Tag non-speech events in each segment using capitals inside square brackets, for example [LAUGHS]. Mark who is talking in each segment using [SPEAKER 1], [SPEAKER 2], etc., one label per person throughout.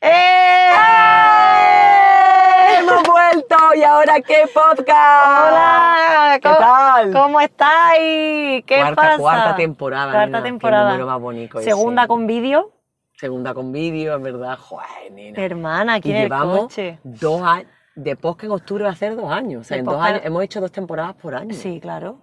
[SPEAKER 1] Eh,
[SPEAKER 2] ¿Y ahora qué podcast?
[SPEAKER 1] Hola,
[SPEAKER 2] ¿Qué
[SPEAKER 1] ¿cómo-
[SPEAKER 2] tal?
[SPEAKER 1] ¿Cómo estáis? ¿Qué
[SPEAKER 2] cuarta,
[SPEAKER 1] pasa?
[SPEAKER 2] cuarta temporada.
[SPEAKER 1] Cuarta
[SPEAKER 2] nena, qué
[SPEAKER 1] temporada.
[SPEAKER 2] número más bonito ese.
[SPEAKER 1] Segunda con vídeo.
[SPEAKER 2] Segunda con vídeo, en verdad. Joder, nena.
[SPEAKER 1] Hermana, aquí
[SPEAKER 2] y
[SPEAKER 1] en el
[SPEAKER 2] llevamos
[SPEAKER 1] coche.
[SPEAKER 2] dos años. De podcast en octubre va a ser dos años. O sea,
[SPEAKER 1] De
[SPEAKER 2] en dos
[SPEAKER 1] podcast-
[SPEAKER 2] años hemos hecho dos temporadas por año.
[SPEAKER 1] Sí, claro.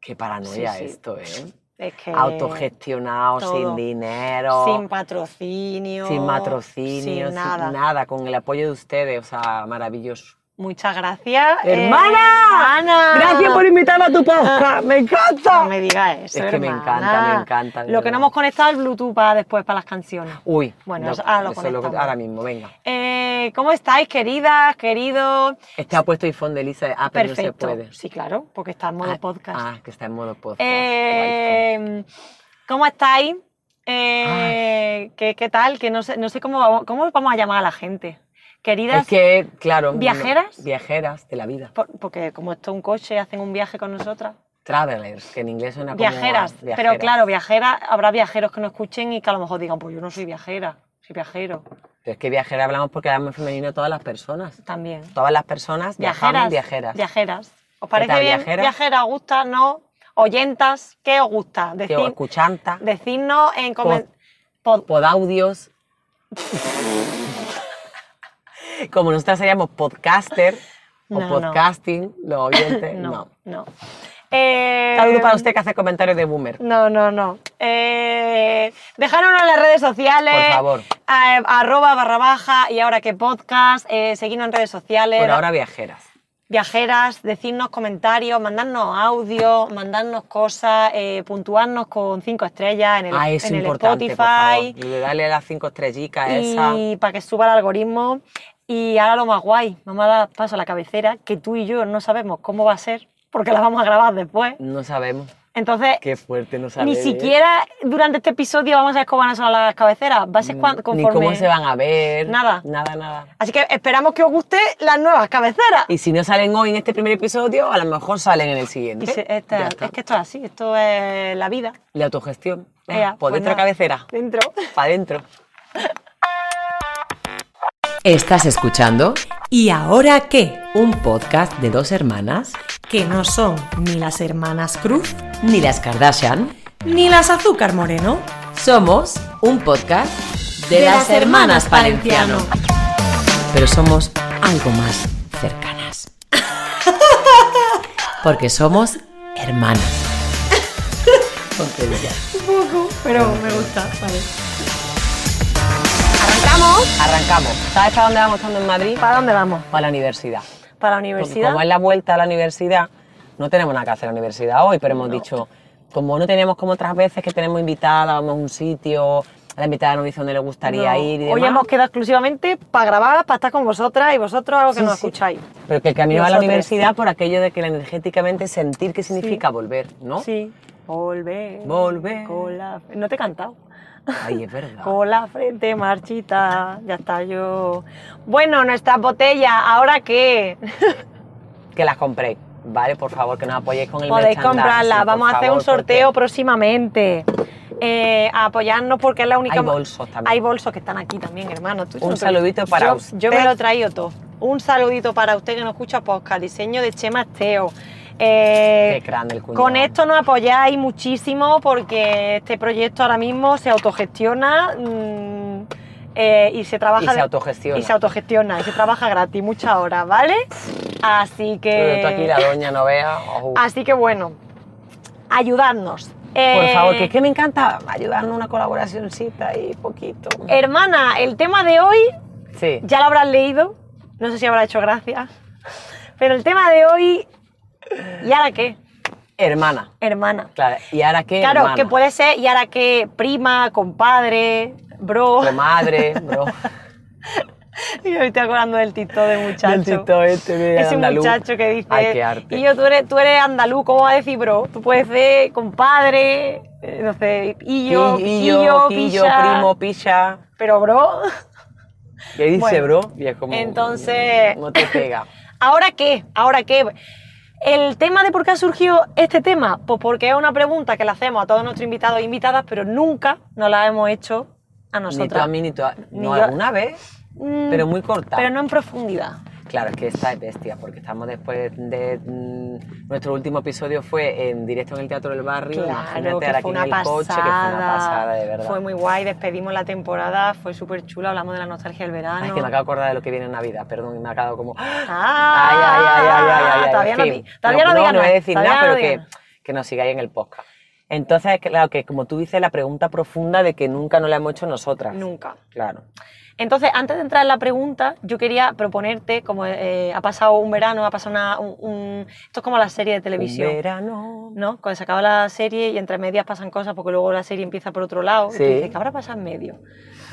[SPEAKER 2] Qué paranoia
[SPEAKER 1] Sí, sí.
[SPEAKER 2] esto, ¿eh?
[SPEAKER 1] Es que.
[SPEAKER 2] Autogestionado,
[SPEAKER 1] todo.
[SPEAKER 2] sin dinero.
[SPEAKER 1] Sin patrocinio.
[SPEAKER 2] sin patrocinio,
[SPEAKER 1] Sin
[SPEAKER 2] sin
[SPEAKER 1] nada.
[SPEAKER 2] nada, con el apoyo de ustedes, o sea, maravilloso.
[SPEAKER 1] Muchas gracias. eh,
[SPEAKER 2] ¡Hermana!
[SPEAKER 1] ¡Hermana!
[SPEAKER 2] Gracias por invitarme a tu
[SPEAKER 1] Ah.
[SPEAKER 2] podcast, me encanta.
[SPEAKER 1] No me digas eso.
[SPEAKER 2] Es que me
[SPEAKER 1] hermana.
[SPEAKER 2] encanta, me encanta, de
[SPEAKER 1] Lo que no
[SPEAKER 2] verdad.
[SPEAKER 1] hemos conectado es el Bluetooth para después, para las canciones.
[SPEAKER 2] Uy,
[SPEAKER 1] Bueno,
[SPEAKER 2] no,
[SPEAKER 1] eso- ahora lo
[SPEAKER 2] eso es
[SPEAKER 1] conectamos.
[SPEAKER 2] ahora mismo, venga.
[SPEAKER 1] Eh, ¿Cómo estáis, queridas, queridos?
[SPEAKER 2] Este ha puesto iPhone de Elisa, ah, pero no se
[SPEAKER 1] Perfecto.
[SPEAKER 2] puede.
[SPEAKER 1] Sí, claro, porque está en modo
[SPEAKER 2] ah,
[SPEAKER 1] podcast.
[SPEAKER 2] Ah, que está en modo podcast. tu iPhone.
[SPEAKER 1] Eh, ¿Cómo estáis?
[SPEAKER 2] Ah.
[SPEAKER 1] Eh, ¿qué, qué tal? Que no sé, no sé cómo, vamos, cómo vamos a llamar a la gente. Queridas,
[SPEAKER 2] es que, claro. no-
[SPEAKER 1] ¿Viajeras?
[SPEAKER 2] viajeras de la vida.
[SPEAKER 1] por- porque como esto es un coche, hacen un viaje con nosotras.
[SPEAKER 2] Travelers, que en inglés suena como.
[SPEAKER 1] Viajeras,
[SPEAKER 2] a- viajeras.
[SPEAKER 1] pero claro, viajeras, habrá viajeros que no escuchen y que a lo mejor digan, pues yo no soy viajera, soy viajero
[SPEAKER 2] Pero es que viajera hablamos porque hablamos en femenino todas las personas.
[SPEAKER 1] también.
[SPEAKER 2] Todas las personas
[SPEAKER 1] Viajeras.
[SPEAKER 2] viajamos viajeras.
[SPEAKER 1] Viajeras. ¿Os parece
[SPEAKER 2] tal,
[SPEAKER 1] bien?
[SPEAKER 2] viajera?
[SPEAKER 1] Viajera, ¿os gusta? ¿No? Oyentas, ¿qué os gusta?
[SPEAKER 2] Que
[SPEAKER 1] Decid,
[SPEAKER 2] o escuchanta,
[SPEAKER 1] decidnos en comen- pod-
[SPEAKER 2] podaudios. [LAUGHS] Como nosotras seríamos podcaster
[SPEAKER 1] No,
[SPEAKER 2] o
[SPEAKER 1] no.
[SPEAKER 2] podcasting, los oyentes, no.
[SPEAKER 1] No, no. Eh,
[SPEAKER 2] Saludo para usted que hace comentarios de boomer.
[SPEAKER 1] No, no, no. Eh, dejárnoslo en las redes sociales.
[SPEAKER 2] Por favor.
[SPEAKER 1] a- arroba barra baja y ahora que podcast. Eh, seguidnos en redes sociales.
[SPEAKER 2] Por ahora viajeras.
[SPEAKER 1] Viajeras, decirnos comentarios, mandarnos audio, mandarnos cosas, eh, puntuarnos con cinco estrellas en el,
[SPEAKER 2] ah, es
[SPEAKER 1] en el
[SPEAKER 2] importante,
[SPEAKER 1] Spotify.
[SPEAKER 2] por favor. Dale a las cinco estrellitas esa.
[SPEAKER 1] Y para que suba el algoritmo. Y ahora lo más guay, vamos a dar paso a la cabecera, que tú y yo no sabemos cómo va a ser, porque la vamos a grabar después.
[SPEAKER 2] No sabemos.
[SPEAKER 1] Entonces,
[SPEAKER 2] Qué fuerte, no
[SPEAKER 1] Ni
[SPEAKER 2] sabemos.
[SPEAKER 1] siquiera durante este episodio vamos a ver cómo van a sonar las cabeceras. Va a ser cuan-
[SPEAKER 2] Mm, Ni
[SPEAKER 1] conforme.
[SPEAKER 2] cómo se van a ver.
[SPEAKER 1] Nada.
[SPEAKER 2] Nada, nada.
[SPEAKER 1] Así que esperamos que os guste las nuevas cabeceras.
[SPEAKER 2] Y si no salen hoy en este primer episodio, a lo mejor salen en el
[SPEAKER 1] Y
[SPEAKER 2] siguiente.
[SPEAKER 1] se- esta-
[SPEAKER 2] Ya está.
[SPEAKER 1] es que esto es así, esto es la vida.
[SPEAKER 2] La autogestión.
[SPEAKER 1] Ea,
[SPEAKER 2] Por
[SPEAKER 1] pues
[SPEAKER 2] dentro
[SPEAKER 1] nada.
[SPEAKER 2] cabecera.
[SPEAKER 1] Dentro.
[SPEAKER 2] Para adentro.
[SPEAKER 3] Estás escuchando
[SPEAKER 4] ¿Y ahora qué?
[SPEAKER 3] un podcast de dos hermanas,
[SPEAKER 4] Que no son ni las hermanas Cruz
[SPEAKER 3] ni las Kardashian.
[SPEAKER 4] ni las Azúcar Moreno.
[SPEAKER 3] Somos un podcast de, las, hermanas Palenciano. Pero somos algo más
[SPEAKER 2] [LAUGHS]
[SPEAKER 3] cercanas. Porque somos hermanas.
[SPEAKER 4] Un poco, pero me gusta. Vale.
[SPEAKER 2] ¡Arrancamos! Arrancamos. ¿Sabes para dónde vamos estando en Madrid?
[SPEAKER 1] ¿Para dónde vamos?
[SPEAKER 2] Para la universidad.
[SPEAKER 1] Para la
[SPEAKER 2] Porque
[SPEAKER 1] universidad.
[SPEAKER 2] como es la vuelta a la universidad, no tenemos nada que hacer en la universidad hoy, pero hemos dicho, como no tenemos como otras veces que tenemos invitada, vamos a un sitio, a la invitada no dice dónde le gustaría
[SPEAKER 1] No.
[SPEAKER 2] ir y
[SPEAKER 1] Hoy
[SPEAKER 2] demás,
[SPEAKER 1] hemos quedado exclusivamente para grabar, para estar con vosotras y vosotros algo que
[SPEAKER 2] Sí,
[SPEAKER 1] nos
[SPEAKER 2] sí.
[SPEAKER 1] escucháis.
[SPEAKER 2] Pero que el camino a la
[SPEAKER 1] Nosotros.
[SPEAKER 2] universidad por aquello de que energéticamente sentir que significa volver, ¿no?
[SPEAKER 1] Sí. Volver.
[SPEAKER 2] Volver.
[SPEAKER 1] con la- No te he cantado.
[SPEAKER 2] Ay, es verdad.
[SPEAKER 1] Con la frente marchita, ya está yo. Bueno, nuestras botellas, ¿ahora qué?
[SPEAKER 2] Que las compréis, ¿vale? Por favor, que nos apoyéis con el
[SPEAKER 1] Podéis
[SPEAKER 2] merchandising,
[SPEAKER 1] comprarlas,
[SPEAKER 2] por
[SPEAKER 1] vamos a hacer
[SPEAKER 2] favor,
[SPEAKER 1] un sorteo próximamente. Eh, a apoyarnos porque es la única...
[SPEAKER 2] Hay bolsos también.
[SPEAKER 1] Hay bolsos que están aquí también, hermano. Tú,
[SPEAKER 2] Un
[SPEAKER 1] no te-
[SPEAKER 2] saludito para
[SPEAKER 1] yo,
[SPEAKER 2] usted.
[SPEAKER 1] Yo me lo he traído todo. Un saludito para usted que nos escucha podcast, diseño de Chema Esteo. Eh,
[SPEAKER 2] Qué grande el cuñado.
[SPEAKER 1] Con esto nos apoyáis muchísimo porque este proyecto ahora mismo se autogestiona mm, eh, y se trabaja.
[SPEAKER 2] Y se
[SPEAKER 1] de-
[SPEAKER 2] autogestiona.
[SPEAKER 1] Y se autogestiona y se trabaja gratis muchas horas, ¿vale? Así
[SPEAKER 2] Pero tú aquí la
[SPEAKER 1] que.
[SPEAKER 2] doña no vea. Oh, ojo.
[SPEAKER 1] Así que bueno, ayudadnos.
[SPEAKER 2] Por
[SPEAKER 1] Eh,
[SPEAKER 2] favor, que es que me encanta ayudarnos una colaboracióncita ahí, poquito.
[SPEAKER 1] Hermana, el tema de hoy
[SPEAKER 2] Sí.
[SPEAKER 1] ya lo habrás leído. No sé si habrá hecho gracia. Pero el tema de hoy. ¿Y ahora qué?
[SPEAKER 2] Hermana.
[SPEAKER 1] Hermana.
[SPEAKER 2] Claro. ¿Y ahora qué?
[SPEAKER 1] Claro,
[SPEAKER 2] hermana?
[SPEAKER 1] que puede ser, y ahora que prima, compadre, bro. [LAUGHS]
[SPEAKER 2] Comadre, bro.
[SPEAKER 1] Y me estoy acordando del TikTok de muchacho.
[SPEAKER 2] Del TikTok este de
[SPEAKER 1] Ese
[SPEAKER 2] andaluz.
[SPEAKER 1] muchacho que dice.
[SPEAKER 2] Ay, qué arte.
[SPEAKER 1] Y yo, tú eres, tú eres andaluz, ¿cómo vas a decir bro? Tú puedes ser compadre, eh, no sé,
[SPEAKER 2] Quillo,
[SPEAKER 1] pillo,
[SPEAKER 2] quillo, quillo,
[SPEAKER 1] pilla,
[SPEAKER 2] primo, pilla.
[SPEAKER 1] Pero bro. [LAUGHS]
[SPEAKER 2] ¿Qué dice,
[SPEAKER 1] Bueno,
[SPEAKER 2] bro? Y es como.
[SPEAKER 1] entonces-
[SPEAKER 2] No te
[SPEAKER 1] [LAUGHS]
[SPEAKER 2] pega.
[SPEAKER 1] ¿Ahora qué? ¿Ahora qué? El tema de por qué ha surgido este tema, pues porque es una pregunta que le hacemos a todos nuestros invitados e invitadas, pero nunca nos la hemos hecho a
[SPEAKER 2] Ni tú a
[SPEAKER 1] nosotras.
[SPEAKER 2] mí, ni tú a.
[SPEAKER 1] Ni
[SPEAKER 2] No,
[SPEAKER 1] yo-
[SPEAKER 2] alguna vez,
[SPEAKER 1] Mm,
[SPEAKER 2] pero muy corta.
[SPEAKER 1] pero no en profundidad.
[SPEAKER 2] Claro, es que esta es bestia, porque estamos después de. mm, nuestro último episodio fue en directo en el Teatro del Barrio.
[SPEAKER 1] Claro,
[SPEAKER 2] Imagínate
[SPEAKER 1] que
[SPEAKER 2] ahora
[SPEAKER 1] fue
[SPEAKER 2] aquí
[SPEAKER 1] una
[SPEAKER 2] en el
[SPEAKER 1] pasada.
[SPEAKER 2] coche, que fue una pasada, de verdad.
[SPEAKER 1] Fue muy guay, despedimos la temporada, fue súper chulo, hablamos de la nostalgia del verano.
[SPEAKER 2] Ay, que me acabo de acordar de lo que viene en Navidad, perdón, y me ha quedado como.
[SPEAKER 1] Ah,
[SPEAKER 2] Ay, ay, ay, ay, ay, ay, ay,
[SPEAKER 1] Todavía
[SPEAKER 2] en
[SPEAKER 1] no,
[SPEAKER 2] fin.
[SPEAKER 1] di- todavía no,
[SPEAKER 2] no,
[SPEAKER 1] digan
[SPEAKER 2] no voy a
[SPEAKER 1] nada,
[SPEAKER 2] decir
[SPEAKER 1] todavía
[SPEAKER 2] nada,
[SPEAKER 1] no
[SPEAKER 2] pero
[SPEAKER 1] digan
[SPEAKER 2] que, que nos sigáis en el podcast. Entonces, claro, que como tú dices, la pregunta profunda de que nunca nos la hemos hecho nosotras.
[SPEAKER 1] nada. Nunca.
[SPEAKER 2] Claro.
[SPEAKER 1] Entonces, antes de entrar en la pregunta, yo quería proponerte, como eh, ha pasado un verano, ha pasado una, un, un- Esto es como la serie de televisión.
[SPEAKER 2] Un verano.
[SPEAKER 1] ¿no? Cuando se acaba la serie y entre medias pasan cosas porque luego la serie empieza por otro lado. Y tú
[SPEAKER 2] Sí.
[SPEAKER 1] dices, ¿qué habrá pasado en medio?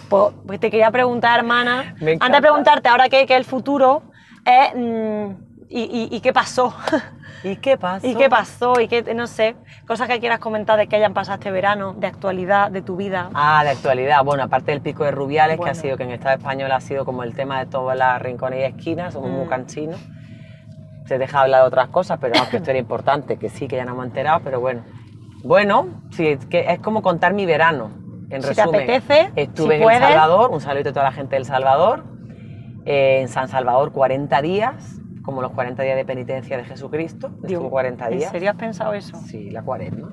[SPEAKER 1] Pues, pues te quería preguntar, hermana,
[SPEAKER 2] Me
[SPEAKER 1] antes de
[SPEAKER 2] encanta.
[SPEAKER 1] preguntarte ahora qué, qué es el futuro eh, mm, y, y- y qué pasó. [LAUGHS]
[SPEAKER 2] ¿Y qué pasa?
[SPEAKER 1] y qué pasó y qué, no sé, cosas que quieras comentar de que hayan pasado este verano, de actualidad, de tu vida.
[SPEAKER 2] Ah, la actualidad. Bueno, aparte del pico de Rubiales,
[SPEAKER 1] Bueno.
[SPEAKER 2] que ha sido que en Estado español ha sido como el tema de todas las rincones y esquinas, somos muy
[SPEAKER 1] Mm.
[SPEAKER 2] canchinos. Se deja hablar de otras cosas, pero no,
[SPEAKER 1] [COUGHS]
[SPEAKER 2] que esto era importante, que sí, que ya no me he enterado, pero bueno. Bueno, sí, es, que es como contar mi verano, en
[SPEAKER 1] Si te
[SPEAKER 2] resumen.
[SPEAKER 1] apetece, si
[SPEAKER 2] Estuve en
[SPEAKER 1] puedes.
[SPEAKER 2] El Salvador, un saludo a toda la gente del Salvador. Eh, en San Salvador 40 días, como los 40 días de penitencia de Jesucristo. Estuvo 40 días.
[SPEAKER 1] ¿En serio has pensado eso?
[SPEAKER 2] Sí, la cuaresma.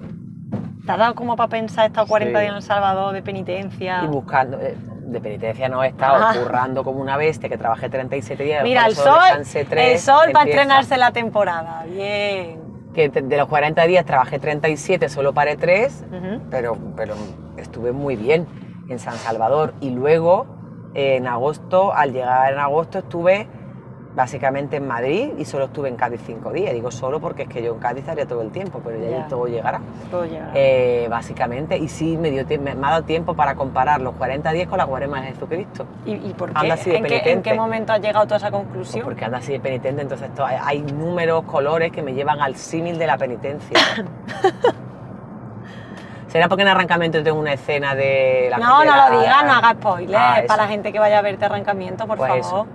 [SPEAKER 1] ¿Te has dado como para pensar estos 40
[SPEAKER 2] Sí.
[SPEAKER 1] días en El Salvador de penitencia?
[SPEAKER 2] Y buscando, eh, de penitencia no he estado,
[SPEAKER 1] Ah.
[SPEAKER 2] currando como una bestia, que trabajé 37 días. de los
[SPEAKER 1] Mira, el
[SPEAKER 2] cuales
[SPEAKER 1] sol,
[SPEAKER 2] solo descansé
[SPEAKER 1] el
[SPEAKER 2] tres,
[SPEAKER 1] sol va a
[SPEAKER 2] empieza-
[SPEAKER 1] estrenarse la temporada. Bien.
[SPEAKER 2] Que te- de los 40 días trabajé 37, solo paré 3,
[SPEAKER 1] Ujú.
[SPEAKER 2] pero, pero estuve muy bien en San Salvador. Y luego, eh, en agosto, al llegar en agosto, estuve básicamente en Madrid y solo estuve en Cádiz 5 días. Digo solo porque es que yo en Cádiz estaría todo el tiempo, pero ya,
[SPEAKER 1] Ya.
[SPEAKER 2] todo llegará.
[SPEAKER 1] Todo llegará.
[SPEAKER 2] Eh, básicamente, y sí, me, dio, tie- me me ha dado tiempo para comparar los 40 días con la cuaresma de Jesucristo.
[SPEAKER 1] ¿Y, y por qué?
[SPEAKER 2] anda así de
[SPEAKER 1] ¿En, qué? en
[SPEAKER 2] penitente.
[SPEAKER 1] qué momento has llegado tú a esa
[SPEAKER 2] Pues
[SPEAKER 1] conclusión?
[SPEAKER 2] porque anda así de penitente, entonces to- hay- hay números, colores que me llevan al símil de
[SPEAKER 1] [COUGHS]
[SPEAKER 2] la penitencia. ¿Será porque en arrancamiento tengo una escena de la
[SPEAKER 1] no,
[SPEAKER 2] de
[SPEAKER 1] no
[SPEAKER 2] la-
[SPEAKER 1] lo digas, no hagas spoilers
[SPEAKER 2] Ah, eso.
[SPEAKER 1] para la gente que vaya a verte arrancamiento, por
[SPEAKER 2] Pues
[SPEAKER 1] favor.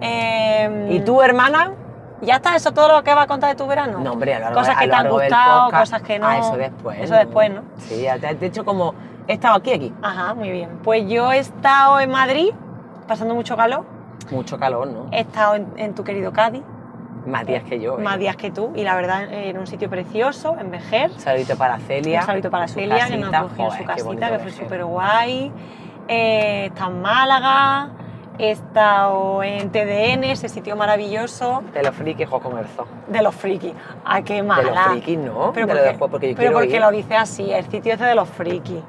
[SPEAKER 1] Eh,
[SPEAKER 2] ¿Y tú, hermana?
[SPEAKER 1] ¿Ya está eso todo lo que vas a contar de tu verano?
[SPEAKER 2] No, hombre, a lo largo,
[SPEAKER 1] Cosas que
[SPEAKER 2] a lo
[SPEAKER 1] te han
[SPEAKER 2] largo del
[SPEAKER 1] gustado,
[SPEAKER 2] podcast-
[SPEAKER 1] cosas que no.
[SPEAKER 2] Ah, eso después.
[SPEAKER 1] Eso después, ¿no?
[SPEAKER 2] Sí, ya te, de hecho, como he estado aquí, aquí.
[SPEAKER 1] Ajá, muy bien. Pues yo he estado en Madrid, pasando mucho calor.
[SPEAKER 2] Mucho calor, ¿no?
[SPEAKER 1] He estado en, en tu querido Cádiz,
[SPEAKER 2] Más días que yo. ¿eh?
[SPEAKER 1] más días que tú, y la verdad, en un sitio precioso, en Vejer.
[SPEAKER 2] Un saludito para Celia.
[SPEAKER 1] Un saludito para
[SPEAKER 2] en su
[SPEAKER 1] Celia, que nos
[SPEAKER 2] casita.
[SPEAKER 1] acogió en
[SPEAKER 2] Joder,
[SPEAKER 1] su
[SPEAKER 2] qué
[SPEAKER 1] casita,
[SPEAKER 2] bonito
[SPEAKER 1] que
[SPEAKER 2] de
[SPEAKER 1] fue
[SPEAKER 2] ser.
[SPEAKER 1] súper guay. Eh, he estado en Málaga, he estado en TDN, ese sitio maravilloso
[SPEAKER 2] De los frikis, ojo con el zoo.
[SPEAKER 1] de los frikis. ¡Ah, qué mala!
[SPEAKER 2] De los frikis, no.
[SPEAKER 1] Pero
[SPEAKER 2] de
[SPEAKER 1] porque,
[SPEAKER 2] los juegos, porque
[SPEAKER 1] pero
[SPEAKER 2] yo quiero
[SPEAKER 1] porque
[SPEAKER 2] ir.
[SPEAKER 1] lo dice así, el sitio ese de los frikis.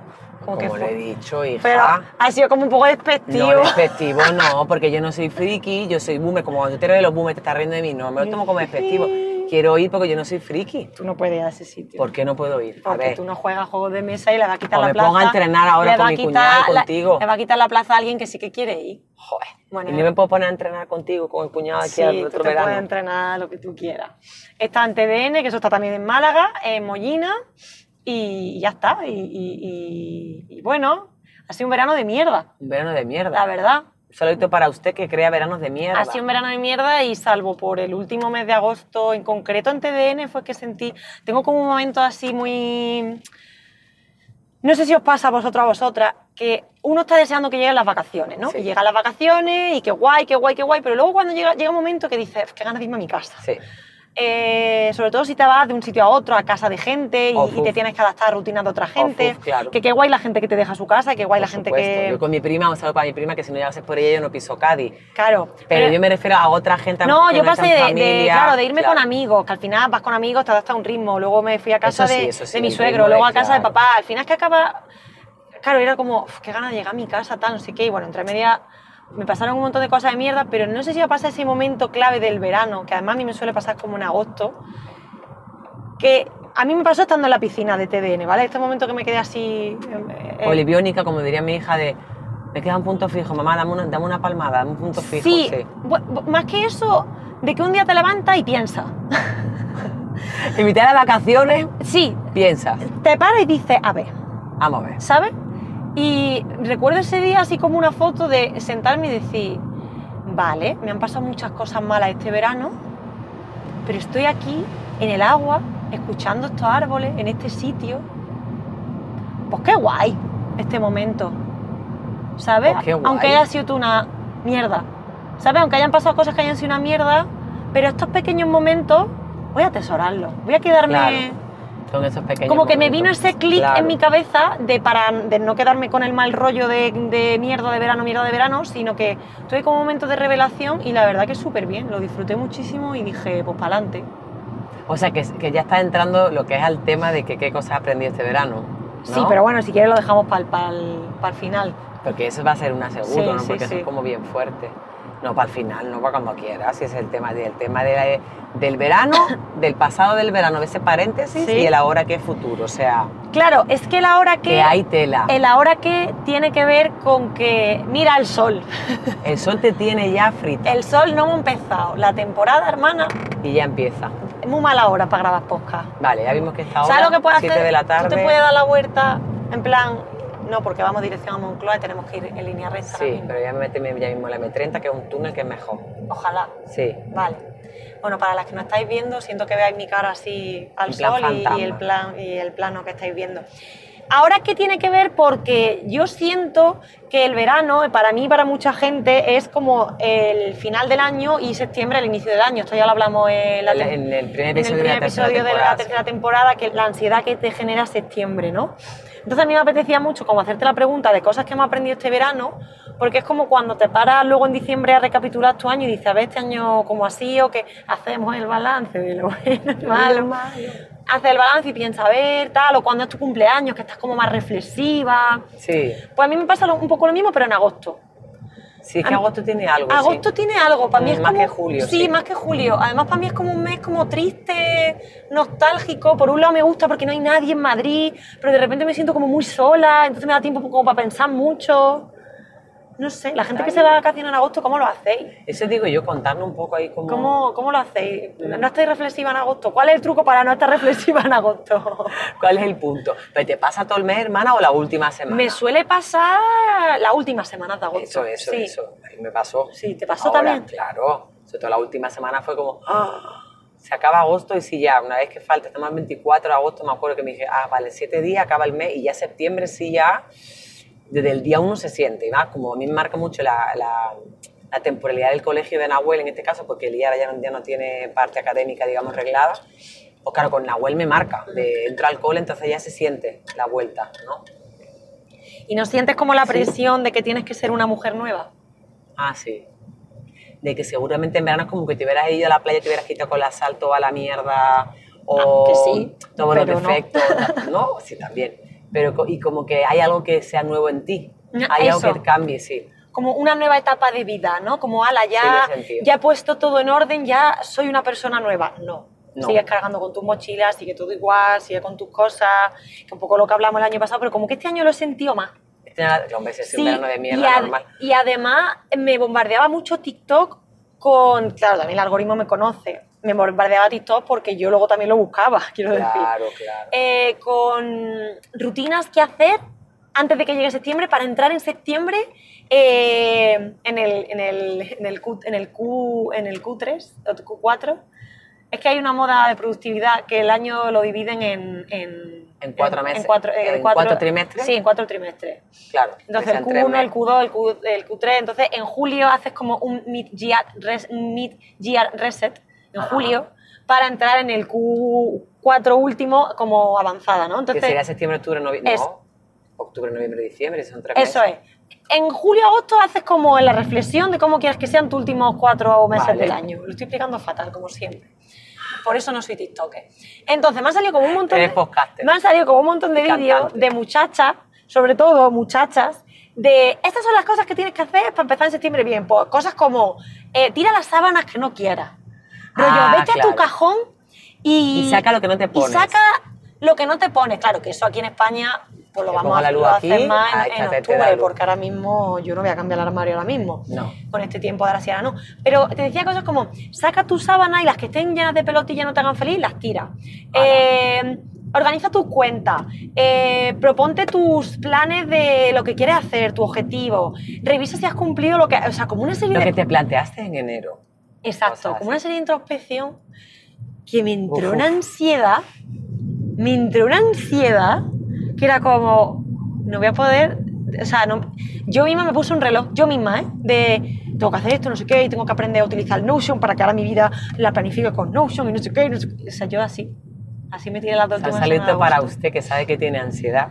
[SPEAKER 1] Como,
[SPEAKER 2] Como
[SPEAKER 1] que
[SPEAKER 2] lo he
[SPEAKER 1] fue-
[SPEAKER 2] dicho, hija.
[SPEAKER 1] Pero ha sido como un poco despectivo.
[SPEAKER 2] No, despectivo no, porque yo no soy friki, yo soy boomer. Como cuando tú te ríes de los boomers, te estás riendo de mí. No, me lo tomo como despectivo. Quiero ir porque yo no soy friki.
[SPEAKER 1] [LAUGHS] tú no puedes ir a ese sitio.
[SPEAKER 2] ¿Por qué no puedo ir? A
[SPEAKER 1] Porque
[SPEAKER 2] ver,
[SPEAKER 1] tú no juegas juegos de mesa y le va a quitar
[SPEAKER 2] O
[SPEAKER 1] la
[SPEAKER 2] me
[SPEAKER 1] plaza.
[SPEAKER 2] pongo a entrenar ahora
[SPEAKER 1] le
[SPEAKER 2] con
[SPEAKER 1] va a
[SPEAKER 2] mi
[SPEAKER 1] quitar
[SPEAKER 2] cuñada y
[SPEAKER 1] la-
[SPEAKER 2] contigo.
[SPEAKER 1] Le va a quitar la plaza a alguien que sí que quiere ir.
[SPEAKER 2] joder.
[SPEAKER 1] Bueno,
[SPEAKER 2] y no me puedo poner a entrenar contigo, con el cuñado aquí al
[SPEAKER 1] tú
[SPEAKER 2] otro
[SPEAKER 1] te puedes
[SPEAKER 2] verano.
[SPEAKER 1] entrenar lo que tú quieras. Está en TDN, que eso está también en Málaga, en Mollina, y ya está. Y, y- y- y bueno, ha sido un verano de mierda,
[SPEAKER 2] Un verano de
[SPEAKER 1] la
[SPEAKER 2] mierda.
[SPEAKER 1] verdad.
[SPEAKER 2] Un saludito para usted que crea veranos de mierda.
[SPEAKER 1] Ha sido un verano de mierda y salvo por el último mes de agosto, en concreto en TDN, fue que sentí, tengo como un momento así muy... No sé si os pasa a vosotros a vosotras, que uno está deseando que lleguen las vacaciones, ¿no?
[SPEAKER 2] Sí.
[SPEAKER 1] Que llegan las vacaciones y que guay, que guay, que guay, pero luego cuando llega, llega un momento que dices, "Uf, qué ganas de irme a mi casa.
[SPEAKER 2] Sí.
[SPEAKER 1] Eh, sobre todo si te vas de un sitio a otro, a casa de gente y,
[SPEAKER 2] Of,
[SPEAKER 1] y te
[SPEAKER 2] uf.
[SPEAKER 1] tienes que adaptar a rutinas de otra gente.
[SPEAKER 2] uf, claro.
[SPEAKER 1] Que qué guay la gente que te deja su casa, que guay la
[SPEAKER 2] Por
[SPEAKER 1] gente
[SPEAKER 2] supuesto.
[SPEAKER 1] que...
[SPEAKER 2] Yo con mi prima, un saludo para mi prima, que si no llegase por ella yo no piso Cádiz.
[SPEAKER 1] Claro.
[SPEAKER 2] Pero yo me refiero a otra gente.
[SPEAKER 1] No,
[SPEAKER 2] que
[SPEAKER 1] yo
[SPEAKER 2] está
[SPEAKER 1] pasé
[SPEAKER 2] en
[SPEAKER 1] de, de-
[SPEAKER 2] familia.
[SPEAKER 1] claro, de irme
[SPEAKER 2] Claro.
[SPEAKER 1] con amigos, que al final vas con amigos, te adaptas a un ritmo. Luego me fui a casa
[SPEAKER 2] Eso sí,
[SPEAKER 1] de,
[SPEAKER 2] eso sí,
[SPEAKER 1] de mi
[SPEAKER 2] el
[SPEAKER 1] suegro,
[SPEAKER 2] ritmo
[SPEAKER 1] luego
[SPEAKER 2] de-
[SPEAKER 1] a casa de
[SPEAKER 2] claro.
[SPEAKER 1] papá. Al final es que acaba. Claro, era como, "Uf, qué ganas de llegar a mi casa, tal, no sé qué. Y bueno, entre media me pasaron un montón de cosas de mierda, pero no sé si va a pasar ese momento clave del verano, que además a mí me suele pasar como en agosto, que a mí me pasó estando en la piscina de TDN, ¿vale? Este momento que me quedé así. eh, eh,
[SPEAKER 2] Oliviónica, como diría mi hija, de me queda un punto fijo, mamá, dame una, dame una palmada, dame un punto fijo.
[SPEAKER 1] sí,
[SPEAKER 2] Sí.
[SPEAKER 1] bu- bu- más que eso, de que un día te levantas y piensas.
[SPEAKER 2] En mitad de las vacaciones,
[SPEAKER 1] Sí,
[SPEAKER 2] piensas,
[SPEAKER 1] te paras y dices, a ver,
[SPEAKER 2] vamos a ver.
[SPEAKER 1] ¿sabes? Y recuerdo ese día así como una foto de sentarme y decir, vale, me han pasado muchas cosas malas este verano, pero estoy aquí en el agua, escuchando estos árboles, en este sitio. Pues qué guay este momento, ¿sabes?
[SPEAKER 2] Pues qué guay.
[SPEAKER 1] Aunque haya sido tú una mierda. ¿Sabes? Aunque hayan pasado cosas que hayan sido una mierda, pero estos pequeños momentos voy a atesorarlos. Voy a quedarme.
[SPEAKER 2] Claro. Son esos pequeños.
[SPEAKER 1] Como que me
[SPEAKER 2] momentos.
[SPEAKER 1] vino ese clic
[SPEAKER 2] Claro.
[SPEAKER 1] en mi cabeza de, para, de no quedarme con el mal rollo de, de mierda de verano, mierda de verano, sino que tuve como un momento de revelación y la verdad que súper bien, lo disfruté muchísimo y dije, pues para adelante.
[SPEAKER 2] O sea, que, que ya está entrando lo que es al tema de que qué cosas has aprendido este verano. ¿no?
[SPEAKER 1] Sí, pero bueno, si quieres lo dejamos para el final.
[SPEAKER 2] Porque eso va a ser una seguro,
[SPEAKER 1] Sí,
[SPEAKER 2] ¿no?
[SPEAKER 1] sí,
[SPEAKER 2] Porque eso
[SPEAKER 1] sí.
[SPEAKER 2] es como bien fuerte. No para el final, no para cuando quieras, si es el tema, de- el tema de- del
[SPEAKER 1] [COUGHS]
[SPEAKER 2] verano, del pasado del verano, de ese paréntesis
[SPEAKER 1] Sí.
[SPEAKER 2] y el ahora que es futuro. O sea,
[SPEAKER 1] Claro, es que la hora que...
[SPEAKER 2] que hay tela.
[SPEAKER 1] El ahora que tiene que ver con que mira el sol.
[SPEAKER 2] El sol te tiene ya frita
[SPEAKER 1] El sol no me ha empezado. La temporada, hermana,
[SPEAKER 2] y ya empieza.
[SPEAKER 1] es muy mala hora para grabar podcast.
[SPEAKER 2] Vale, ya vimos que está
[SPEAKER 1] ¿Sabes
[SPEAKER 2] ahora,
[SPEAKER 1] lo que puedes
[SPEAKER 2] 7
[SPEAKER 1] hacer?
[SPEAKER 2] de la tarde.
[SPEAKER 1] Tú te puedes dar la vuelta en plan, no, porque vamos dirección a Moncloa y tenemos que ir en línea recta. ahora
[SPEAKER 2] Sí,
[SPEAKER 1] mismo.
[SPEAKER 2] pero ya me metí ya mismo en la M30, que es un túnel que es mejor.
[SPEAKER 1] Ojalá.
[SPEAKER 2] Sí.
[SPEAKER 1] Vale. Bueno, para las que no estáis viendo, siento que veáis mi cara así al
[SPEAKER 2] En plan
[SPEAKER 1] sol y, y el
[SPEAKER 2] fantasma.
[SPEAKER 1] plan, y el plano que estáis viendo. Ahora, ¿qué tiene que ver? Porque yo siento que el verano, para mí y para mucha gente, es como el final del año y septiembre el inicio del año. Esto ya lo hablamos en la
[SPEAKER 2] En la-
[SPEAKER 1] tem-
[SPEAKER 2] en el primer
[SPEAKER 1] en el
[SPEAKER 2] episodio,
[SPEAKER 1] primer
[SPEAKER 2] de, la tercera
[SPEAKER 1] episodio de la
[SPEAKER 2] temporada, sí.
[SPEAKER 1] tercera temporada, que la ansiedad que te genera septiembre, ¿no? Entonces a mí me apetecía mucho como hacerte la pregunta de cosas que hemos aprendido este verano, porque es como cuando te paras luego en diciembre a recapitular tu año y dices, a ver, este año como así, o que hacemos el balance de lo bueno y malo. Haces el balance y piensas, a ver, tal, o cuando es tu cumpleaños, que estás como más reflexiva.
[SPEAKER 2] Sí.
[SPEAKER 1] Pues a mí me pasa lo- un poco lo mismo, pero en agosto.
[SPEAKER 2] Sí, es que
[SPEAKER 1] A-
[SPEAKER 2] agosto tiene algo. sí.
[SPEAKER 1] Agosto tiene algo, para mí
[SPEAKER 2] Mm,
[SPEAKER 1] es
[SPEAKER 2] más
[SPEAKER 1] como-
[SPEAKER 2] que julio,
[SPEAKER 1] Sí,
[SPEAKER 2] sí.
[SPEAKER 1] más que julio. Además, para mí es como un mes como triste, nostálgico. Por un lado me gusta porque no hay nadie en Madrid, pero de repente me siento como muy sola, entonces me da tiempo como para pensar mucho. No sé, la gente que
[SPEAKER 2] Ay.
[SPEAKER 1] se va a vacaciones en agosto, ¿cómo lo hacéis?
[SPEAKER 2] Eso digo yo, contarnos un poco ahí cómo.
[SPEAKER 1] ¿Cómo, cómo lo hacéis? ¿No estáis reflexiva en agosto? ¿Cuál es el truco para no estar reflexiva en
[SPEAKER 2] [LAUGHS]
[SPEAKER 1] agosto?
[SPEAKER 2] ¿Cuál es el punto? ¿Pero te pasa todo el mes, hermana, o la última semana?
[SPEAKER 1] me suele pasar las últimas semanas de agosto.
[SPEAKER 2] Eso, eso,
[SPEAKER 1] sí.
[SPEAKER 2] eso. A mí me pasó.
[SPEAKER 1] Sí, ¿te pasó
[SPEAKER 2] Ahora,
[SPEAKER 1] también?
[SPEAKER 2] Claro. Sobre todo la última semana fue como. "Ah, Se acaba agosto y si ya, una vez que falta, estamos el 24 de agosto, me acuerdo que me dije, ah, vale, siete días, acaba el mes y ya septiembre sí ya, desde el día uno se siente. Y más, como a mí me marca mucho la, la- la temporalidad del colegio de Nahuel en este caso, porque el IARA ya no, ya no tiene parte académica, digamos, reglada. Pues claro, con Nahuel me marca, de entra al cole, entonces ya se siente la vuelta, ¿no?
[SPEAKER 1] ¿Y no sientes como la presión de que tienes que ser una mujer nueva?
[SPEAKER 2] Ah, sí. De que seguramente en verano es como que te hubieras ido a la playa y te hubieras quitado con el asalto a la mierda o
[SPEAKER 1] Ah, que sí,
[SPEAKER 2] todos los
[SPEAKER 1] pero no.
[SPEAKER 2] defectos. ta- [LAUGHS] No. sí, también. Pero, co- y como que hay algo que sea nuevo en ti.
[SPEAKER 1] Ah,
[SPEAKER 2] Hay
[SPEAKER 1] eso.
[SPEAKER 2] algo que cambie, sí.
[SPEAKER 1] como una nueva etapa de vida, ¿no? Como, ala, ya,
[SPEAKER 2] Sí, lo he sentido.
[SPEAKER 1] ya he puesto todo en orden, ya soy una persona nueva. No.
[SPEAKER 2] No.
[SPEAKER 1] Sigues cargando con tus mochilas, sigue todo igual, sigue con tus cosas, que un poco lo que hablamos el año pasado, pero como que este año lo he sentido más.
[SPEAKER 2] Este era- Los meses de verano de
[SPEAKER 1] y,
[SPEAKER 2] mierda
[SPEAKER 1] ad-
[SPEAKER 2] normal.
[SPEAKER 1] y además me bombardeaba mucho TikTok con, claro, también el algoritmo me conoce, me bombardeaba TikTok porque yo luego también lo buscaba, [LAUGHS] quiero decir
[SPEAKER 2] Claro, claro.
[SPEAKER 1] eh, con rutinas que hacer antes de que llegue septiembre para entrar en septiembre eh, en, el, en, el, en, el Q, en, el Q, en el Q3 o Q4. Es que hay una moda de productividad que el año lo dividen en... En,
[SPEAKER 2] En cuatro meses,
[SPEAKER 1] cuatro, eh,
[SPEAKER 2] en cuatro trimestres.
[SPEAKER 1] Sí, en cuatro trimestres.
[SPEAKER 2] claro.
[SPEAKER 1] Entonces el
[SPEAKER 2] Empieza en tres
[SPEAKER 1] Q1, el
[SPEAKER 2] meses.
[SPEAKER 1] Q2, el, Q, el Q3. Entonces en julio haces como un mid-year res- mid-year reset, en
[SPEAKER 2] Ajá.
[SPEAKER 1] julio, para entrar en el Q4 último como avanzada, ¿no?
[SPEAKER 2] que sería
[SPEAKER 1] Entonces,
[SPEAKER 2] septiembre, octubre, noviembre.
[SPEAKER 1] Es-
[SPEAKER 2] No. Octubre, noviembre, diciembre, son tres
[SPEAKER 1] eso
[SPEAKER 2] meses.
[SPEAKER 1] es. En julio-agosto haces como la reflexión de cómo quieres que sean tus últimos cuatro meses
[SPEAKER 2] Vale.
[SPEAKER 1] del año. Lo estoy explicando fatal, como siempre. Por eso no soy TikToker. Entonces, me han salido como un montón
[SPEAKER 2] Eres
[SPEAKER 1] de...
[SPEAKER 2] podcaster.
[SPEAKER 1] Me han salido como un montón de
[SPEAKER 2] Y cantante.
[SPEAKER 1] vídeos de muchachas, sobre todo muchachas, de estas son las cosas que tienes que hacer para empezar en septiembre bien. Pues cosas como eh, tira las sábanas que no quieras. Rollo,
[SPEAKER 2] Ah,
[SPEAKER 1] vete a tu
[SPEAKER 2] claro.
[SPEAKER 1] cajón y,
[SPEAKER 2] Y saca lo que no te pones.
[SPEAKER 1] Y saca lo que no te pones. Claro, que eso aquí en España pues lo
[SPEAKER 2] Te
[SPEAKER 1] vamos
[SPEAKER 2] pongo
[SPEAKER 1] a,
[SPEAKER 2] la luz
[SPEAKER 1] lo va a hacer
[SPEAKER 2] aquí,
[SPEAKER 1] más en-
[SPEAKER 2] ay,
[SPEAKER 1] en
[SPEAKER 2] cátete,
[SPEAKER 1] octubre,
[SPEAKER 2] dale.
[SPEAKER 1] porque ahora mismo yo no voy a cambiar el armario ahora mismo
[SPEAKER 2] No.
[SPEAKER 1] con este tiempo de la sierra, no. Pero te decía cosas como, saca tu sábana y las que estén llenas de pelota y ya no te hagan feliz, las tira.
[SPEAKER 2] Ah, Ala.
[SPEAKER 1] Eh, organiza tus cuentas, eh, proponte tus planes de lo que quieres hacer, tu objetivo, revisa si has cumplido lo que... O sea, como una serie
[SPEAKER 2] Lo
[SPEAKER 1] de...
[SPEAKER 2] que te planteaste en enero.
[SPEAKER 1] Exacto,
[SPEAKER 2] cosas
[SPEAKER 1] como
[SPEAKER 2] así.
[SPEAKER 1] una serie de introspección que me entró
[SPEAKER 2] Uf,
[SPEAKER 1] una
[SPEAKER 2] uf.
[SPEAKER 1] ansiedad, me entró una ansiedad que era como, no voy a poder, o sea, no, yo misma me puse un reloj, yo misma, ¿eh? De, tengo que hacer esto, no sé qué, y tengo que aprender a utilizar Notion para que ahora mi vida la planifique con Notion y no sé qué, y no sé qué. O sea, yo así, así me tiré las dos
[SPEAKER 2] Está
[SPEAKER 1] últimas
[SPEAKER 2] saliendo
[SPEAKER 1] semanas de
[SPEAKER 2] para
[SPEAKER 1] agosto.
[SPEAKER 2] usted que sabe que tiene ansiedad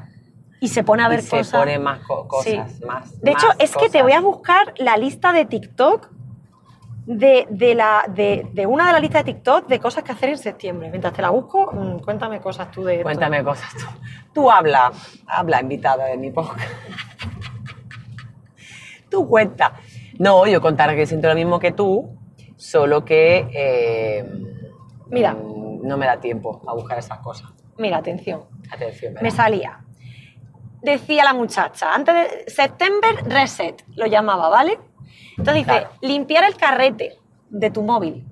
[SPEAKER 1] Y se pone a ver
[SPEAKER 2] y
[SPEAKER 1] cosas.
[SPEAKER 2] se pone más co- cosas,
[SPEAKER 1] Sí.
[SPEAKER 2] más.
[SPEAKER 1] De hecho,
[SPEAKER 2] más
[SPEAKER 1] es que te
[SPEAKER 2] cosas.
[SPEAKER 1] voy a buscar la lista de TikTok, de, de la, de, de una de las listas de TikTok de cosas que hacer en septiembre. Mientras te la busco, mm, cuéntame cosas tú de esto.
[SPEAKER 2] Cuéntame cosas tú. Tú habla, habla invitada de mi podcast. [LAUGHS] tú cuenta. No, yo contar que siento lo mismo que tú, solo que... eh,
[SPEAKER 1] Mira.
[SPEAKER 2] mm, No me da tiempo a buscar esas cosas.
[SPEAKER 1] Mira, atención,
[SPEAKER 2] Atención,
[SPEAKER 1] me
[SPEAKER 2] ¿verdad?
[SPEAKER 1] salía. Decía la muchacha, antes de September Reset, lo llamaba, ¿vale? Entonces dice,
[SPEAKER 2] Claro.
[SPEAKER 1] limpiar el carrete de tu móvil.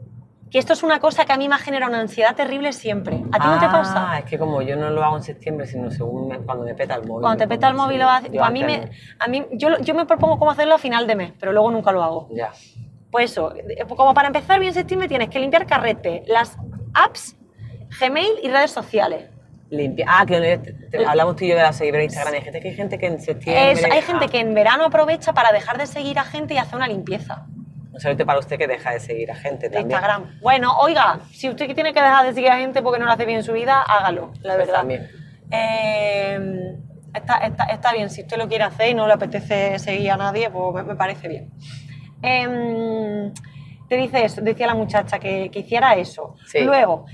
[SPEAKER 1] Que esto es una cosa que a mí me genera una ansiedad terrible siempre. ¿A ti no te
[SPEAKER 2] Ah,
[SPEAKER 1] pasa?
[SPEAKER 2] Es que como yo no lo hago en septiembre, sino según me- cuando me peta el móvil.
[SPEAKER 1] Cuando te peta el móvil,
[SPEAKER 2] Sí,
[SPEAKER 1] lo haces.
[SPEAKER 2] yo
[SPEAKER 1] Pues a mí,
[SPEAKER 2] antes
[SPEAKER 1] me, a mí yo, lo- yo me propongo cómo hacerlo a final de mes, pero luego nunca lo hago.
[SPEAKER 2] no. Ya.
[SPEAKER 1] Pues eso, eh, como para empezar bien septiembre tienes que limpiar carrete, las apps, Gmail y redes sociales.
[SPEAKER 2] Limpia. Ah, que no- te- te- hablamos tú y yo de la seguidora de Instagram. Hay gente que hay gente que en septiembre.
[SPEAKER 1] Es- hay gente
[SPEAKER 2] Ah,
[SPEAKER 1] que en verano aprovecha para dejar de seguir a gente y hacer una limpieza
[SPEAKER 2] Un saludo para usted que deja de seguir a gente
[SPEAKER 1] de
[SPEAKER 2] también.
[SPEAKER 1] Instagram. Bueno, oiga, si usted tiene que dejar de seguir a gente porque no lo hace bien en su vida, hágalo, la
[SPEAKER 2] Pues
[SPEAKER 1] verdad.
[SPEAKER 2] también.
[SPEAKER 1] Eh, está, está- está bien, si usted lo quiere hacer y no le apetece seguir a nadie, pues me, me parece bien. Em, te dice eso, decía la muchacha que, que hiciera eso.
[SPEAKER 2] Sí.
[SPEAKER 1] Luego,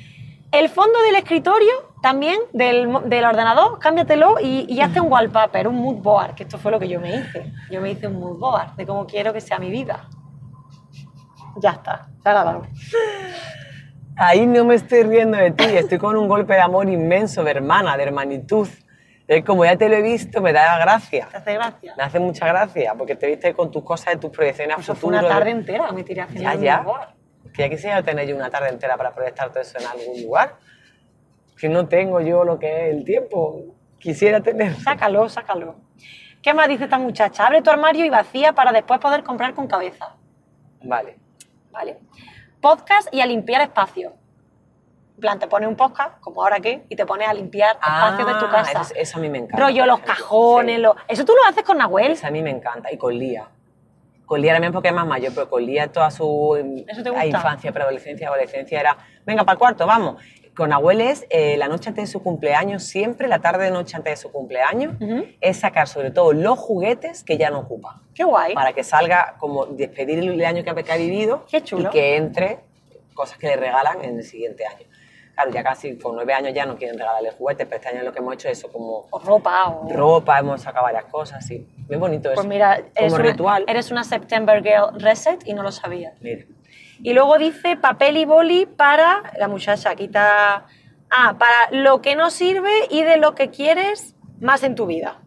[SPEAKER 1] el fondo del escritorio también, del, mo- del ordenador, cámbiatelo y, y hazte un wallpaper, un mood board, que esto fue lo que yo me hice. Yo me hice un mood board de cómo quiero que sea mi vida. Ya está, se ha grabado.
[SPEAKER 2] Ahí no me estoy riendo de ti, estoy con un golpe de amor inmenso de hermana, de hermanitud. Eh, como ya te lo he visto, me da gracia.
[SPEAKER 1] ¿Te hace gracia?
[SPEAKER 2] Me hace mucha gracia, porque te viste con tus cosas, de tus proyecciones a
[SPEAKER 1] Eso fue
[SPEAKER 2] futuro.
[SPEAKER 1] una
[SPEAKER 2] de-
[SPEAKER 1] tarde entera, me tiré haciendo
[SPEAKER 2] Ya,
[SPEAKER 1] un
[SPEAKER 2] ya.
[SPEAKER 1] mood board.
[SPEAKER 2] Que ya quisiera tener yo una tarde entera para proyectar todo eso en algún lugar. Que no tengo yo lo que es el tiempo. Quisiera tener.
[SPEAKER 1] Sácalo, sácalo. ¿Qué más dice esta muchacha? Abre tu armario y vacía para después poder comprar con cabeza.
[SPEAKER 2] Vale.
[SPEAKER 1] ¿Vale? Podcast y a limpiar espacio. En plan, te pones un podcast, como ahora qué, y te pones a limpiar espacios de tu casa.
[SPEAKER 2] Ah, Eso, eso a mí me encanta.
[SPEAKER 1] Rollo,
[SPEAKER 2] por
[SPEAKER 1] los
[SPEAKER 2] ejemplo.
[SPEAKER 1] cajones,
[SPEAKER 2] Sí.
[SPEAKER 1] los- Eso tú lo haces con Nahuel.
[SPEAKER 2] Eso a mí me encanta. Y con Lía. Con Lía también porque es más mayor, pero con Lía toda su em,
[SPEAKER 1] ¿Eso te gusta?
[SPEAKER 2] infancia, preadolescencia, adolescencia era, venga, para el cuarto, vamos. Con abueles, eh, la noche antes de su cumpleaños, siempre la tarde de noche antes de su cumpleaños,
[SPEAKER 1] Ujú.
[SPEAKER 2] es sacar sobre todo los juguetes que ya no ocupa.
[SPEAKER 1] Qué guay.
[SPEAKER 2] para que salga como despedir el año que ha, que ha vivido
[SPEAKER 1] Qué chulo.
[SPEAKER 2] y que entre cosas que le regalan en el siguiente año. Claro, ya casi con nueve años ya no quieren regalarle juguetes, pero este año lo que hemos hecho es eso, como
[SPEAKER 1] O ropa, o...
[SPEAKER 2] ropa, hemos sacado varias cosas, sí. Bien bonito eso.
[SPEAKER 1] Pues mira, eres
[SPEAKER 2] como
[SPEAKER 1] una,
[SPEAKER 2] ritual.
[SPEAKER 1] eres Pues una September Girl Reset y no lo sabías.
[SPEAKER 2] Mira,
[SPEAKER 1] Y luego dice papel y boli para la muchacha, quita. Ah, para lo que no sirve y de lo que quieres más en tu vida.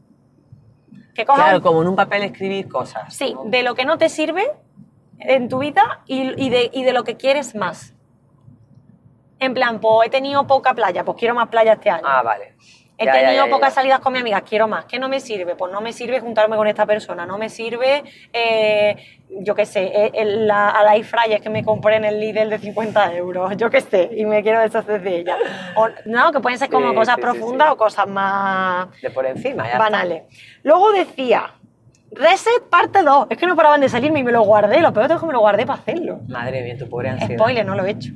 [SPEAKER 1] Que coja
[SPEAKER 2] claro,
[SPEAKER 1] un-
[SPEAKER 2] como en un papel escribir cosas.
[SPEAKER 1] sí,
[SPEAKER 2] ¿no?
[SPEAKER 1] de lo que no te sirve en tu vida y, y de, y de lo que quieres más. En plan, pues he tenido poca playa, pues quiero más playa este año.
[SPEAKER 2] Ah, vale.
[SPEAKER 1] He
[SPEAKER 2] Ya, ya,
[SPEAKER 1] tenido
[SPEAKER 2] ya, ya,
[SPEAKER 1] pocas
[SPEAKER 2] ya.
[SPEAKER 1] salidas con mi amiga, quiero más. ¿Qué no me sirve? Pues no me sirve juntarme con esta persona, no me sirve, eh, yo qué sé, eh, el- la, a la air fryer que me compré en el Lidl de 50 euros, yo qué sé, y me quiero deshacer de ella. O- no, que pueden ser como
[SPEAKER 2] Sí,
[SPEAKER 1] cosas
[SPEAKER 2] sí, sí,
[SPEAKER 1] profundas
[SPEAKER 2] sí.
[SPEAKER 1] o cosas más
[SPEAKER 2] De por encima, ya. está.
[SPEAKER 1] banales. Luego decía, Reset parte 2, es que no paraban de salirme y me lo guardé, lo peor es que me lo guardé para hacerlo.
[SPEAKER 2] Madre mía, tu pobre ansiedad.
[SPEAKER 1] Spoiler, no lo he hecho.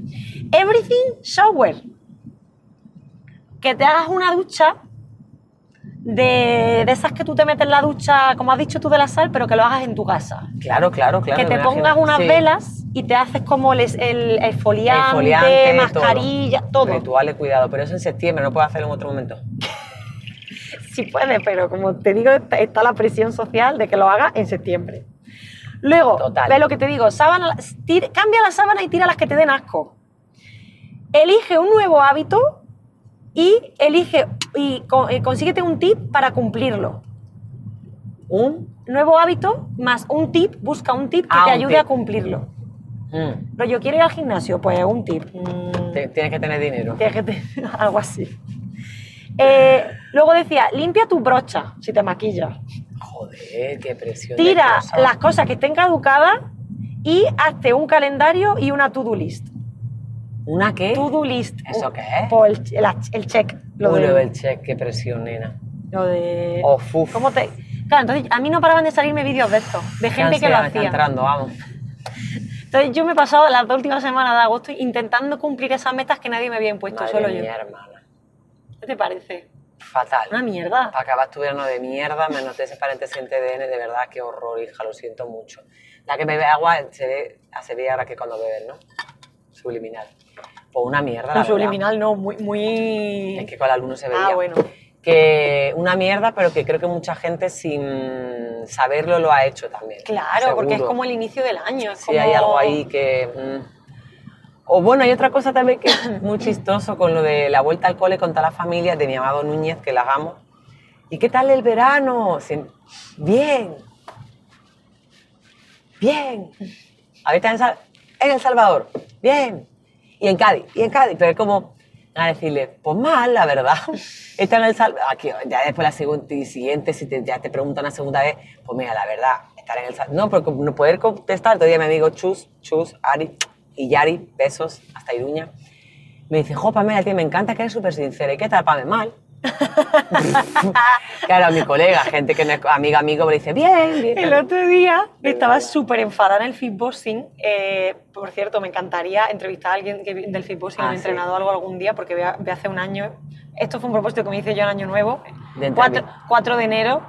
[SPEAKER 1] Everything Shower. Que te hagas una ducha de, de esas que tú te metes en la ducha, como has dicho tú de la sal, pero que lo hagas en tu casa.
[SPEAKER 2] Claro, claro, claro.
[SPEAKER 1] que te
[SPEAKER 2] me imagino.
[SPEAKER 1] pongas unas
[SPEAKER 2] Sí.
[SPEAKER 1] velas y te haces como el, es- el exfoliante,
[SPEAKER 2] Exfoliante,
[SPEAKER 1] mascarilla, todo.
[SPEAKER 2] Rituales, cuidado, pero eso en septiembre, no puedo hacerlo en otro momento.
[SPEAKER 1] Sí puedes, pero como te digo, está, está la presión social de que lo hagas en septiembre. Luego,
[SPEAKER 2] Total.
[SPEAKER 1] ve lo que te digo, sábana, tira- cambia las sábanas y tira las que te den asco. Elige un nuevo hábito y elige y co- eh, consíguete un tip para cumplirlo.
[SPEAKER 2] Un.
[SPEAKER 1] Nuevo hábito más un tip, busca un tip que
[SPEAKER 2] Ah,
[SPEAKER 1] te
[SPEAKER 2] un
[SPEAKER 1] ayude
[SPEAKER 2] tip.
[SPEAKER 1] a cumplirlo.
[SPEAKER 2] Mm.
[SPEAKER 1] Pero yo quiero ir al gimnasio, pues un tip. Mm,
[SPEAKER 2] Te- Tienes que tener dinero.
[SPEAKER 1] tienes que te- [LAUGHS] algo así. Eh, luego decía, limpia tu brocha si te maquillas.
[SPEAKER 2] Joder, qué presión. de
[SPEAKER 1] Tira
[SPEAKER 2] cosas.
[SPEAKER 1] las cosas que estén caducadas y hazte un calendario y una to-do list.
[SPEAKER 2] ¿Una qué?
[SPEAKER 1] To-do list.
[SPEAKER 2] ¿Eso qué es?
[SPEAKER 1] Por el, che- la- el check. Lo
[SPEAKER 2] Uy,
[SPEAKER 1] de,
[SPEAKER 2] lo del check, qué presión, nena.
[SPEAKER 1] lo de-
[SPEAKER 2] Oh, uf.
[SPEAKER 1] ¿Cómo te...? Claro, entonces a mí no paraban de salirme vídeos de esto, de
[SPEAKER 2] Qué
[SPEAKER 1] gente que lo
[SPEAKER 2] ansiedad me está
[SPEAKER 1] hacía.
[SPEAKER 2] entrando, vamos.
[SPEAKER 1] Entonces yo me he pasado las dos últimas semanas de agosto intentando cumplir esas metas que nadie me había impuesto,
[SPEAKER 2] Madre
[SPEAKER 1] Pues solo
[SPEAKER 2] mía,
[SPEAKER 1] yo.
[SPEAKER 2] hermana.
[SPEAKER 1] ¿Qué te parece?
[SPEAKER 2] Fatal.
[SPEAKER 1] Una mierda.
[SPEAKER 2] Para acabar tu verano de mierda, menos ese paréntesis en TDN, de verdad, qué horror, hija, lo siento mucho. La que bebe agua se ve, se ve ahora que cuando bebes, ¿no? Subliminal. Pues una mierda, la
[SPEAKER 1] No,
[SPEAKER 2] verdad.
[SPEAKER 1] subliminal no, muy... muy...
[SPEAKER 2] Es que con la luz no se veía.
[SPEAKER 1] ah, bueno.
[SPEAKER 2] Que una mierda, pero que creo que mucha gente sin saberlo lo ha hecho también.
[SPEAKER 1] Claro, porque es
[SPEAKER 2] seguro.
[SPEAKER 1] como el inicio del año. es
[SPEAKER 2] Sí,
[SPEAKER 1] como-
[SPEAKER 2] hay algo ahí que... mm. O bueno, hay otra cosa también que es muy chistoso con lo de la vuelta al cole con todas las familias de mi amado Núñez, que las amo. ¿Y qué tal el verano? Sin- Bien. Bien. Ahorita en, Sal- en El Salvador. Bien. Y en Cádiz. Y en Cádiz. Pero es como a decirle, pues mal, la verdad. [LAUGHS] Está en El Salvador. Aquí, ya después la segunda y siguiente, si te, ya te preguntan una segunda vez, pues mira, la verdad, estar en El Salvador. No, porque no poder contestar. Todavía me digo chus, chus, Ari y Yari, besos, hasta Iruña. Me dice, jo, Pamela, tío, me encanta que eres súper sincera. ¿Y qué tal, Pame? Mal.
[SPEAKER 1] [LAUGHS]
[SPEAKER 2] claro, mi colega, gente que no es amiga, amigo, me dice, bien, bien.
[SPEAKER 1] El otro día estaba súper enfadada en el fitboxing. eh, por cierto, me encantaría entrevistar a alguien que, vi- del fitboxing,
[SPEAKER 2] Ah,
[SPEAKER 1] un
[SPEAKER 2] sí.
[SPEAKER 1] entrenador o algo algún día, porque ve, ve hace un año. Esto fue un propósito que me hice yo en Año Nuevo,
[SPEAKER 2] De
[SPEAKER 1] 4,
[SPEAKER 2] entrevista.
[SPEAKER 1] de enero.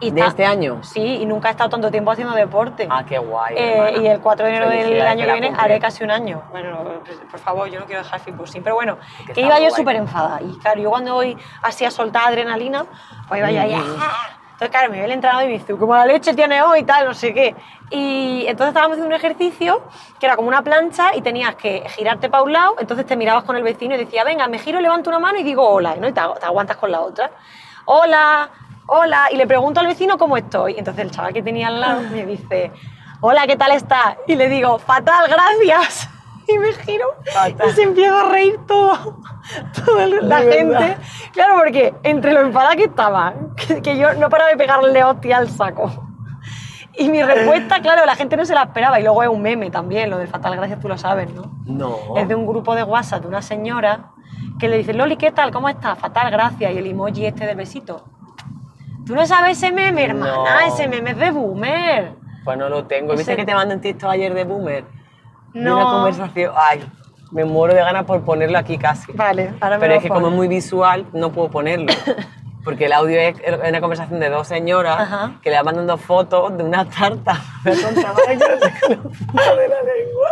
[SPEAKER 1] Y
[SPEAKER 2] ¿De
[SPEAKER 1] está-
[SPEAKER 2] este año?
[SPEAKER 1] Sí, y nunca he estado tanto tiempo haciendo deporte.
[SPEAKER 2] Ah, qué guay.
[SPEAKER 1] Eh,
[SPEAKER 2] hermana.
[SPEAKER 1] y el 4 de enero del
[SPEAKER 2] Felicidades,
[SPEAKER 1] año
[SPEAKER 2] que
[SPEAKER 1] que
[SPEAKER 2] la
[SPEAKER 1] viene
[SPEAKER 2] cumple.
[SPEAKER 1] haré casi un año. Bueno, pues, por favor, yo no quiero dejar el fitboxing. Pero bueno,
[SPEAKER 2] que
[SPEAKER 1] que,
[SPEAKER 2] está
[SPEAKER 1] iba
[SPEAKER 2] muy
[SPEAKER 1] yo
[SPEAKER 2] guay.
[SPEAKER 1] súper enfadada. Y claro, yo cuando voy así a soltar adrenalina, pues iba yo
[SPEAKER 2] Mm,
[SPEAKER 1] ahí. ¡ah! Entonces, claro, me ve el entrenador y me dice, como la leche tiene hoy y tal, no sé qué. Y entonces estábamos haciendo un ejercicio que era como una plancha y tenías que girarte para un lado, entonces te mirabas con el vecino y decía, venga, me giro, levanto una mano y digo hola, ¿no? Y te, te aguantas con la otra. Hola, hola. Y le pregunto al vecino cómo estoy. Entonces el chaval que tenía al lado me dice, hola, ¿qué tal está? Y le digo, fatal, gracias. [LAUGHS] Y me giro
[SPEAKER 2] Fatal.
[SPEAKER 1] y se empieza a reír todo, toda [LAUGHS] la
[SPEAKER 2] De
[SPEAKER 1] gente.
[SPEAKER 2] verdad.
[SPEAKER 1] Claro, porque entre lo enfadada que estaba, que, que yo no paraba de pegarle hostia al saco. Y
[SPEAKER 2] Eh.
[SPEAKER 1] mi respuesta, claro, la gente no se la esperaba. Y luego es un meme también, lo del fatal, gracias tú lo sabes, ¿no?
[SPEAKER 2] No.
[SPEAKER 1] Es de un grupo de WhatsApp de una señora que le dice, Loli, ¿qué tal? ¿Cómo estás? Fatal, gracias. Y el emoji este del besito. Tú no sabes ese meme, hermana,
[SPEAKER 2] No.
[SPEAKER 1] ese meme es de boomer.
[SPEAKER 2] Pues no lo tengo. ¿Viste
[SPEAKER 1] Ese-
[SPEAKER 2] que te mandé un TikTok ayer de Boomer? De
[SPEAKER 1] No.
[SPEAKER 2] una conversación. Ay, me muero de ganas por ponerlo aquí casi.
[SPEAKER 1] Vale, ahora me
[SPEAKER 2] Pero
[SPEAKER 1] lo
[SPEAKER 2] es que como
[SPEAKER 1] pones.
[SPEAKER 2] es muy visual, no puedo
[SPEAKER 1] [LAUGHS]
[SPEAKER 2] ponerlo. Porque el audio es una conversación de dos señoras
[SPEAKER 1] Ajá.
[SPEAKER 2] que le van mandando fotos de una tarta. Me son chavales que no sacan la puta de la lengua.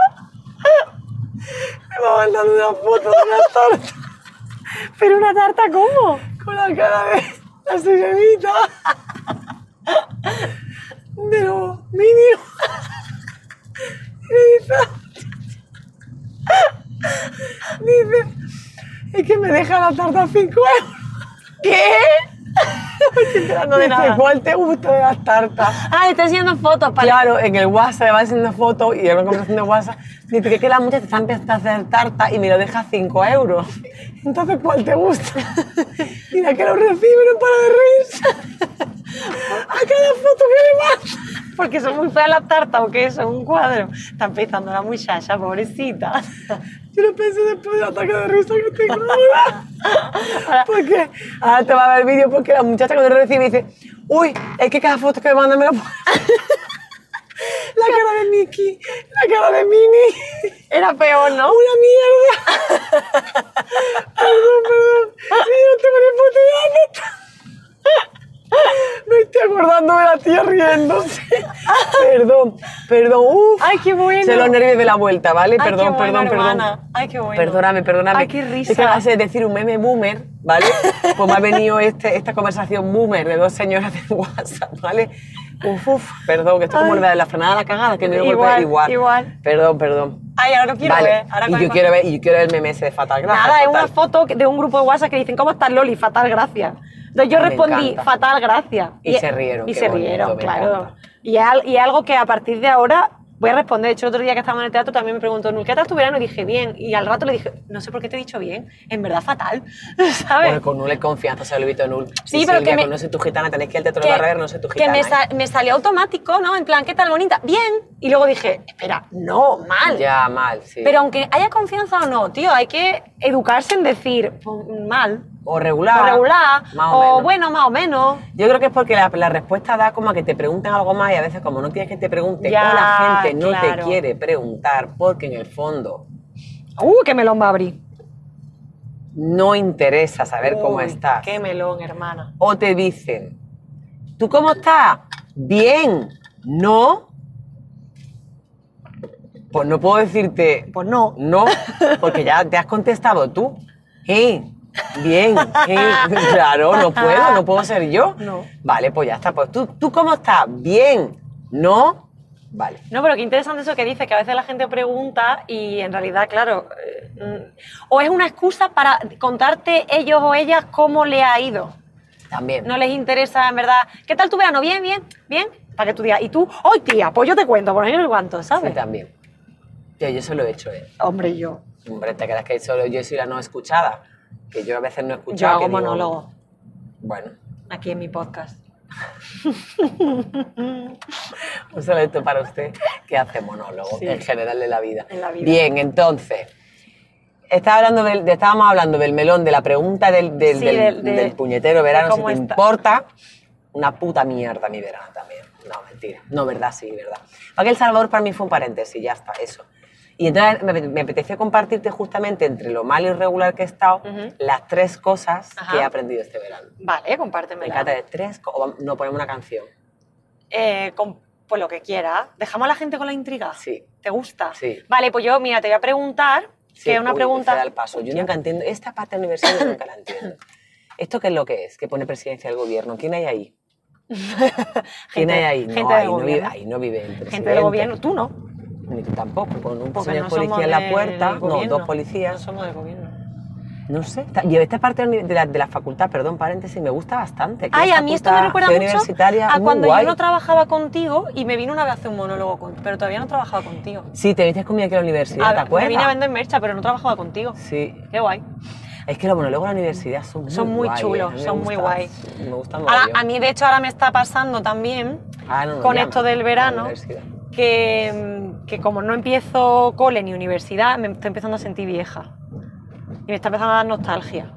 [SPEAKER 2] Me va mandando una foto de una tarta
[SPEAKER 1] Pero una tarta, ¿cómo?
[SPEAKER 2] con la cara de la señorita. De los niños. Y dice, dice, es que me deja la tarta 5 euros. ¿Qué?
[SPEAKER 1] Esperando de nada.
[SPEAKER 2] ¿cuál te gusta de las tartas?
[SPEAKER 1] Ah, está haciendo fotos para...
[SPEAKER 2] Claro, en el WhatsApp le va haciendo fotos y en la conversación de WhatsApp dice que, es que la muchacha está empezando a hacer tarta y me lo deja 5 euros. Entonces, ¿cuál te gusta? [LAUGHS] Y la que lo recibe no para de reírse. [LAUGHS] A cada foto que le manda.
[SPEAKER 1] Porque son muy feas las tartas o qué, son un cuadro. Está empezando la muchacha, pobrecita.
[SPEAKER 2] Yo lo pensé después del ataque de risa que tengo ahora.
[SPEAKER 1] [LAUGHS]
[SPEAKER 2] Porque ahora te va a ver el vídeo porque la muchacha cuando lo recibe dice, uy, es que cada foto que me manda me
[SPEAKER 1] [LAUGHS]
[SPEAKER 2] la pone. La cara de Mickey, la cara de Minnie.
[SPEAKER 1] Era peor, ¿no?
[SPEAKER 2] ¡Una mierda! perdón, perdón. Sí, no tengo ni puta idea de esto. Me estoy acordando de la tía riéndose. perdón, perdón. Uf.
[SPEAKER 1] Ay, qué bueno.
[SPEAKER 2] Se los nervios de la vuelta, ¿vale?
[SPEAKER 1] Ay, qué
[SPEAKER 2] perdón,
[SPEAKER 1] bueno,
[SPEAKER 2] perdón, perdón.
[SPEAKER 1] hermana. Ay, qué bueno.
[SPEAKER 2] Perdóname, perdóname.
[SPEAKER 1] Ay, qué risa.
[SPEAKER 2] Es que me hace decir un meme boomer,
[SPEAKER 1] [LAUGHS]
[SPEAKER 2] ¿vale? Pues me ha venido este, esta conversación boomer de dos señoras de WhatsApp, ¿vale? Uf, uf, perdón, que esto es como
[SPEAKER 1] Ay.
[SPEAKER 2] la de la frenada de la cagada, que me dio
[SPEAKER 1] Igual,
[SPEAKER 2] golpe igual.
[SPEAKER 1] igual.
[SPEAKER 2] Perdón, perdón
[SPEAKER 1] Ay, ahora lo quiero
[SPEAKER 2] vale.
[SPEAKER 1] ver. Ahora
[SPEAKER 2] y
[SPEAKER 1] con
[SPEAKER 2] yo
[SPEAKER 1] el-
[SPEAKER 2] quiero ver, y yo quiero ver el meme ese de Fatal Gracias.
[SPEAKER 1] Nada, es una
[SPEAKER 2] fatal.
[SPEAKER 1] foto de un grupo de WhatsApp que dicen, ¿cómo estás, Loli? Fatal, gracias. Entonces yo
[SPEAKER 2] Me
[SPEAKER 1] respondí,
[SPEAKER 2] encanta.
[SPEAKER 1] fatal, gracias.
[SPEAKER 2] Y se rieron,
[SPEAKER 1] Y
[SPEAKER 2] qué
[SPEAKER 1] se
[SPEAKER 2] bonito,
[SPEAKER 1] rieron,
[SPEAKER 2] me
[SPEAKER 1] claro.
[SPEAKER 2] encanta.
[SPEAKER 1] Y, al- y algo que a partir de ahora voy a responder. De hecho, el otro día que estábamos en el teatro también me preguntó, "Null, ¿qué tal tu verano? Y dije, bien. Y al rato le dije, no sé por qué te he dicho bien. En verdad, fatal. [LAUGHS] ¿Sabes?
[SPEAKER 2] Bueno, con Null es confianza, se lo he visto en Null.
[SPEAKER 1] Sí, pero que me-
[SPEAKER 2] No soy tu gitana, tenéis que ir al teatro
[SPEAKER 1] que-
[SPEAKER 2] de ver, no soy tu
[SPEAKER 1] que
[SPEAKER 2] gitana.
[SPEAKER 1] me,
[SPEAKER 2] ¿eh?
[SPEAKER 1] sa- me salió automático, ¿no? En plan, ¿qué tal, bonita? Bien. Y luego dije, espera, no, mal.
[SPEAKER 2] Ya, mal, sí.
[SPEAKER 1] Pero aunque haya confianza o no, tío, hay que educarse en decir, pues, mal.
[SPEAKER 2] o regular.
[SPEAKER 1] o regular,
[SPEAKER 2] Más
[SPEAKER 1] o,
[SPEAKER 2] o menos.
[SPEAKER 1] bueno, más o menos.
[SPEAKER 2] Yo creo que es porque la, la respuesta da como a que te pregunten algo más y a veces como no tienes que te pregunte,
[SPEAKER 1] Ya,
[SPEAKER 2] o la gente no te
[SPEAKER 1] claro.
[SPEAKER 2] quiere preguntar porque en el fondo
[SPEAKER 1] ¡Uh, qué melón va a abrir!
[SPEAKER 2] no interesa saber cómo
[SPEAKER 1] Uy,
[SPEAKER 2] estás.
[SPEAKER 1] ¡Qué melón, hermana!
[SPEAKER 2] O te dicen, ¿tú cómo estás? Bien, ¿no? Pues no puedo decirte
[SPEAKER 1] Pues no.
[SPEAKER 2] no, porque ya te has contestado tú. Sí, bien, sí, [LAUGHS] claro, no puedo, no puedo ser yo.
[SPEAKER 1] No.
[SPEAKER 2] Vale, pues ya está. Pues tú, ¿tú cómo estás? Bien, no, vale.
[SPEAKER 1] No, pero qué interesante eso que dice, que a veces la gente pregunta y en realidad, claro, eh, mm, o es una excusa para contarte ellos o ellas cómo le ha ido.
[SPEAKER 2] También.
[SPEAKER 1] No les interesa, en verdad, ¿qué tal tu verano? ¿Bien, bien, bien? Para que tú digas, ¿y tú? ¡Ay, tía! Pues yo te cuento, por ahí no cuánto,
[SPEAKER 2] sí,
[SPEAKER 1] ¿sabes?
[SPEAKER 2] también. Yo, yo se lo he hecho, eh.
[SPEAKER 1] Hombre, yo.
[SPEAKER 2] Hombre, ¿te crees que solo yo soy la no escuchada? Que yo a veces no he escuchado.
[SPEAKER 1] Yo hago
[SPEAKER 2] que digo,
[SPEAKER 1] monólogo
[SPEAKER 2] Bueno,
[SPEAKER 1] aquí en mi podcast.
[SPEAKER 2] un saludo para usted que hace monólogo
[SPEAKER 1] Sí.
[SPEAKER 2] en general de la vida.
[SPEAKER 1] En la vida.
[SPEAKER 2] Bien, entonces, estaba hablando del- de- estábamos hablando del melón, de la pregunta del, del-
[SPEAKER 1] Sí,
[SPEAKER 2] del-
[SPEAKER 1] del- de-
[SPEAKER 2] del puñetero verano, si
[SPEAKER 1] cómo
[SPEAKER 2] te
[SPEAKER 1] está.
[SPEAKER 2] importa. Una puta mierda mi verano también. No, mentira. No, verdad, sí, verdad. Aquel Salvador para mí fue un paréntesis, ya está, eso. Y entonces me, me apeteció compartirte justamente entre lo malo y regular que he estado,
[SPEAKER 1] Ujú.
[SPEAKER 2] las tres cosas que he
[SPEAKER 1] Ajá.
[SPEAKER 2] aprendido este verano.
[SPEAKER 1] Vale,
[SPEAKER 2] Me
[SPEAKER 1] compártemela.
[SPEAKER 2] encanta de tres, co- o vam- no ponemos una canción.
[SPEAKER 1] Eh, con- pues lo que quiera. Dejamos a la gente con la intriga.
[SPEAKER 2] Sí.
[SPEAKER 1] ¿Te gusta?
[SPEAKER 2] Sí.
[SPEAKER 1] Vale, pues yo, mira, te voy a preguntar, que es una
[SPEAKER 2] uy,
[SPEAKER 1] pregunta...
[SPEAKER 2] fuera del paso. Yo nunca entiendo, esta parte de la universidad yo nunca la entiendo. ¿Esto qué es lo que es? ¿Qué pone presidencia del gobierno? ¿Quién hay ahí? ¿Quién
[SPEAKER 1] Gente-
[SPEAKER 2] hay ahí?
[SPEAKER 1] gente
[SPEAKER 2] no,
[SPEAKER 1] del
[SPEAKER 2] ahí, no vive,
[SPEAKER 1] gobierno.
[SPEAKER 2] ahí no vive el presidente.
[SPEAKER 1] Gente del gobierno, tú no.
[SPEAKER 2] Ni tú tampoco, con un
[SPEAKER 1] Porque
[SPEAKER 2] señor
[SPEAKER 1] no somos
[SPEAKER 2] policía en la
[SPEAKER 1] del
[SPEAKER 2] puerta, no,
[SPEAKER 1] gobierno.
[SPEAKER 2] dos
[SPEAKER 1] No
[SPEAKER 2] policías,
[SPEAKER 1] somos del gobierno.
[SPEAKER 2] no sé. Está- Y esta parte de la uni- de la, de la facultad, perdón, paréntesis, me gusta bastante. que
[SPEAKER 1] Ay,
[SPEAKER 2] la
[SPEAKER 1] a mí esto me
[SPEAKER 2] facultad
[SPEAKER 1] recuerda
[SPEAKER 2] ciudad
[SPEAKER 1] mucho
[SPEAKER 2] universitaria es
[SPEAKER 1] a
[SPEAKER 2] muy
[SPEAKER 1] cuando
[SPEAKER 2] guay.
[SPEAKER 1] yo no trabajaba contigo y me vino una vez a hacer un monólogo, con- pero todavía no trabajaba contigo.
[SPEAKER 2] Sí, te viniste conmigo aquí a la universidad,
[SPEAKER 1] A-
[SPEAKER 2] ¿te acuerdas?
[SPEAKER 1] me vine a vender mercha, pero no trabajaba contigo.
[SPEAKER 2] Sí,
[SPEAKER 1] Qué guay.
[SPEAKER 2] es que los monólogos de la universidad son muy
[SPEAKER 1] Son muy
[SPEAKER 2] guay, ¿eh?
[SPEAKER 1] chulos,
[SPEAKER 2] A mí me
[SPEAKER 1] son muy
[SPEAKER 2] gusta-
[SPEAKER 1] guay.
[SPEAKER 2] Me gustan
[SPEAKER 1] Ahora,
[SPEAKER 2] mogollón.
[SPEAKER 1] a mí, de hecho, ahora me está pasando también
[SPEAKER 2] Ah, no, no,
[SPEAKER 1] con
[SPEAKER 2] ya,
[SPEAKER 1] esto del
[SPEAKER 2] la
[SPEAKER 1] verano.
[SPEAKER 2] universidad.
[SPEAKER 1] que, mm, que como no empiezo cole ni universidad, me estoy empezando a sentir vieja. Y me está empezando a dar nostalgia.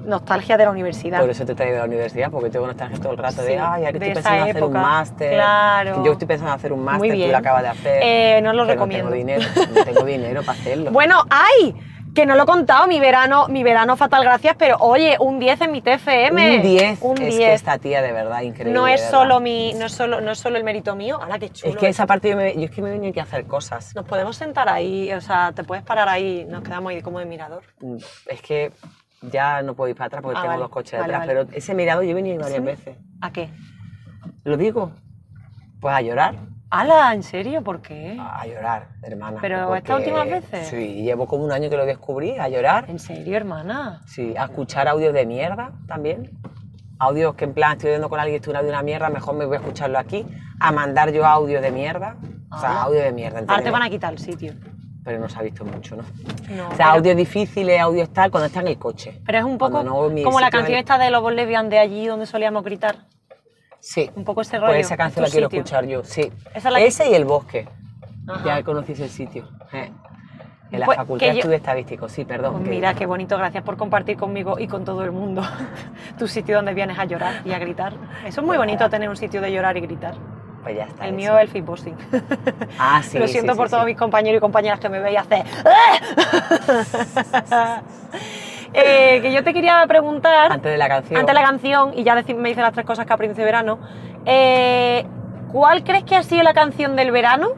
[SPEAKER 1] Nostalgia de la universidad.
[SPEAKER 2] Por eso te he traído a la universidad, porque tengo nostalgia todo el rato
[SPEAKER 1] Sí,
[SPEAKER 2] de, ay, ahora
[SPEAKER 1] de
[SPEAKER 2] estoy
[SPEAKER 1] esa
[SPEAKER 2] pensando en hacer un
[SPEAKER 1] época.
[SPEAKER 2] máster.
[SPEAKER 1] Claro.
[SPEAKER 2] Que Yo estoy pensando en hacer un máster, tú
[SPEAKER 1] bien.
[SPEAKER 2] lo acabas de hacer.
[SPEAKER 1] Eh, no lo
[SPEAKER 2] pero
[SPEAKER 1] recomiendo.
[SPEAKER 2] No
[SPEAKER 1] [LAUGHS]
[SPEAKER 2] tengo dinero, no tengo dinero para hacerlo.
[SPEAKER 1] Bueno, ¡ay! Que no lo he contado, mi verano, mi verano fatal, gracias, pero oye, un 10 en mi TFM.
[SPEAKER 2] un 10
[SPEAKER 1] Un
[SPEAKER 2] es
[SPEAKER 1] 10.
[SPEAKER 2] que esta tía de verdad increíble.
[SPEAKER 1] no,
[SPEAKER 2] de
[SPEAKER 1] es
[SPEAKER 2] verdad.
[SPEAKER 1] solo mi, no, es solo, no es solo el mérito mío. ¡Hala, qué chulo!
[SPEAKER 2] Es que esa parte yo, me- yo es que me he venido aquí a hacer cosas.
[SPEAKER 1] Nos podemos sentar ahí, o sea, te puedes parar ahí, nos quedamos ahí como de mirador.
[SPEAKER 2] Mm, Es que ya no puedo ir para atrás porque
[SPEAKER 1] Ah,
[SPEAKER 2] tengo
[SPEAKER 1] vale,
[SPEAKER 2] dos coches
[SPEAKER 1] vale,
[SPEAKER 2] detrás,
[SPEAKER 1] vale.
[SPEAKER 2] pero ese mirado yo he venido varias
[SPEAKER 1] ¿Sí?
[SPEAKER 2] veces.
[SPEAKER 1] ¿A qué?
[SPEAKER 2] ¿Lo digo? Pues a llorar.
[SPEAKER 1] ¡Hala, en serio! ¿Por qué?
[SPEAKER 2] A llorar, hermana.
[SPEAKER 1] ¿Pero
[SPEAKER 2] porque-
[SPEAKER 1] estas últimas veces?
[SPEAKER 2] Sí, llevo como un año que lo descubrí, a llorar.
[SPEAKER 1] ¿En serio, hermana?
[SPEAKER 2] Sí, a escuchar audios de mierda también. Audios que en plan estoy viendo con alguien y estoy de una mierda, mejor me voy a escucharlo aquí. A mandar yo audios de mierda. O sea,
[SPEAKER 1] Ah.
[SPEAKER 2] audio de mierda.
[SPEAKER 1] Ahora te
[SPEAKER 2] entiéndeme.
[SPEAKER 1] van a Ah, quitar el sitio.
[SPEAKER 2] Pero no se ha visto mucho, ¿no?
[SPEAKER 1] No,
[SPEAKER 2] o sea,
[SPEAKER 1] pero-
[SPEAKER 2] audios difíciles, audios tal, cuando está en el coche.
[SPEAKER 1] Pero es un poco
[SPEAKER 2] Cuando no, mi
[SPEAKER 1] como la
[SPEAKER 2] sitio
[SPEAKER 1] canción
[SPEAKER 2] en el-
[SPEAKER 1] esta de Lobos Lesbian de allí donde solíamos gritar.
[SPEAKER 2] Sí.
[SPEAKER 1] Un poco ese rollo.
[SPEAKER 2] Pues esa canción la
[SPEAKER 1] tu
[SPEAKER 2] quiero
[SPEAKER 1] sitio.
[SPEAKER 2] escuchar yo, sí.
[SPEAKER 1] Esa es la que-
[SPEAKER 2] Ese y el bosque.
[SPEAKER 1] Ajá.
[SPEAKER 2] Ya conocís el sitio. eh. En la
[SPEAKER 1] Pues,
[SPEAKER 2] Facultad
[SPEAKER 1] que
[SPEAKER 2] de
[SPEAKER 1] yo-
[SPEAKER 2] Estudios Estadísticos, sí, perdón.
[SPEAKER 1] Pues
[SPEAKER 2] que-
[SPEAKER 1] mira, qué bonito, gracias por compartir conmigo y con todo el mundo [LAUGHS] tu sitio donde vienes a llorar y a gritar. Eso es muy bonito tener un sitio de llorar y gritar.
[SPEAKER 2] Pues ya está.
[SPEAKER 1] El
[SPEAKER 2] eso.
[SPEAKER 1] mío es el fitboxing. [LAUGHS]
[SPEAKER 2] Ah, sí.
[SPEAKER 1] Lo
[SPEAKER 2] sí,
[SPEAKER 1] siento
[SPEAKER 2] sí,
[SPEAKER 1] por
[SPEAKER 2] sí.
[SPEAKER 1] todos mis compañeros y compañeras que me veis
[SPEAKER 2] [LAUGHS]
[SPEAKER 1] hacer. [LAUGHS] ¡Ah! Eh, que yo te quería preguntar.
[SPEAKER 2] Antes de la canción.
[SPEAKER 1] Antes la canción, y ya deci- me dice las tres cosas que aprendí este verano, eh, ¿cuál crees que ha sido la canción del verano?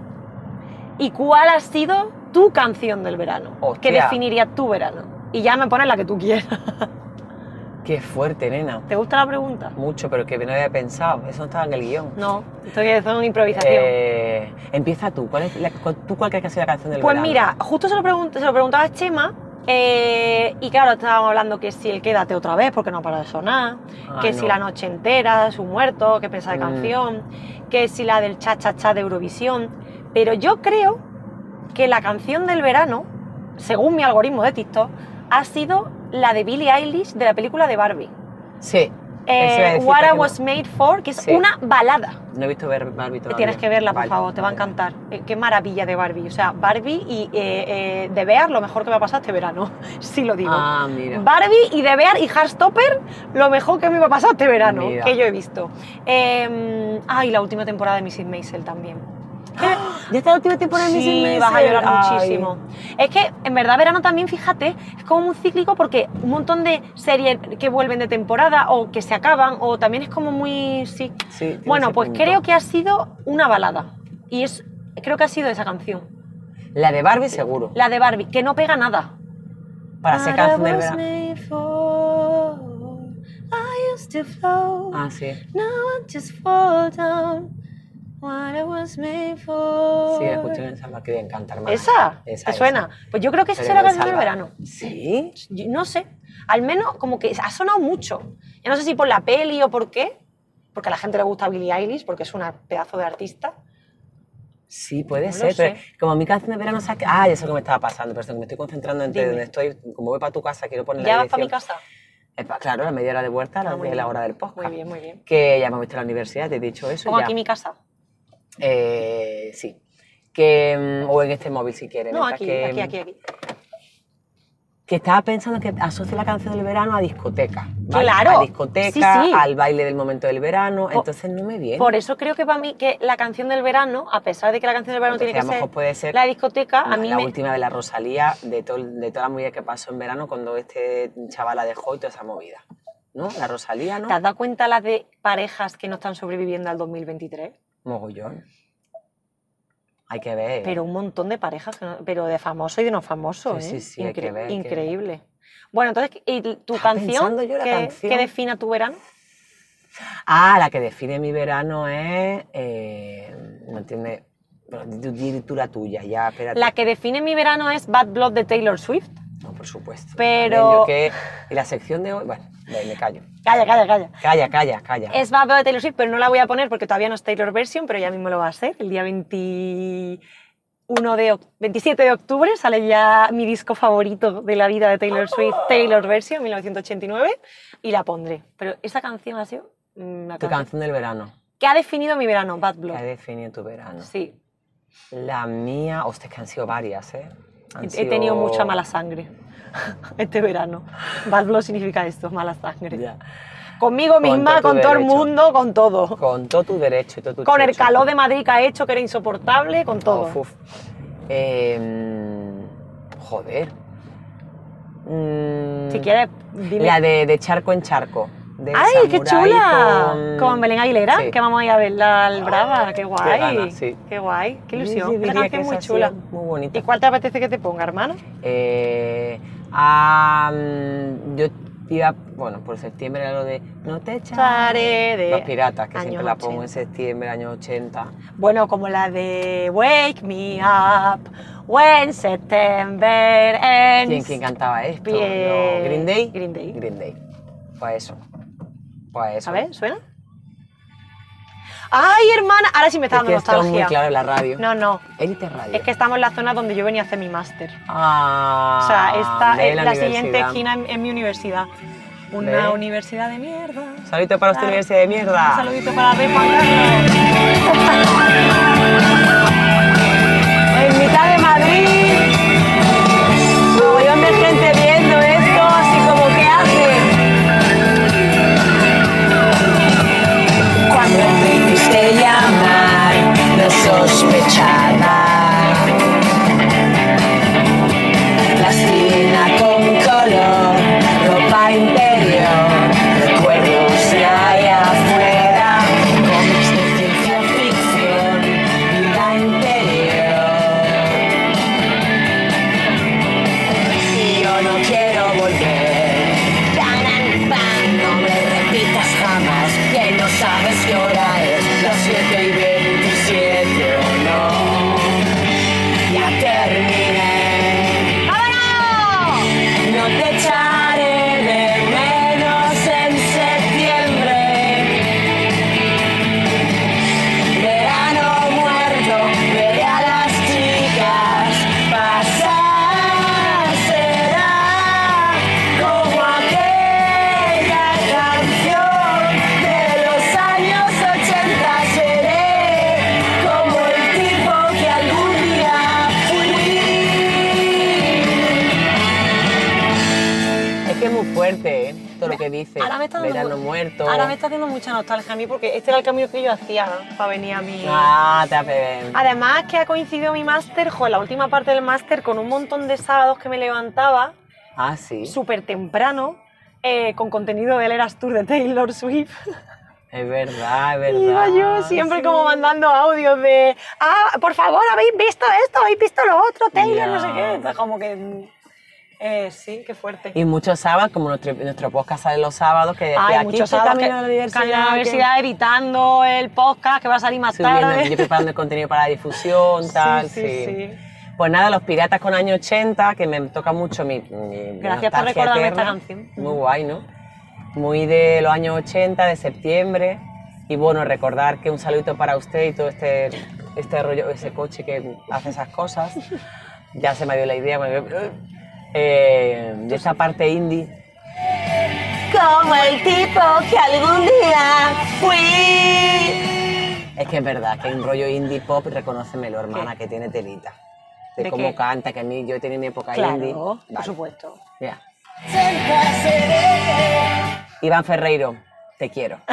[SPEAKER 1] ¿Y cuál ha sido tu canción del verano?
[SPEAKER 2] Hostia.
[SPEAKER 1] Que definiría tu verano. Y ya me pones la que tú quieras. [LAUGHS]
[SPEAKER 2] Qué fuerte, nena.
[SPEAKER 1] ¿Te gusta la pregunta?
[SPEAKER 2] Mucho, pero que no había pensado. Eso no estaba en el guión.
[SPEAKER 1] No, esto es una improvisación.
[SPEAKER 2] Eh, empieza tú. ¿Cuál es la- cu- ¿Tú cuál crees que ha sido la canción del
[SPEAKER 1] Pues
[SPEAKER 2] verano?
[SPEAKER 1] mira, justo se lo, pregun- se lo preguntaba a Chema. eh, y claro, estábamos hablando que si el quédate otra vez, porque no para de sonar,
[SPEAKER 2] Ah,
[SPEAKER 1] que
[SPEAKER 2] no.
[SPEAKER 1] si la noche entera, su muerto, que pensaba de
[SPEAKER 2] Mm.
[SPEAKER 1] canción, que si la del cha cha cha de Eurovisión. Pero yo creo que la canción del verano, según mi algoritmo de TikTok, ha sido la de Billie Eilish de la película de Barbie.
[SPEAKER 2] Sí, Eso iba a
[SPEAKER 1] eh,
[SPEAKER 2] decir,
[SPEAKER 1] What I
[SPEAKER 2] porque no-
[SPEAKER 1] Was Made For, que es
[SPEAKER 2] Sí.
[SPEAKER 1] una balada.
[SPEAKER 2] No he visto ver Barbie todavía.
[SPEAKER 1] Tienes que verla, por
[SPEAKER 2] Vale,
[SPEAKER 1] favor, te va a
[SPEAKER 2] vale.
[SPEAKER 1] encantar. Eh, Qué maravilla de Barbie. O sea, Barbie y eh, eh, The Bear, lo mejor que me ha pasado este verano. [LAUGHS] sí lo digo.
[SPEAKER 2] Ah, mira.
[SPEAKER 1] Barbie y The Bear y Heartstopper, lo mejor que me va a pasar este verano,
[SPEAKER 2] Mira.
[SPEAKER 1] que yo he visto. Eh, ay, la última temporada de Mrs. Maisel también.
[SPEAKER 2] Ya está la última temporada de Mrs.
[SPEAKER 1] Sí,
[SPEAKER 2] Maisel.
[SPEAKER 1] vas a llorar
[SPEAKER 2] Ay.
[SPEAKER 1] muchísimo. Es que en verdad verano también, fíjate, es como muy cíclico porque un montón de series que vuelven de temporada o que se acaban o también es como muy... Sí.
[SPEAKER 2] Sí, tiene
[SPEAKER 1] Bueno,
[SPEAKER 2] ese
[SPEAKER 1] pues
[SPEAKER 2] punto.
[SPEAKER 1] creo que ha sido una balada y es creo que ha sido esa canción,
[SPEAKER 2] La de Barbie, seguro.
[SPEAKER 1] la de Barbie, que no pega nada.
[SPEAKER 2] Para ser canción del verano. Ah, sí. Sí, la escuché en San Martín, encanta, hermana.
[SPEAKER 1] ¿Esa?
[SPEAKER 2] Esa,
[SPEAKER 1] ¿Te
[SPEAKER 2] esa.
[SPEAKER 1] suena? Pues yo creo que esa
[SPEAKER 2] Pero
[SPEAKER 1] será la
[SPEAKER 2] del
[SPEAKER 1] canción del
[SPEAKER 2] Salvador.
[SPEAKER 1] verano.
[SPEAKER 2] Sí.
[SPEAKER 1] Yo no sé. Al menos como que ha sonado mucho. Yo no sé si por la peli o por qué. Porque a la gente le gusta Billie Eilish, porque es una pedazo de artista.
[SPEAKER 2] Sí, puede
[SPEAKER 1] No lo
[SPEAKER 2] ser. pero
[SPEAKER 1] sé.
[SPEAKER 2] como mi canción de verano saque. Ah, ya sé lo que me estaba pasando, pero es que me estoy concentrando entre
[SPEAKER 1] Dime.
[SPEAKER 2] donde estoy. Como voy para tu casa, quiero poner
[SPEAKER 1] ¿Ya
[SPEAKER 2] la
[SPEAKER 1] vas para
[SPEAKER 2] dirección.
[SPEAKER 1] mi casa?
[SPEAKER 2] Eh, pa- Claro, la media hora de vuelta, a
[SPEAKER 1] Ah,
[SPEAKER 2] las
[SPEAKER 1] muy
[SPEAKER 2] 10 la
[SPEAKER 1] bien.
[SPEAKER 2] hora del podcast.
[SPEAKER 1] Muy bien, muy bien.
[SPEAKER 2] Que ya me he visto a la universidad, te he dicho eso.
[SPEAKER 1] Pongo
[SPEAKER 2] ya.
[SPEAKER 1] aquí mi casa.
[SPEAKER 2] Eh, sí. Que, mm, o en este móvil si quieres.
[SPEAKER 1] No,
[SPEAKER 2] mientras
[SPEAKER 1] aquí,
[SPEAKER 2] que, mm,
[SPEAKER 1] aquí, aquí, aquí.
[SPEAKER 2] Que estaba pensando que asocio la canción del verano a discoteca. ¿vale?
[SPEAKER 1] Claro.
[SPEAKER 2] A discoteca,
[SPEAKER 1] Sí, sí.
[SPEAKER 2] al baile del momento del verano. entonces no me viene.
[SPEAKER 1] Por eso creo que para mí que la canción del verano, a pesar de que la canción del verano
[SPEAKER 2] Entonces,
[SPEAKER 1] tiene
[SPEAKER 2] a
[SPEAKER 1] que
[SPEAKER 2] lo mejor
[SPEAKER 1] ser,
[SPEAKER 2] puede ser
[SPEAKER 1] la discoteca,
[SPEAKER 2] la-
[SPEAKER 1] a mí
[SPEAKER 2] la
[SPEAKER 1] me...
[SPEAKER 2] última de la Rosalía, de, todo, el- de toda la movida que pasó en verano cuando este chaval la dejó y toda esa movida. ¿No? La Rosalía, ¿no?
[SPEAKER 1] ¿Te has dado cuenta las de parejas que no están sobreviviendo al 2023?
[SPEAKER 2] Mogollón. Hay que ver.
[SPEAKER 1] Pero un montón de parejas, que no- pero de famoso y de no famoso,
[SPEAKER 2] Sí,
[SPEAKER 1] ¿eh?
[SPEAKER 2] sí, sí, hay que ver que-
[SPEAKER 1] increíble. Bueno, entonces, ¿y tu
[SPEAKER 2] Estaba
[SPEAKER 1] canción
[SPEAKER 2] pensando yo la
[SPEAKER 1] que,
[SPEAKER 2] canción.
[SPEAKER 1] que defina tu verano?
[SPEAKER 2] Ah, la que define mi verano es. eh, no entiende. Bueno, di tú- di tú la tuya, ya, espérate.
[SPEAKER 1] La que define mi verano es Bad Blood de Taylor Swift.
[SPEAKER 2] No, por supuesto.
[SPEAKER 1] Pero-
[SPEAKER 2] También yo que- Y la sección de hoy. Bueno, ve, me callo.
[SPEAKER 1] Calla, calla, calla.
[SPEAKER 2] Calla, calla, calla.
[SPEAKER 1] Es Bad Blood de Taylor Swift, pero no la voy a poner porque todavía no es Taylor Version, pero ya mismo lo va a ser. El día 21 de oc- 27 de octubre sale ya mi disco favorito de la vida de Taylor Swift, Taylor Version 1989, y la pondré. Pero esa canción ha sido mm, la
[SPEAKER 2] tu
[SPEAKER 1] canción
[SPEAKER 2] canción del verano.
[SPEAKER 1] que ha definido mi verano, Bad
[SPEAKER 2] Que ha
[SPEAKER 1] Blood.
[SPEAKER 2] definido tu verano.
[SPEAKER 1] Sí,
[SPEAKER 2] La mía, hostia, que han sido varias, ¿eh? Han
[SPEAKER 1] he
[SPEAKER 2] sido-
[SPEAKER 1] tenido mucha mala sangre [LAUGHS] este verano. Bad Blood significa esto, mala sangre.
[SPEAKER 2] Ya.
[SPEAKER 1] Conmigo
[SPEAKER 2] Con
[SPEAKER 1] misma,
[SPEAKER 2] todo
[SPEAKER 1] con
[SPEAKER 2] tu
[SPEAKER 1] todo el
[SPEAKER 2] derecho.
[SPEAKER 1] mundo, con todo.
[SPEAKER 2] Con todo tu derecho y todo tu
[SPEAKER 1] Con el
[SPEAKER 2] derecho.
[SPEAKER 1] calor de Madrid que ha hecho, que era insoportable, con todo.
[SPEAKER 2] Uf, uf. Eh, joder. Mm,
[SPEAKER 1] Si quieres, dime.
[SPEAKER 2] La de, de charco en charco. de
[SPEAKER 1] ¡Ay, qué
[SPEAKER 2] Samurai
[SPEAKER 1] chula! Con...
[SPEAKER 2] Con,
[SPEAKER 1] Belén Aguilera,
[SPEAKER 2] Sí.
[SPEAKER 1] que vamos a ir a verla al Brava, qué guay.
[SPEAKER 2] ganas, sí.
[SPEAKER 1] Qué guay, qué
[SPEAKER 2] Yo
[SPEAKER 1] ilusión.
[SPEAKER 2] diría
[SPEAKER 1] Esa canción
[SPEAKER 2] que
[SPEAKER 1] es muy
[SPEAKER 2] esa ha
[SPEAKER 1] chula.
[SPEAKER 2] sido Muy
[SPEAKER 1] ¿Y
[SPEAKER 2] bonita.
[SPEAKER 1] cuál te apetece que te ponga, hermano?
[SPEAKER 2] Eh, ah, mm, yo iba, bueno, por septiembre era lo de No te
[SPEAKER 1] Echaré
[SPEAKER 2] echaré
[SPEAKER 1] de
[SPEAKER 2] Los piratas, que siempre
[SPEAKER 1] años
[SPEAKER 2] la pongo
[SPEAKER 1] 80.
[SPEAKER 2] en septiembre, años 80.
[SPEAKER 1] Bueno, como la de Wake Me Up When September Ends.
[SPEAKER 2] ¿Quién, quién cantaba esto?
[SPEAKER 1] Bien.
[SPEAKER 2] No, ¿Green Day?
[SPEAKER 1] Green Day.
[SPEAKER 2] Green Day. Pues eso. Pues eso.
[SPEAKER 1] A ver, ¿suena? ¡Ay, hermana! Ahora sí me está
[SPEAKER 2] Es
[SPEAKER 1] dando
[SPEAKER 2] que esto es muy
[SPEAKER 1] nostalgia.
[SPEAKER 2] claro en la radio.
[SPEAKER 1] No, no.
[SPEAKER 2] Élite Radio.
[SPEAKER 1] Es que estamos en la zona donde yo venía a hacer mi máster.
[SPEAKER 2] Ah,
[SPEAKER 1] O sea, esta
[SPEAKER 2] de
[SPEAKER 1] es la, siguiente
[SPEAKER 2] universidad.
[SPEAKER 1] esquina en, en mi universidad. Una
[SPEAKER 2] Ve. Ah.
[SPEAKER 1] universidad de mierda. Un
[SPEAKER 2] Saludito para esta
[SPEAKER 1] Claro.
[SPEAKER 2] universidad de mierda.
[SPEAKER 1] saludito para Rey Pagano.
[SPEAKER 2] En mitad de Madrid. Un montón de gente viendo esto, así como ¿qué hace. Cuando viniste llamar, no sospechaba. La sina con color, ropa interior, recuerdos de allá afuera, cómics de ciencia ficción, vida justo ¿eh? lo que dices.
[SPEAKER 1] Ahora me está dando
[SPEAKER 2] Verano
[SPEAKER 1] mu-
[SPEAKER 2] muerto.
[SPEAKER 1] Ahora me está haciendo mucha nostalgia a mí porque este era el camino que yo hacía para venir a mi.
[SPEAKER 2] Ah, te apeben.
[SPEAKER 1] Además que ha coincidido mi máster, jo, la última parte del máster con un montón de sábados que me levantaba
[SPEAKER 2] Ah, sí.
[SPEAKER 1] súper temprano eh, con contenido del Eras Tour de Taylor Swift. [LAUGHS]
[SPEAKER 2] Es verdad, es
[SPEAKER 1] Y iba
[SPEAKER 2] verdad.
[SPEAKER 1] pues, yo siempre
[SPEAKER 2] Sí.
[SPEAKER 1] como mandando audios de, ah, por favor, habéis visto esto, habéis visto lo otro, Taylor,
[SPEAKER 2] Ya.
[SPEAKER 1] no sé qué. Entonces, como que, mm, eh, sí, qué fuerte.
[SPEAKER 2] Y muchos sábados, como nuestro, nuestro podcast sale los sábados, que decía,
[SPEAKER 1] Ay,
[SPEAKER 2] aquí
[SPEAKER 1] muchos
[SPEAKER 2] está
[SPEAKER 1] sábados que,
[SPEAKER 2] Camino a la Diversidad.
[SPEAKER 1] Camino a la
[SPEAKER 2] que-
[SPEAKER 1] Diversidad, editando el podcast que va a salir más
[SPEAKER 2] subiendo,
[SPEAKER 1] [LAUGHS]
[SPEAKER 2] yo
[SPEAKER 1] tarde.
[SPEAKER 2] preparando el contenido para la difusión,
[SPEAKER 1] [LAUGHS]
[SPEAKER 2] tal,
[SPEAKER 1] sí, sí.
[SPEAKER 2] Pues nada, los piratas con año 80, que me toca mucho mi. mi
[SPEAKER 1] Gracias por
[SPEAKER 2] nostalgia
[SPEAKER 1] recordarme esta
[SPEAKER 2] eterna.
[SPEAKER 1] canción.
[SPEAKER 2] Muy guay, ¿no? Muy de los años 80, de septiembre. Y bueno, recordar que un saludo para usted y todo este, este rollo, ese coche que hace esas cosas. [LAUGHS] Ya se me dio la idea. me dio- Eh, de esa parte indie.
[SPEAKER 1] Como el tipo que algún día fui.
[SPEAKER 2] Es que es verdad, que hay un rollo indie pop, reconócemelo, hermana, que tiene telita. De,
[SPEAKER 1] ¿De
[SPEAKER 2] cómo
[SPEAKER 1] qué?
[SPEAKER 2] canta, que a mí yo he tenido mi época
[SPEAKER 1] Claro,
[SPEAKER 2] indie.
[SPEAKER 1] por
[SPEAKER 2] Vale.
[SPEAKER 1] supuesto.
[SPEAKER 2] Mira. Iván Ferreiro, te
[SPEAKER 1] [LAUGHS]
[SPEAKER 2] quiero. Lo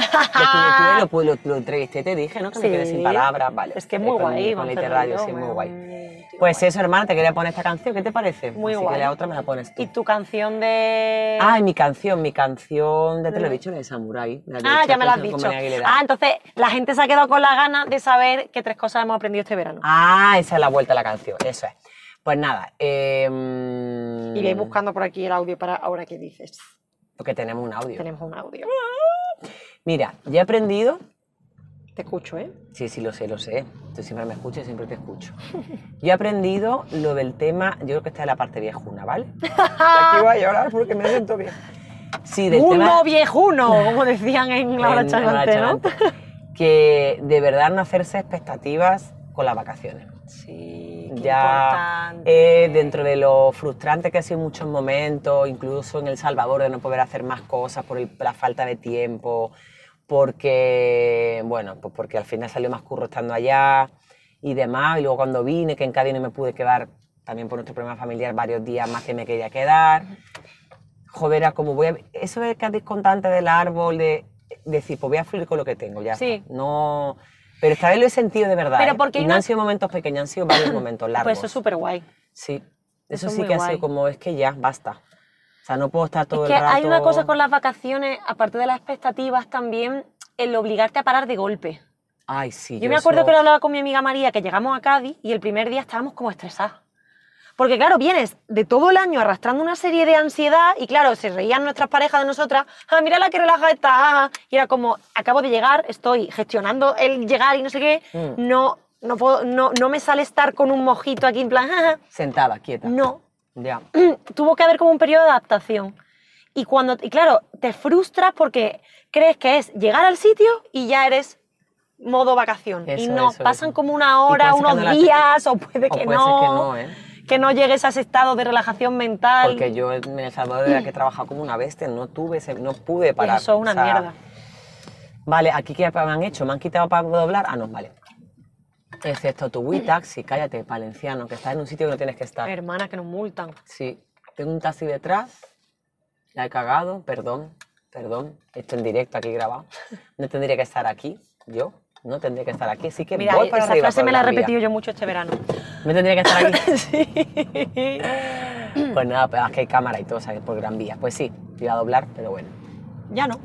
[SPEAKER 2] tuve- tuve- lo, lo- lo entrevisté, te dije, ¿no? Que me quedé sin
[SPEAKER 1] Sí.
[SPEAKER 2] palabras, vale.
[SPEAKER 1] Es que es muy
[SPEAKER 2] Con-
[SPEAKER 1] guay,
[SPEAKER 2] Con
[SPEAKER 1] Iván
[SPEAKER 2] Leite
[SPEAKER 1] Ferreiro,
[SPEAKER 2] Radio, sí, muy
[SPEAKER 1] muy-
[SPEAKER 2] guay.
[SPEAKER 1] muy
[SPEAKER 2] Pues eso, hermana, te quería poner esta canción, ¿qué te parece?
[SPEAKER 1] Muy
[SPEAKER 2] Así
[SPEAKER 1] guay.
[SPEAKER 2] que la otra me la pones tú.
[SPEAKER 1] Y tu canción de...
[SPEAKER 2] Ah, y mi canción, mi canción, ya te lo he dicho, la de Samurai.
[SPEAKER 1] Mm. Ah, ya me lo has dicho. Ah, entonces la gente se ha quedado con la gana de saber qué tres cosas hemos aprendido este verano.
[SPEAKER 2] Ah, esa es la vuelta a la canción, eso es. Pues nada, eh,
[SPEAKER 1] Iré buscando por aquí el audio para ahora que dices.
[SPEAKER 2] Porque tenemos un audio.
[SPEAKER 1] Tenemos un audio.
[SPEAKER 2] Mira, ya he aprendido
[SPEAKER 1] Te escucho, ¿eh?
[SPEAKER 2] Sí, sí, lo sé, lo sé. Tú siempre me escuchas y siempre te escucho. Yo he aprendido lo del tema, yo creo que esta es la parte viejuna, ¿vale? Aquí voy a llorar porque me siento bien. Sí, del
[SPEAKER 1] Uno
[SPEAKER 2] tema...
[SPEAKER 1] viejuno, como decían
[SPEAKER 2] [LAUGHS]
[SPEAKER 1] en la hora
[SPEAKER 2] en- en la
[SPEAKER 1] charlante, ¿no?
[SPEAKER 2] charlante. Que de verdad no hacerse expectativas con las vacaciones.
[SPEAKER 1] Sí, qué
[SPEAKER 2] Ya
[SPEAKER 1] importante.
[SPEAKER 2] eh, dentro de lo frustrante que ha sido en muchos momentos, incluso en El Salvador, de no poder hacer más cosas por el- la falta de tiempo, porque, bueno, pues porque al final salió más curro estando allá y demás. Y luego cuando vine, que en Cádiz no me pude quedar, también por nuestro problema familiar, varios días más que me quería quedar. Joder, era como voy a... Eso de que has contado antes del árbol, de, de decir, pues voy a fluir con lo que tengo, ya.
[SPEAKER 1] Sí.
[SPEAKER 2] está. No... Pero esta vez lo he sentido de verdad.
[SPEAKER 1] Pero
[SPEAKER 2] ¿eh?
[SPEAKER 1] porque
[SPEAKER 2] Y
[SPEAKER 1] hay
[SPEAKER 2] no
[SPEAKER 1] una-
[SPEAKER 2] han sido momentos pequeños, han
[SPEAKER 1] [COUGHS]
[SPEAKER 2] sido varios momentos largos.
[SPEAKER 1] Pues eso es súper guay.
[SPEAKER 2] Sí,
[SPEAKER 1] Eso
[SPEAKER 2] eso,
[SPEAKER 1] es
[SPEAKER 2] sí
[SPEAKER 1] muy
[SPEAKER 2] que ha
[SPEAKER 1] guay.
[SPEAKER 2] sido como, es que ya, basta. O sea, no puedo estar todo
[SPEAKER 1] es que
[SPEAKER 2] el rato...
[SPEAKER 1] hay una cosa con las vacaciones, aparte de las expectativas, también el obligarte a parar de golpe.
[SPEAKER 2] Ay, sí,
[SPEAKER 1] Yo, me acuerdo
[SPEAKER 2] eso-
[SPEAKER 1] que lo hablaba con mi amiga María, que llegamos a Cádiz y el primer día estábamos como estresadas. Porque claro, vienes de todo el año arrastrando una serie de ansiedad y claro, se reían nuestras parejas de nosotras, ah, mira la que relaja está, ah, ah". y era como, acabo de llegar, estoy gestionando el llegar y no sé qué,
[SPEAKER 2] Mm.
[SPEAKER 1] no, no, puedo, no, no me sale estar con un mojito aquí en plan, "Ah, ah".
[SPEAKER 2] Sentada, quieta.
[SPEAKER 1] no,
[SPEAKER 2] Ya.
[SPEAKER 1] [CLEARS THROAT] tuvo que haber como un periodo de adaptación. Y cuando, y claro, te frustras porque crees que es llegar al sitio y ya eres modo vacación. y
[SPEAKER 2] Eso,
[SPEAKER 1] no,
[SPEAKER 2] eso,
[SPEAKER 1] pasan
[SPEAKER 2] eso.
[SPEAKER 1] como una
[SPEAKER 2] Y
[SPEAKER 1] hora,
[SPEAKER 2] puede ser que
[SPEAKER 1] unos
[SPEAKER 2] no la te-
[SPEAKER 1] días, o puede
[SPEAKER 2] o
[SPEAKER 1] que
[SPEAKER 2] puede ser
[SPEAKER 1] no.
[SPEAKER 2] que no, ¿eh?
[SPEAKER 1] que no llegues a ese estado de relajación mental.
[SPEAKER 2] Porque yo en El Salvador era que he trabajado como una bestia, no tuve, ese- no pude
[SPEAKER 1] Y
[SPEAKER 2] parar.
[SPEAKER 1] eso es una
[SPEAKER 2] o sea,
[SPEAKER 1] mierda.
[SPEAKER 2] Vale, aquí qué me han hecho, me han quitado para doblar. Ah, no, vale. Excepto tu Wii Taxi, cállate, valenciano, que estás en un sitio que no tienes que estar.
[SPEAKER 1] Hermana, que nos multan.
[SPEAKER 2] Sí, tengo un taxi detrás, la he cagado, perdón, perdón, esto en directo aquí grabado. No tendría que estar aquí, yo, no tendría que estar aquí, así que
[SPEAKER 1] Mira, eh,
[SPEAKER 2] voy para
[SPEAKER 1] esa
[SPEAKER 2] arriba
[SPEAKER 1] frase
[SPEAKER 2] por
[SPEAKER 1] me la he
[SPEAKER 2] Gran Vía.
[SPEAKER 1] repetido yo mucho este verano. [LAUGHS]
[SPEAKER 2] No tendría que
[SPEAKER 1] [COUGHS]
[SPEAKER 2] estar aquí.
[SPEAKER 1] sí.
[SPEAKER 2] pues nada, pero es que hay cámara y todo, ¿sabes? Por Gran Vía. Pues sí, iba a doblar, pero bueno.
[SPEAKER 1] Ya no.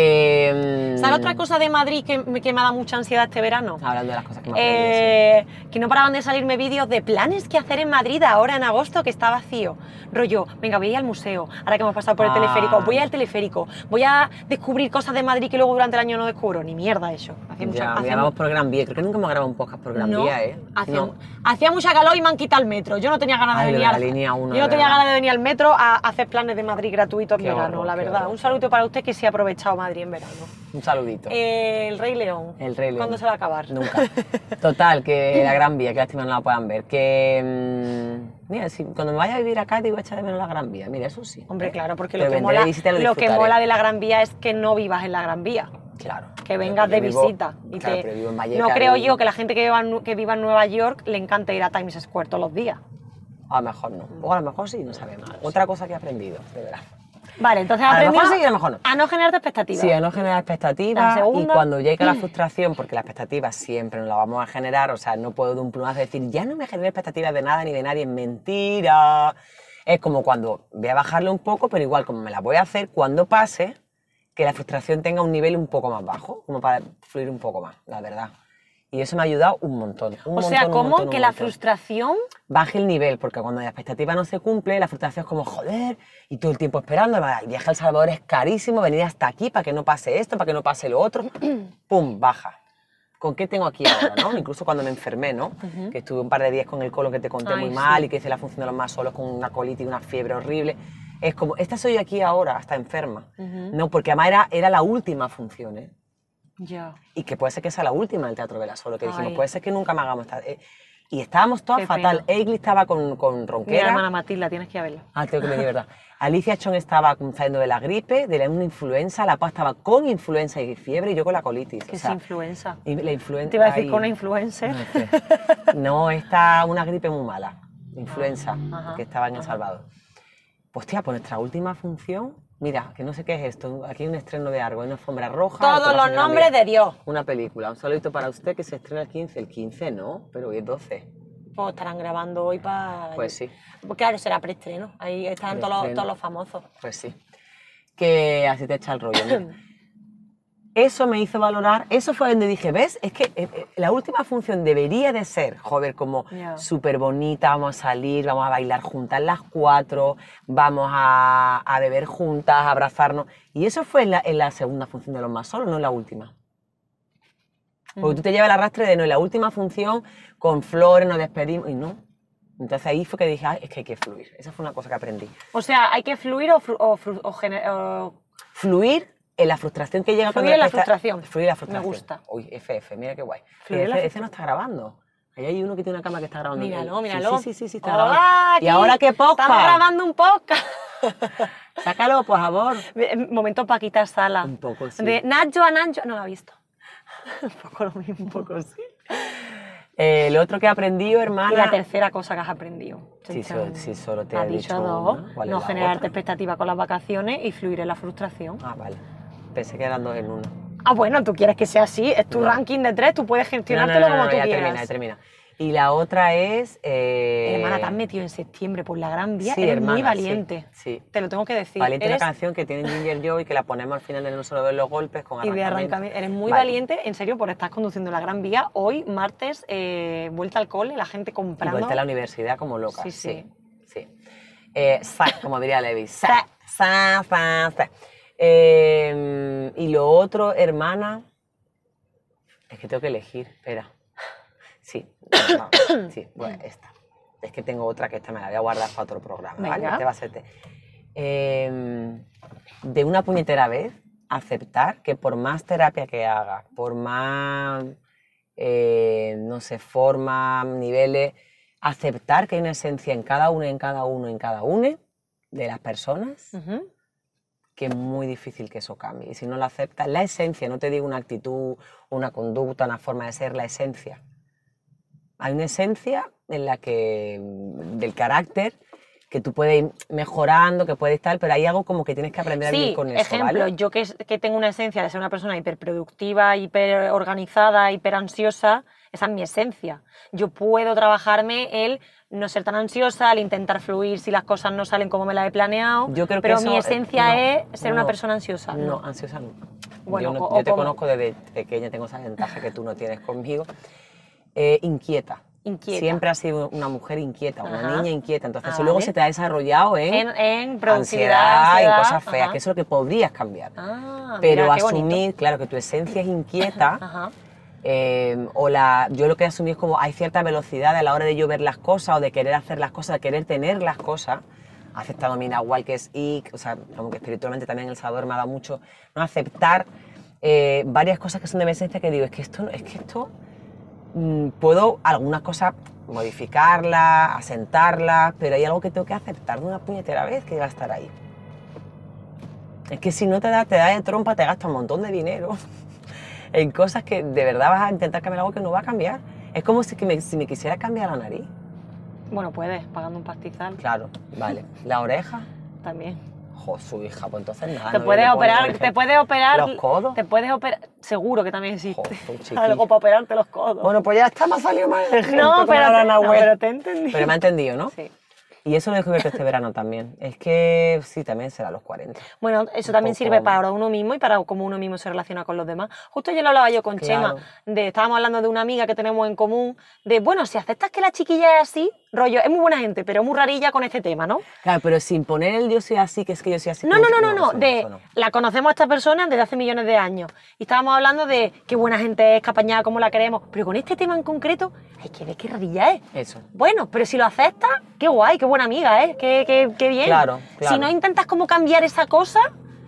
[SPEAKER 2] Que... mm,
[SPEAKER 1] ¿Sabes otra cosa de Madrid que, me- que me ha dado mucha ansiedad este verano?
[SPEAKER 2] Hablando de las cosas que más
[SPEAKER 1] Eh, que no paraban de salirme vídeos de planes que hacer en Madrid ahora en agosto que está vacío. Rollo, venga, voy a ir al museo, ahora que hemos pasado por el
[SPEAKER 2] Ah.
[SPEAKER 1] teleférico, voy al teleférico, voy a descubrir cosas de Madrid que luego durante el año no descubro. Ni mierda eso. Hacía mucha,
[SPEAKER 2] Ya,
[SPEAKER 1] hacía
[SPEAKER 2] grabamos
[SPEAKER 1] mu-
[SPEAKER 2] por Gran Vía. Creo que nunca hemos grabado un podcast por Gran
[SPEAKER 1] No,
[SPEAKER 2] Vía, ¿eh?
[SPEAKER 1] hacía,
[SPEAKER 2] No.
[SPEAKER 1] mu- hacía mucha calor y me han quitado el metro. Yo no tenía ganas
[SPEAKER 2] Ay,
[SPEAKER 1] de
[SPEAKER 2] lo de
[SPEAKER 1] venir. al-
[SPEAKER 2] la línea uno,
[SPEAKER 1] yo no
[SPEAKER 2] de
[SPEAKER 1] tenía
[SPEAKER 2] verdad.
[SPEAKER 1] ganas de venir al metro a hacer planes de Madrid gratuitos en
[SPEAKER 2] Qué
[SPEAKER 1] verano,
[SPEAKER 2] horror,
[SPEAKER 1] la
[SPEAKER 2] qué
[SPEAKER 1] verdad.
[SPEAKER 2] horror.
[SPEAKER 1] Un saludo para usted que se ha aprovechado Madrid en verano.
[SPEAKER 2] Un saludito.
[SPEAKER 1] Eh, El Rey León.
[SPEAKER 2] El Rey León.
[SPEAKER 1] ¿Cuándo se va a acabar?
[SPEAKER 2] Nunca.
[SPEAKER 1] [LAUGHS]
[SPEAKER 2] Total, que la Gran Vía, que lástima no la puedan ver. Que. mm, mira, si, cuando me vaya a vivir acá, te voy a echar de menos la Gran Vía. Mira, eso sí. Eh,
[SPEAKER 1] Hombre, claro, porque
[SPEAKER 2] Pero
[SPEAKER 1] lo que,
[SPEAKER 2] vendré de
[SPEAKER 1] mola,
[SPEAKER 2] visita y lo
[SPEAKER 1] lo que
[SPEAKER 2] disfrutaré.
[SPEAKER 1] mola de la Gran Vía es que no vivas en la Gran Vía,
[SPEAKER 2] Claro.
[SPEAKER 1] que vengas de
[SPEAKER 2] Yo vivo-
[SPEAKER 1] visita. Y
[SPEAKER 2] claro,
[SPEAKER 1] te-
[SPEAKER 2] pero vivo en Vallecas,
[SPEAKER 1] no creo
[SPEAKER 2] vivo-
[SPEAKER 1] yo que la gente que viva, en, Nu- que viva en Nueva York le encante ir a Times Square todos los días.
[SPEAKER 2] A lo mejor no. O a lo mejor sí, no sabemos. Otra cosa que he aprendido, de verdad.
[SPEAKER 1] Vale, entonces
[SPEAKER 2] A lo mejor
[SPEAKER 1] aprendí
[SPEAKER 2] sí y a lo mejor no.
[SPEAKER 1] a no generarte expectativas.
[SPEAKER 2] Sí, a no generar
[SPEAKER 1] La
[SPEAKER 2] expectativas y
[SPEAKER 1] segunda.
[SPEAKER 2] cuando
[SPEAKER 1] [CLEARS THROAT]
[SPEAKER 2] llega la frustración, porque la expectativa siempre nos la vamos a generar, o sea, no puedo de un plumazo decir, ya no me generé expectativas de nada ni de nadie, es mentira. Es como cuando voy a bajarle un poco, pero igual como me la voy a hacer, cuando pase, que la frustración tenga un nivel un poco más bajo, como para fluir un poco más, la verdad. Y eso me ha ayudado un montón. un
[SPEAKER 1] o sea,
[SPEAKER 2] montón, un
[SPEAKER 1] como
[SPEAKER 2] montón, un
[SPEAKER 1] que la
[SPEAKER 2] montón
[SPEAKER 1] frustración
[SPEAKER 2] baje el nivel, porque cuando la expectativa no se cumple, la frustración es como, joder, y todo el tiempo esperando, va, el viaje a El Salvador es carísimo, venir hasta aquí para que no pase esto, para que no pase lo
[SPEAKER 1] [CLEARS THROAT]
[SPEAKER 2] otro, pum, baja. ¿Con qué tengo aquí ahora, no? Incluso cuando me enfermé, ¿no? Que estuve un par de días con el colon que te conté
[SPEAKER 1] Ay,
[SPEAKER 2] muy
[SPEAKER 1] sí.
[SPEAKER 2] mal y que hice la función de los más solos con una colitis y una fiebre horrible. Es como, esta soy yo aquí ahora, hasta enferma. No, porque además era, era la última función, ¿eh?
[SPEAKER 1] Ya.
[SPEAKER 2] y que puede ser que sea la última del Teatro Velasco, lo que dijimos,
[SPEAKER 1] Ay.
[SPEAKER 2] puede ser que nunca más hagamos esta... eh, y estábamos todas
[SPEAKER 1] Qué
[SPEAKER 2] fatal.
[SPEAKER 1] pena.
[SPEAKER 2] Egli estaba con, con
[SPEAKER 1] Mi hermana
[SPEAKER 2] ronquera.
[SPEAKER 1] Matilda, tienes que ir a verla.
[SPEAKER 2] Ah, tengo que medir, ¿verdad? Alicia Chon estaba con- saliendo de la gripe, de la, una influenza. La Paz estaba con influenza y fiebre y yo con la colitis.
[SPEAKER 1] Que
[SPEAKER 2] o sea,
[SPEAKER 1] es influenza.
[SPEAKER 2] y la influenza.
[SPEAKER 1] Te iba a decir
[SPEAKER 2] ay,
[SPEAKER 1] con una influencer. [LAUGHS]
[SPEAKER 2] no sé. No, está una gripe muy mala, influenza,
[SPEAKER 1] Ah, Ajá,
[SPEAKER 2] que estaba en El Salvador. Pues tía, por nuestra última función, mira, que no sé qué es esto, aquí hay un estreno de algo, hay una alfombra roja.
[SPEAKER 1] Todos
[SPEAKER 2] Tomás
[SPEAKER 1] los
[SPEAKER 2] Gran
[SPEAKER 1] nombres
[SPEAKER 2] Vía.
[SPEAKER 1] de Dios.
[SPEAKER 2] Una película, un saludito para usted que se estrena el 15, el 15 no, pero hoy es 12.
[SPEAKER 1] Pues estarán grabando hoy para.
[SPEAKER 2] Pues sí.
[SPEAKER 1] Pues claro, será preestreno. Ahí están todos los,
[SPEAKER 2] Preestreno.
[SPEAKER 1] todos los famosos.
[SPEAKER 2] Pues sí. Que así te echa el rollo. mira. Eso me hizo valorar, eso fue donde dije, ¿ves? Es que eh, eh, la última función debería de ser, joder, como
[SPEAKER 1] Ya.
[SPEAKER 2] súper bonita, vamos a salir, vamos a bailar juntas las cuatro, vamos a, a beber juntas, a abrazarnos. Y eso fue en la, en la segunda función de los más solos, no en la última. Porque tú te llevas el arrastre de no, en la última función con flores nos despedimos y no. Entonces ahí fue que dije, "Ay, es que hay que fluir. Esa fue una cosa que aprendí.
[SPEAKER 1] O sea, hay que fluir o. fru- o fru- o gene- o-
[SPEAKER 2] fluir en la frustración que llega cuando
[SPEAKER 1] Fluir en la
[SPEAKER 2] empieza-
[SPEAKER 1] frustración.
[SPEAKER 2] Fluir en la frustración.
[SPEAKER 1] Me gusta.
[SPEAKER 2] Uy, FF, mira qué guay.
[SPEAKER 1] Fluir en la
[SPEAKER 2] Mira, ese, ese no está grabando. Ahí hay uno que tiene una cámara que está grabando.
[SPEAKER 1] míralo,
[SPEAKER 2] Ah, Sí,
[SPEAKER 1] míralo.
[SPEAKER 2] Sí, sí, sí, sí, está
[SPEAKER 1] Hola,
[SPEAKER 2] grabando.
[SPEAKER 1] aquí
[SPEAKER 2] Y ahora qué podcast.
[SPEAKER 1] Estamos grabando un [LAUGHS] podcast.
[SPEAKER 2] Sácalo, por
[SPEAKER 1] [LAUGHS]
[SPEAKER 2] favor.
[SPEAKER 1] Eh, Momento Paquita Sala.
[SPEAKER 2] Un poco, sí.
[SPEAKER 1] De Nacho a Nacho. No lo ha visto.
[SPEAKER 2] Un poco lo mismo, un poco sí. El otro que he aprendido, hermana.
[SPEAKER 1] Y la tercera cosa que has aprendido. Chan,
[SPEAKER 2] Sí,
[SPEAKER 1] chan.
[SPEAKER 2] solo- sí, solo te
[SPEAKER 1] has
[SPEAKER 2] he
[SPEAKER 1] dicho,
[SPEAKER 2] dicho
[SPEAKER 1] dos.
[SPEAKER 2] una. ¿Cuál es
[SPEAKER 1] No
[SPEAKER 2] la
[SPEAKER 1] generarte
[SPEAKER 2] otra?
[SPEAKER 1] expectativa con las vacaciones y fluir en la frustración.
[SPEAKER 2] Ah, vale. Pensé que eran dos en uno.
[SPEAKER 1] Ah, bueno, tú quieres que sea así. Es tu
[SPEAKER 2] No.
[SPEAKER 1] ranking de tres. Tú puedes
[SPEAKER 2] No, no,
[SPEAKER 1] gestionártelo
[SPEAKER 2] no, no,
[SPEAKER 1] como
[SPEAKER 2] no,
[SPEAKER 1] tú
[SPEAKER 2] ya
[SPEAKER 1] quieras.
[SPEAKER 2] termina, ya termina. Y la otra es. eh,
[SPEAKER 1] Hermana, te has metido en septiembre por la gran vía.
[SPEAKER 2] Sí,
[SPEAKER 1] Eres
[SPEAKER 2] hermana,
[SPEAKER 1] muy
[SPEAKER 2] sí,
[SPEAKER 1] valiente.
[SPEAKER 2] sí.
[SPEAKER 1] Te lo tengo que decir.
[SPEAKER 2] Valiente
[SPEAKER 1] Eres,
[SPEAKER 2] una canción que tiene Ginger Joy que la ponemos al final de No solo ver los golpes con
[SPEAKER 1] y de
[SPEAKER 2] arrancamiento.
[SPEAKER 1] arrancamiento. Eres muy
[SPEAKER 2] Vale.
[SPEAKER 1] valiente, en serio, por estar conduciendo la gran vía. Hoy, martes, eh, vuelta al cole, la gente
[SPEAKER 2] Y
[SPEAKER 1] comprando.
[SPEAKER 2] vuelta a la universidad como loca.
[SPEAKER 1] Sí,
[SPEAKER 2] Sí,
[SPEAKER 1] sí.
[SPEAKER 2] sí. Eh, sa, como
[SPEAKER 1] [LAUGHS]
[SPEAKER 2] diría Levi. Sa, sa, sa, sa. Eh, y lo otro, hermana. Es que tengo que elegir, espera. Sí,
[SPEAKER 1] [COUGHS]
[SPEAKER 2] no, sí, bueno, esta. Es que tengo otra que esta me la voy a guardar para otro programa, ¿vale?
[SPEAKER 1] Venga.
[SPEAKER 2] Este va a ser te- Eh, de una puñetera vez, aceptar que por más terapia que haga, por más, eh, no sé, forma, niveles, aceptar que hay una esencia en cada uno, en cada uno, en cada uno de las personas,
[SPEAKER 1] Ujú.
[SPEAKER 2] que es muy difícil que eso cambie. Y si no lo aceptas, la esencia, no te digo una actitud, una conducta, una forma de ser, la esencia. Hay una esencia en la que, mm, del carácter que tú puedes ir mejorando, que puedes tal, pero hay algo como que tienes que aprender a
[SPEAKER 1] Sí,
[SPEAKER 2] vivir con eso,
[SPEAKER 1] ejemplo,
[SPEAKER 2] ¿vale?
[SPEAKER 1] yo que, es- que tengo una esencia de ser una persona hiperproductiva, hiperorganizada, hiperansiosa, esa es mi esencia. Yo puedo trabajarme el no ser tan ansiosa, el intentar fluir si las cosas no salen como me las he planeado,
[SPEAKER 2] Yo creo que
[SPEAKER 1] pero
[SPEAKER 2] eso,
[SPEAKER 1] mi
[SPEAKER 2] eh,
[SPEAKER 1] esencia
[SPEAKER 2] no,
[SPEAKER 1] es ser una
[SPEAKER 2] no,
[SPEAKER 1] persona ansiosa.
[SPEAKER 2] No, ansiosa no.
[SPEAKER 1] Bueno,
[SPEAKER 2] yo, no-
[SPEAKER 1] o-
[SPEAKER 2] yo
[SPEAKER 1] o
[SPEAKER 2] te
[SPEAKER 1] como-
[SPEAKER 2] conozco desde pequeña, tengo esa ventaja que tú no tienes conmigo. Eh, inquieta.
[SPEAKER 1] Inquieta.
[SPEAKER 2] Siempre has sido una mujer inquieta,
[SPEAKER 1] Ajá.
[SPEAKER 2] una niña inquieta. Entonces,
[SPEAKER 1] Ah,
[SPEAKER 2] eso luego
[SPEAKER 1] vale.
[SPEAKER 2] se te ha desarrollado en,
[SPEAKER 1] En, en
[SPEAKER 2] ansiedad,
[SPEAKER 1] productividad,
[SPEAKER 2] y cosas feas,
[SPEAKER 1] ajá.
[SPEAKER 2] que eso es lo que podrías cambiar.
[SPEAKER 1] Ah,
[SPEAKER 2] Pero
[SPEAKER 1] mira, qué bonito.
[SPEAKER 2] asumir, claro, que tu esencia es inquieta,
[SPEAKER 1] Ajá.
[SPEAKER 2] eh, o la, yo lo que he asumido es como hay cierta velocidad a la hora de yo ver las cosas, o de querer hacer las cosas, de querer tener las cosas. Ha aceptado mi nahual, que es ik, o sea, como que espiritualmente también El Salvador me ha dado mucho, no aceptar eh, varias cosas que son de mi esencia que digo, es que esto, no- es que esto mm, puedo algunas cosas modificarlas, asentarlas, pero hay algo que tengo que aceptar de una puñetera vez que va a estar ahí. Es que si no te da, te da de trompa, te gastas un montón de dinero en cosas que de verdad vas a intentar cambiar algo que no va a cambiar. Es como si, que me, si me quisiera cambiar la nariz.
[SPEAKER 1] Bueno, puedes, pagando un pastizal
[SPEAKER 2] Claro, vale. La oreja.
[SPEAKER 1] también.
[SPEAKER 2] Jo, su hija, pues entonces nada.
[SPEAKER 1] te
[SPEAKER 2] no
[SPEAKER 1] puedes
[SPEAKER 2] viene con
[SPEAKER 1] operar,
[SPEAKER 2] el-
[SPEAKER 1] te puedes operar.
[SPEAKER 2] Los codos.
[SPEAKER 1] Te puedes operar. Seguro que también existe.
[SPEAKER 2] Joder,
[SPEAKER 1] [LAUGHS]
[SPEAKER 2] chiquillo.
[SPEAKER 1] Algo para operarte los codos.
[SPEAKER 2] Bueno, pues ya está, me ha salido mal [LAUGHS] el ejemplo
[SPEAKER 1] no,
[SPEAKER 2] con
[SPEAKER 1] pero
[SPEAKER 2] Ana
[SPEAKER 1] te, no,
[SPEAKER 2] Nahuel.
[SPEAKER 1] pero te he entendido.
[SPEAKER 2] Pero me ha entendido, ¿no?
[SPEAKER 1] Sí.
[SPEAKER 2] Y eso lo he descubierto este verano también. Es que sí, también será a los 40.
[SPEAKER 1] Bueno, eso también
[SPEAKER 2] poco-
[SPEAKER 1] sirve para uno mismo y para cómo uno mismo se relaciona con los demás. Justo ayer lo hablaba yo con
[SPEAKER 2] Claro.
[SPEAKER 1] Chema, de, estábamos hablando de una amiga que tenemos en común, de, bueno, si aceptas que la chiquilla es así, rollo, es muy buena gente, pero muy rarilla con este tema, ¿no?
[SPEAKER 2] Claro, pero sin poner el yo soy así, que es que yo soy así.
[SPEAKER 1] No,
[SPEAKER 2] que
[SPEAKER 1] no, no,
[SPEAKER 2] yo soy-
[SPEAKER 1] no, no,
[SPEAKER 2] eso
[SPEAKER 1] de,
[SPEAKER 2] eso no.
[SPEAKER 1] la conocemos a esta persona desde hace millones de años y estábamos hablando de qué buena gente es, qué apañada, cómo la queremos, pero con este tema en concreto, hay que ver qué rarilla es.
[SPEAKER 2] Eso.
[SPEAKER 1] Bueno, pero si lo aceptas, qué guay, qué buena amiga, ¿eh? Qué, qué- qué bien.
[SPEAKER 2] Claro, claro.
[SPEAKER 1] Si no intentas como cambiar esa cosa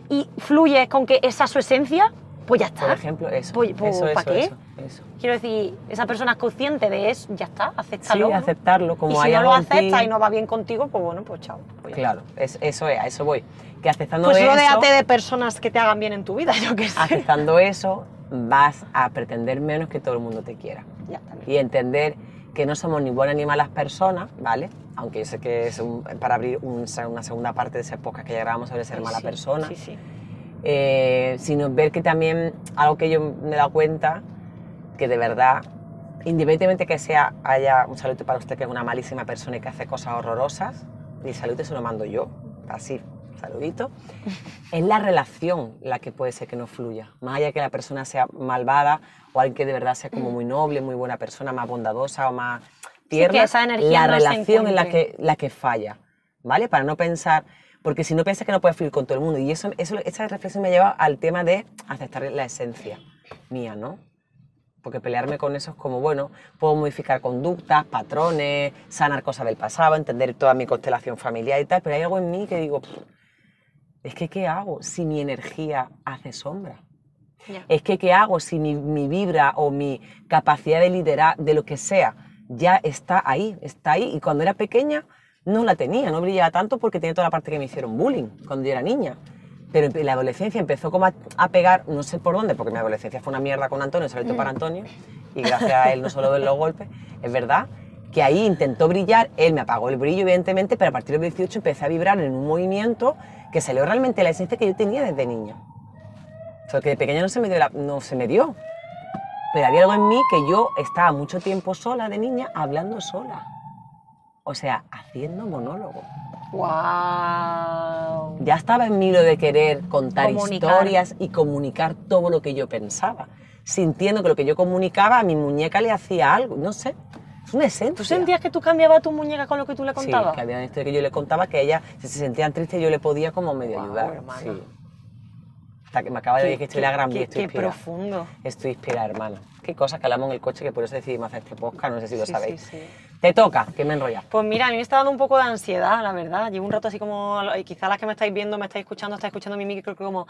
[SPEAKER 1] y fluyes con que esa es su esencia, pues ya
[SPEAKER 2] Por
[SPEAKER 1] está.
[SPEAKER 2] ejemplo, eso.
[SPEAKER 1] Pues- pues,
[SPEAKER 2] eso,
[SPEAKER 1] ¿pa'
[SPEAKER 2] eso,
[SPEAKER 1] qué?
[SPEAKER 2] eso, eso.
[SPEAKER 1] Quiero decir, esa persona es consciente de eso, ya está,
[SPEAKER 2] Sí,
[SPEAKER 1] acéptalo. ¿no?
[SPEAKER 2] aceptarlo como
[SPEAKER 1] y si
[SPEAKER 2] hay
[SPEAKER 1] no lo
[SPEAKER 2] algo en ti.
[SPEAKER 1] aceptas y no va bien contigo, pues bueno, pues chao. Pues, ya
[SPEAKER 2] Claro, es- eso es, a eso voy.
[SPEAKER 1] está.
[SPEAKER 2] Que aceptando
[SPEAKER 1] pues
[SPEAKER 2] eso,
[SPEAKER 1] solo déjate de personas que te hagan bien en tu vida, [LAUGHS] yo qué sé.
[SPEAKER 2] aceptando eso, vas a pretender menos que todo el mundo te quiera.
[SPEAKER 1] Ya, también.
[SPEAKER 2] y entender que no somos ni buenas ni malas personas, ¿vale? Aunque yo sé que es un- para abrir un se- una segunda parte de ese podcast que ya grabamos sobre ser
[SPEAKER 1] Ay,
[SPEAKER 2] mala
[SPEAKER 1] sí,
[SPEAKER 2] persona,
[SPEAKER 1] Sí, sí.
[SPEAKER 2] eh, sino ver que también algo que yo me he dado cuenta, que de verdad, independientemente que sea, haya un saludo para usted que es una malísima persona y que hace cosas horrorosas, y el saludo se lo mando yo, así,
[SPEAKER 1] [LAUGHS]
[SPEAKER 2] saludito, es la relación la que puede ser que no fluya, más allá que la persona sea malvada o alguien que de verdad sea como muy noble, muy buena persona, más bondadosa o más tierna,
[SPEAKER 1] que esa energía
[SPEAKER 2] la
[SPEAKER 1] no se
[SPEAKER 2] relación es la
[SPEAKER 1] encuentre.
[SPEAKER 2] que la que falla, ¿vale? Para no pensar, porque si no piensas que no puedes fluir con todo el mundo, y eso, eso esa reflexión me lleva al tema de aceptar la esencia mía, ¿no? Porque pelearme con eso es como, bueno, puedo modificar conductas, patrones, sanar cosas del pasado, entender toda mi constelación familiar y tal, pero hay algo en mí que digo, "Pff, es que ¿qué hago si mi energía hace sombra?
[SPEAKER 1] Ya.
[SPEAKER 2] Es que ¿qué hago si mi, mi vibra o mi capacidad de liderar, de lo que sea, ya está ahí, está ahí? Y cuando era pequeña no la tenía, no brillaba tanto porque tenía toda la parte que me hicieron bullying cuando yo era niña. Pero en la adolescencia empezó como a, a pegar, no sé por dónde, porque mi adolescencia fue una mierda con Antonio, salito para Antonio, y gracias a él no solo ven los golpes, es verdad, que ahí intentó brillar, él me apagó el brillo evidentemente, pero a partir de los 18 empecé a vibrar en un movimiento que salió realmente la esencia que yo tenía desde niña. O sea, que de pequeña no se me dio, la- no se me dio. Pero había algo en mí que yo estaba mucho tiempo sola de niña hablando sola. O sea, haciendo monólogo.
[SPEAKER 1] Wow.
[SPEAKER 2] Ya estaba en mí lo de querer contar
[SPEAKER 1] Comunicar.
[SPEAKER 2] historias y comunicar todo lo que yo pensaba. Sintiendo que lo que yo comunicaba a mi muñeca le hacía algo. No sé. Es una esencia.
[SPEAKER 1] ¿Tú sentías que tú cambiabas tu muñeca con lo que tú le
[SPEAKER 2] Sí,
[SPEAKER 1] contabas?
[SPEAKER 2] que había una historia que yo le contaba que ella, si se sentían tristes, yo le podía como medio
[SPEAKER 1] Guau,
[SPEAKER 2] ayudar.
[SPEAKER 1] hermana.
[SPEAKER 2] Sí. Hasta que me acaba de decir que estoy la gran
[SPEAKER 1] qué-
[SPEAKER 2] vida, estoy
[SPEAKER 1] qué
[SPEAKER 2] inspirada.
[SPEAKER 1] profundo.
[SPEAKER 2] Estoy inspirada, hermana. Qué cosas que hablamos en el coche que por eso decidimos hacer este podcast, no sé si lo
[SPEAKER 1] Sí,
[SPEAKER 2] sabéis.
[SPEAKER 1] sí, sí.
[SPEAKER 2] Te toca, que me enrolla.
[SPEAKER 1] Pues mira, a mí me está dando un poco de ansiedad, la verdad. Llevo un rato así como, y quizá las que me estáis viendo, me estáis escuchando, estáis escuchando mi micro, creo que como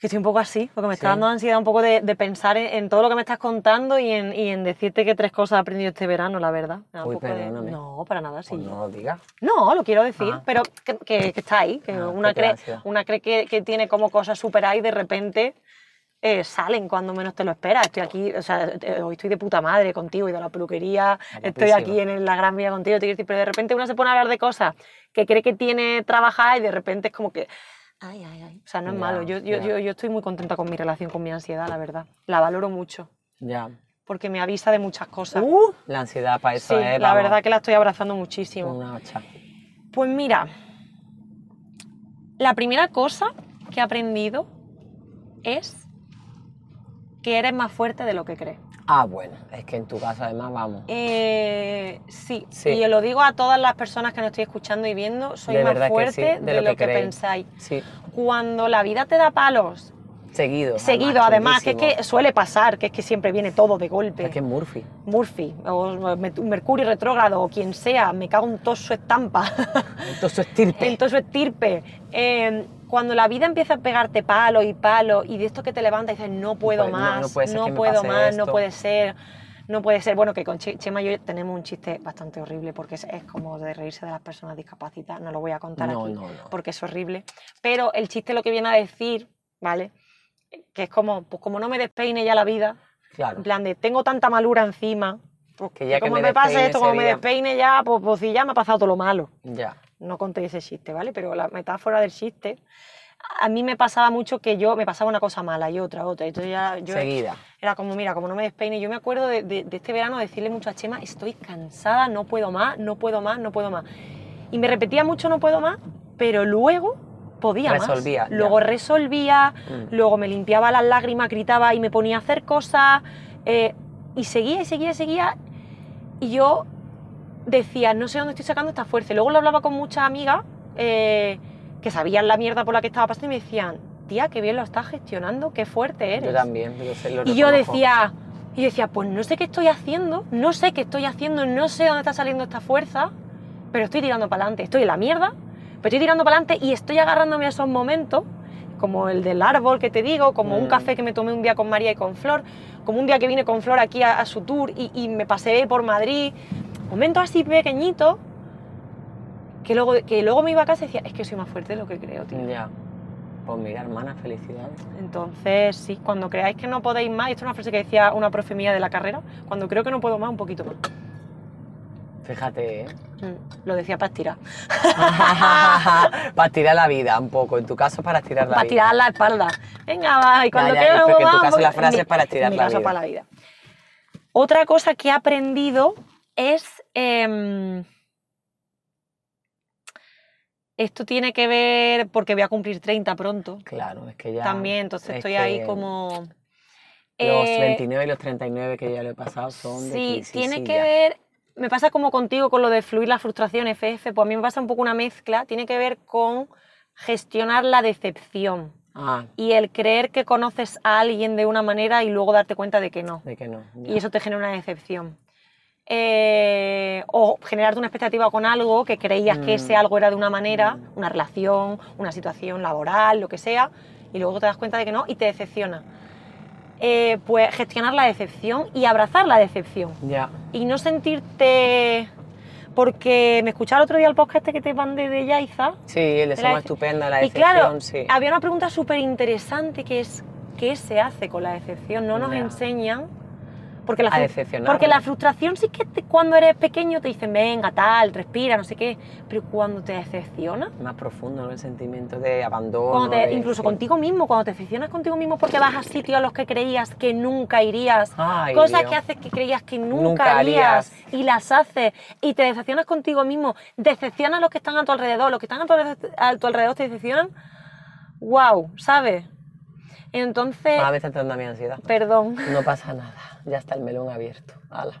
[SPEAKER 1] que estoy un poco así, porque me está
[SPEAKER 2] Sí.
[SPEAKER 1] dando ansiedad un poco de, de pensar en, en todo lo que me estás contando y en, y en decirte que tres cosas he aprendido este verano, la verdad. Me da un
[SPEAKER 2] Uy,
[SPEAKER 1] poco de-
[SPEAKER 2] perdóname.
[SPEAKER 1] No, para nada, sí.
[SPEAKER 2] Pues no lo digas.
[SPEAKER 1] No, lo quiero decir,
[SPEAKER 2] Ah.
[SPEAKER 1] pero que, que- que está ahí, que
[SPEAKER 2] Ah,
[SPEAKER 1] una
[SPEAKER 2] que te da
[SPEAKER 1] cree,
[SPEAKER 2] ansiedad.
[SPEAKER 1] una cree que, que tiene como cosas super ahí y de repente eh, salen cuando menos te lo esperas. Estoy aquí, o sea, eh, hoy estoy de puta madre contigo, he ido a la peluquería, estoy
[SPEAKER 2] guapísima.
[SPEAKER 1] aquí en el- la Gran Vía contigo, te quiero decir, pero de repente uno se pone a hablar de cosas que cree que tiene trabajada y de repente es como que... Ay, ay, ay. O sea, no es
[SPEAKER 2] Ya,
[SPEAKER 1] malo. Yo, yo,
[SPEAKER 2] ya.
[SPEAKER 1] yo, yo estoy muy contenta con mi relación, con mi ansiedad, la verdad. La valoro mucho,
[SPEAKER 2] Ya.
[SPEAKER 1] porque me avisa de muchas cosas.
[SPEAKER 2] La ansiedad para
[SPEAKER 1] Uh. sí,
[SPEAKER 2] Uh, eso es.
[SPEAKER 1] la
[SPEAKER 2] vamos,
[SPEAKER 1] verdad que la estoy abrazando muchísimo.
[SPEAKER 2] Una hacha.
[SPEAKER 1] Pues mira, la primera cosa que he aprendido es que eres más fuerte de lo que crees.
[SPEAKER 2] Ah, bueno, es que en tu caso además vamos.
[SPEAKER 1] Eh, sí,
[SPEAKER 2] Sí.
[SPEAKER 1] y yo lo digo a todas las personas que nos estoy escuchando y viendo, soy
[SPEAKER 2] De
[SPEAKER 1] más
[SPEAKER 2] verdad que sí,
[SPEAKER 1] fuerte de, lo, que,
[SPEAKER 2] creéis.
[SPEAKER 1] pensáis.
[SPEAKER 2] Sí,
[SPEAKER 1] Cuando la vida te da palos,
[SPEAKER 2] seguido.
[SPEAKER 1] seguido además, que es
[SPEAKER 2] chunguísimo.
[SPEAKER 1] que suele pasar, que es que siempre viene todo de golpe.
[SPEAKER 2] Es que es Murphy.
[SPEAKER 1] Murphy, o Met- Mercurio retrógrado, o quien sea, me cago en todo su estampa. [LAUGHS]
[SPEAKER 2] Entonces estirpe.
[SPEAKER 1] Entonces, estirpe. eh, cuando la vida empieza a pegarte palo y palo, y de esto que te levanta y dices, no puedo
[SPEAKER 2] puede- Pues, no-
[SPEAKER 1] más,
[SPEAKER 2] no
[SPEAKER 1] no,
[SPEAKER 2] puede ser que me
[SPEAKER 1] puedo
[SPEAKER 2] pase
[SPEAKER 1] más, no
[SPEAKER 2] esto".
[SPEAKER 1] puede ser, no puede ser. Bueno, que con Che- Chema y yo tenemos un chiste bastante horrible, porque es, es como de reírse de las personas discapacitadas, no lo voy a contar
[SPEAKER 2] No,
[SPEAKER 1] aquí,
[SPEAKER 2] no, no.
[SPEAKER 1] porque es horrible. Pero el chiste lo que viene a decir, ¿vale? Que es como, pues como no me despeine ya la vida,
[SPEAKER 2] Claro.
[SPEAKER 1] en plan de, tengo tanta malura encima, pues
[SPEAKER 2] Que ya que
[SPEAKER 1] como
[SPEAKER 2] me
[SPEAKER 1] me, pase
[SPEAKER 2] despeine
[SPEAKER 1] esto,
[SPEAKER 2] ese
[SPEAKER 1] como me
[SPEAKER 2] día".
[SPEAKER 1] despeine ya, pues, pues si ya me ha pasado todo lo malo.
[SPEAKER 2] Ya.
[SPEAKER 1] no contéis ese chiste, ¿vale? Pero la metáfora del chiste, a mí me pasaba mucho que yo me pasaba una cosa mala y otra, otra. Entonces ya yo
[SPEAKER 2] Seguida.
[SPEAKER 1] era como, mira, como no me despeine, yo me acuerdo de, de- de este verano decirle mucho a Chema, estoy cansada, no puedo más, no puedo más, no puedo más. Y me repetía mucho, no puedo más, pero luego podía más.
[SPEAKER 2] Resolvía, ya.
[SPEAKER 1] Luego resolvía,
[SPEAKER 2] Mm.
[SPEAKER 1] luego me limpiaba las lágrimas, gritaba y me ponía a hacer cosas. eh, y seguía y seguía y seguía. Y yo decía, no sé dónde estoy sacando esta fuerza. Y luego lo hablaba con muchas amigas eh, que sabían la mierda por la que estaba pasando y me decían, tía, qué bien lo estás gestionando, qué fuerte eres.
[SPEAKER 2] Yo también, yo se lo
[SPEAKER 1] Y yo
[SPEAKER 2] reconozco.
[SPEAKER 1] decía, y yo decía, pues no sé qué estoy haciendo, no sé qué estoy haciendo, no sé dónde está saliendo esta fuerza, pero estoy tirando para adelante, estoy en la mierda, pero estoy tirando para adelante y estoy agarrándome a esos momentos, como el del árbol que te digo, como un
[SPEAKER 2] Mm.
[SPEAKER 1] café que me tomé un día con María y con Flor, como un día que vine con Flor aquí a, a su tour y, y me paseé por Madrid, momentos así pequeñitos. Que luego, que luego me iba a casa y decía, es que soy más fuerte de lo que creo, tío.
[SPEAKER 2] Ya. Pues mira, hermana, felicidades.
[SPEAKER 1] Entonces, sí, cuando creáis que no podéis más, y esto es una frase que decía una profe mía de la carrera, cuando creo que no puedo más, un poquito más.
[SPEAKER 2] Fíjate, ¿eh?
[SPEAKER 1] Mm, Lo decía para estirar.
[SPEAKER 2] [LAUGHS] para tirar la vida un poco. En tu caso, para tirar la
[SPEAKER 1] Para
[SPEAKER 2] vida.
[SPEAKER 1] estirar la espalda. Venga, va, y cuando
[SPEAKER 2] ya,
[SPEAKER 1] creo que no puedo
[SPEAKER 2] pero que en tu
[SPEAKER 1] más,
[SPEAKER 2] caso
[SPEAKER 1] voy-
[SPEAKER 2] la frase
[SPEAKER 1] mi-
[SPEAKER 2] es para estirar
[SPEAKER 1] mi
[SPEAKER 2] la
[SPEAKER 1] caso
[SPEAKER 2] vida.
[SPEAKER 1] para la vida. Otra cosa que he aprendido es... em, esto tiene que ver porque voy a cumplir 30 pronto
[SPEAKER 2] Claro, es que ya.
[SPEAKER 1] también, entonces
[SPEAKER 2] es
[SPEAKER 1] estoy
[SPEAKER 2] que
[SPEAKER 1] ahí como...
[SPEAKER 2] Los
[SPEAKER 1] eh,
[SPEAKER 2] 29 y los 39 que ya lo he pasado son
[SPEAKER 1] Sí,
[SPEAKER 2] de crisis,
[SPEAKER 1] tiene
[SPEAKER 2] sí,
[SPEAKER 1] que
[SPEAKER 2] ya.
[SPEAKER 1] ver, me pasa como contigo con lo de fluir las frustraciones, FF, pues a mí me pasa un poco una mezcla, tiene que ver con gestionar la decepción
[SPEAKER 2] Ah,
[SPEAKER 1] y el creer que conoces a alguien de una manera y luego darte cuenta de que no.
[SPEAKER 2] de que no. ya.
[SPEAKER 1] Y eso te genera una decepción. Eh, o generarte una expectativa con algo que creías que ese
[SPEAKER 2] Mm.
[SPEAKER 1] algo era de una manera,
[SPEAKER 2] Mm.
[SPEAKER 1] una relación, una situación laboral, lo que sea, y luego te das cuenta de que no y te decepciona. Eh, pues gestionar la decepción y abrazar la decepción
[SPEAKER 2] Ya.
[SPEAKER 1] y no sentirte. Porque me escuchaba el otro día el podcast este que te mandé de Yaiza.
[SPEAKER 2] Sí, el de
[SPEAKER 1] La
[SPEAKER 2] Somos
[SPEAKER 1] dece-
[SPEAKER 2] Estupenda, la
[SPEAKER 1] y
[SPEAKER 2] decepción,
[SPEAKER 1] claro,
[SPEAKER 2] sí.
[SPEAKER 1] había una pregunta súper interesante que es: ¿qué se hace con la decepción? No nos
[SPEAKER 2] Ya.
[SPEAKER 1] enseñan. Porque la,
[SPEAKER 2] A
[SPEAKER 1] fru-
[SPEAKER 2] decepcionarnos.
[SPEAKER 1] porque la frustración sí que te- cuando eres pequeño te dicen, venga, tal, respira, no sé qué. Pero cuando te decepciona,
[SPEAKER 2] Más profundo, ¿no? El sentimiento de abandono.
[SPEAKER 1] cuando te-
[SPEAKER 2] de-
[SPEAKER 1] incluso
[SPEAKER 2] sí.
[SPEAKER 1] contigo mismo, cuando te decepcionas contigo mismo porque vas a sitios a los que creías que nunca irías,
[SPEAKER 2] Ay,
[SPEAKER 1] cosas
[SPEAKER 2] Dios.
[SPEAKER 1] que haces que creías que nunca,
[SPEAKER 2] Nunca harías.
[SPEAKER 1] harías y las haces y te decepcionas contigo mismo, decepcionas a los que están a tu alrededor, los que están a tu alrededor, a tu alrededor te decepcionan, wow, ¿sabes? Entonces,
[SPEAKER 2] A veces te dando mi ansiedad.
[SPEAKER 1] perdón, [LAUGHS]
[SPEAKER 2] No pasa nada. Ya está el melón abierto. Ala.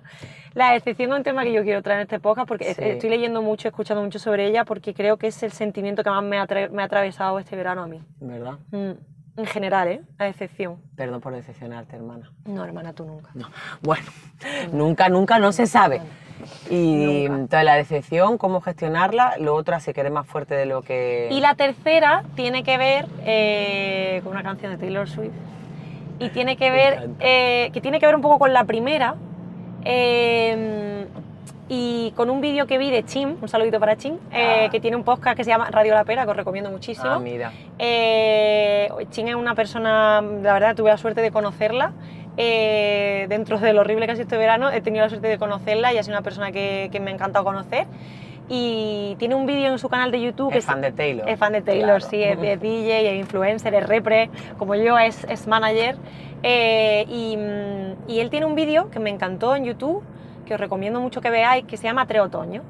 [SPEAKER 1] la decepción es un tema que yo quiero traer en este podcast porque es-
[SPEAKER 2] Sí.
[SPEAKER 1] estoy leyendo mucho, escuchando mucho sobre ella porque creo que es el sentimiento que más me ha, tra- me ha atravesado este verano a mí.
[SPEAKER 2] ¿Verdad?
[SPEAKER 1] Mm, En general, ¿eh? La decepción.
[SPEAKER 2] Perdón por decepcionarte, hermana.
[SPEAKER 1] No, hermana, tú nunca.
[SPEAKER 2] No. Bueno, nunca, nunca no se sabe. Y entonces la decepción, cómo gestionarla, lo otro así que eres más fuerte de lo que... Ah,
[SPEAKER 1] Y la tercera tiene que ver eh, con una canción de Taylor Swift y tiene que
[SPEAKER 2] Me
[SPEAKER 1] ver
[SPEAKER 2] encanta.
[SPEAKER 1] eh, que tiene que ver un poco con la primera eh, y con un vídeo que vi de Chim, un saludito para Chim, eh,
[SPEAKER 2] Ah.
[SPEAKER 1] que tiene un podcast que se llama Radio La Pera, que os recomiendo muchísimo.
[SPEAKER 2] Ah, mira.
[SPEAKER 1] Eh, Chin es una persona, la verdad, tuve la suerte de conocerla. Eh, dentro de lo horrible que ha sido este verano, he tenido la suerte de conocerla y ha sido una persona que, que me ha encantado conocer. Y tiene un vídeo en su canal de YouTube que
[SPEAKER 2] Es fan de Taylor.
[SPEAKER 1] es fan de Taylor,
[SPEAKER 2] Claro.
[SPEAKER 1] sí, es, es DJ, es influencer, es repre, como yo, es, es manager. Eh, y, mm, y él tiene un vídeo que me encantó en YouTube, que os recomiendo mucho que veáis, que se llama Tres Otoño.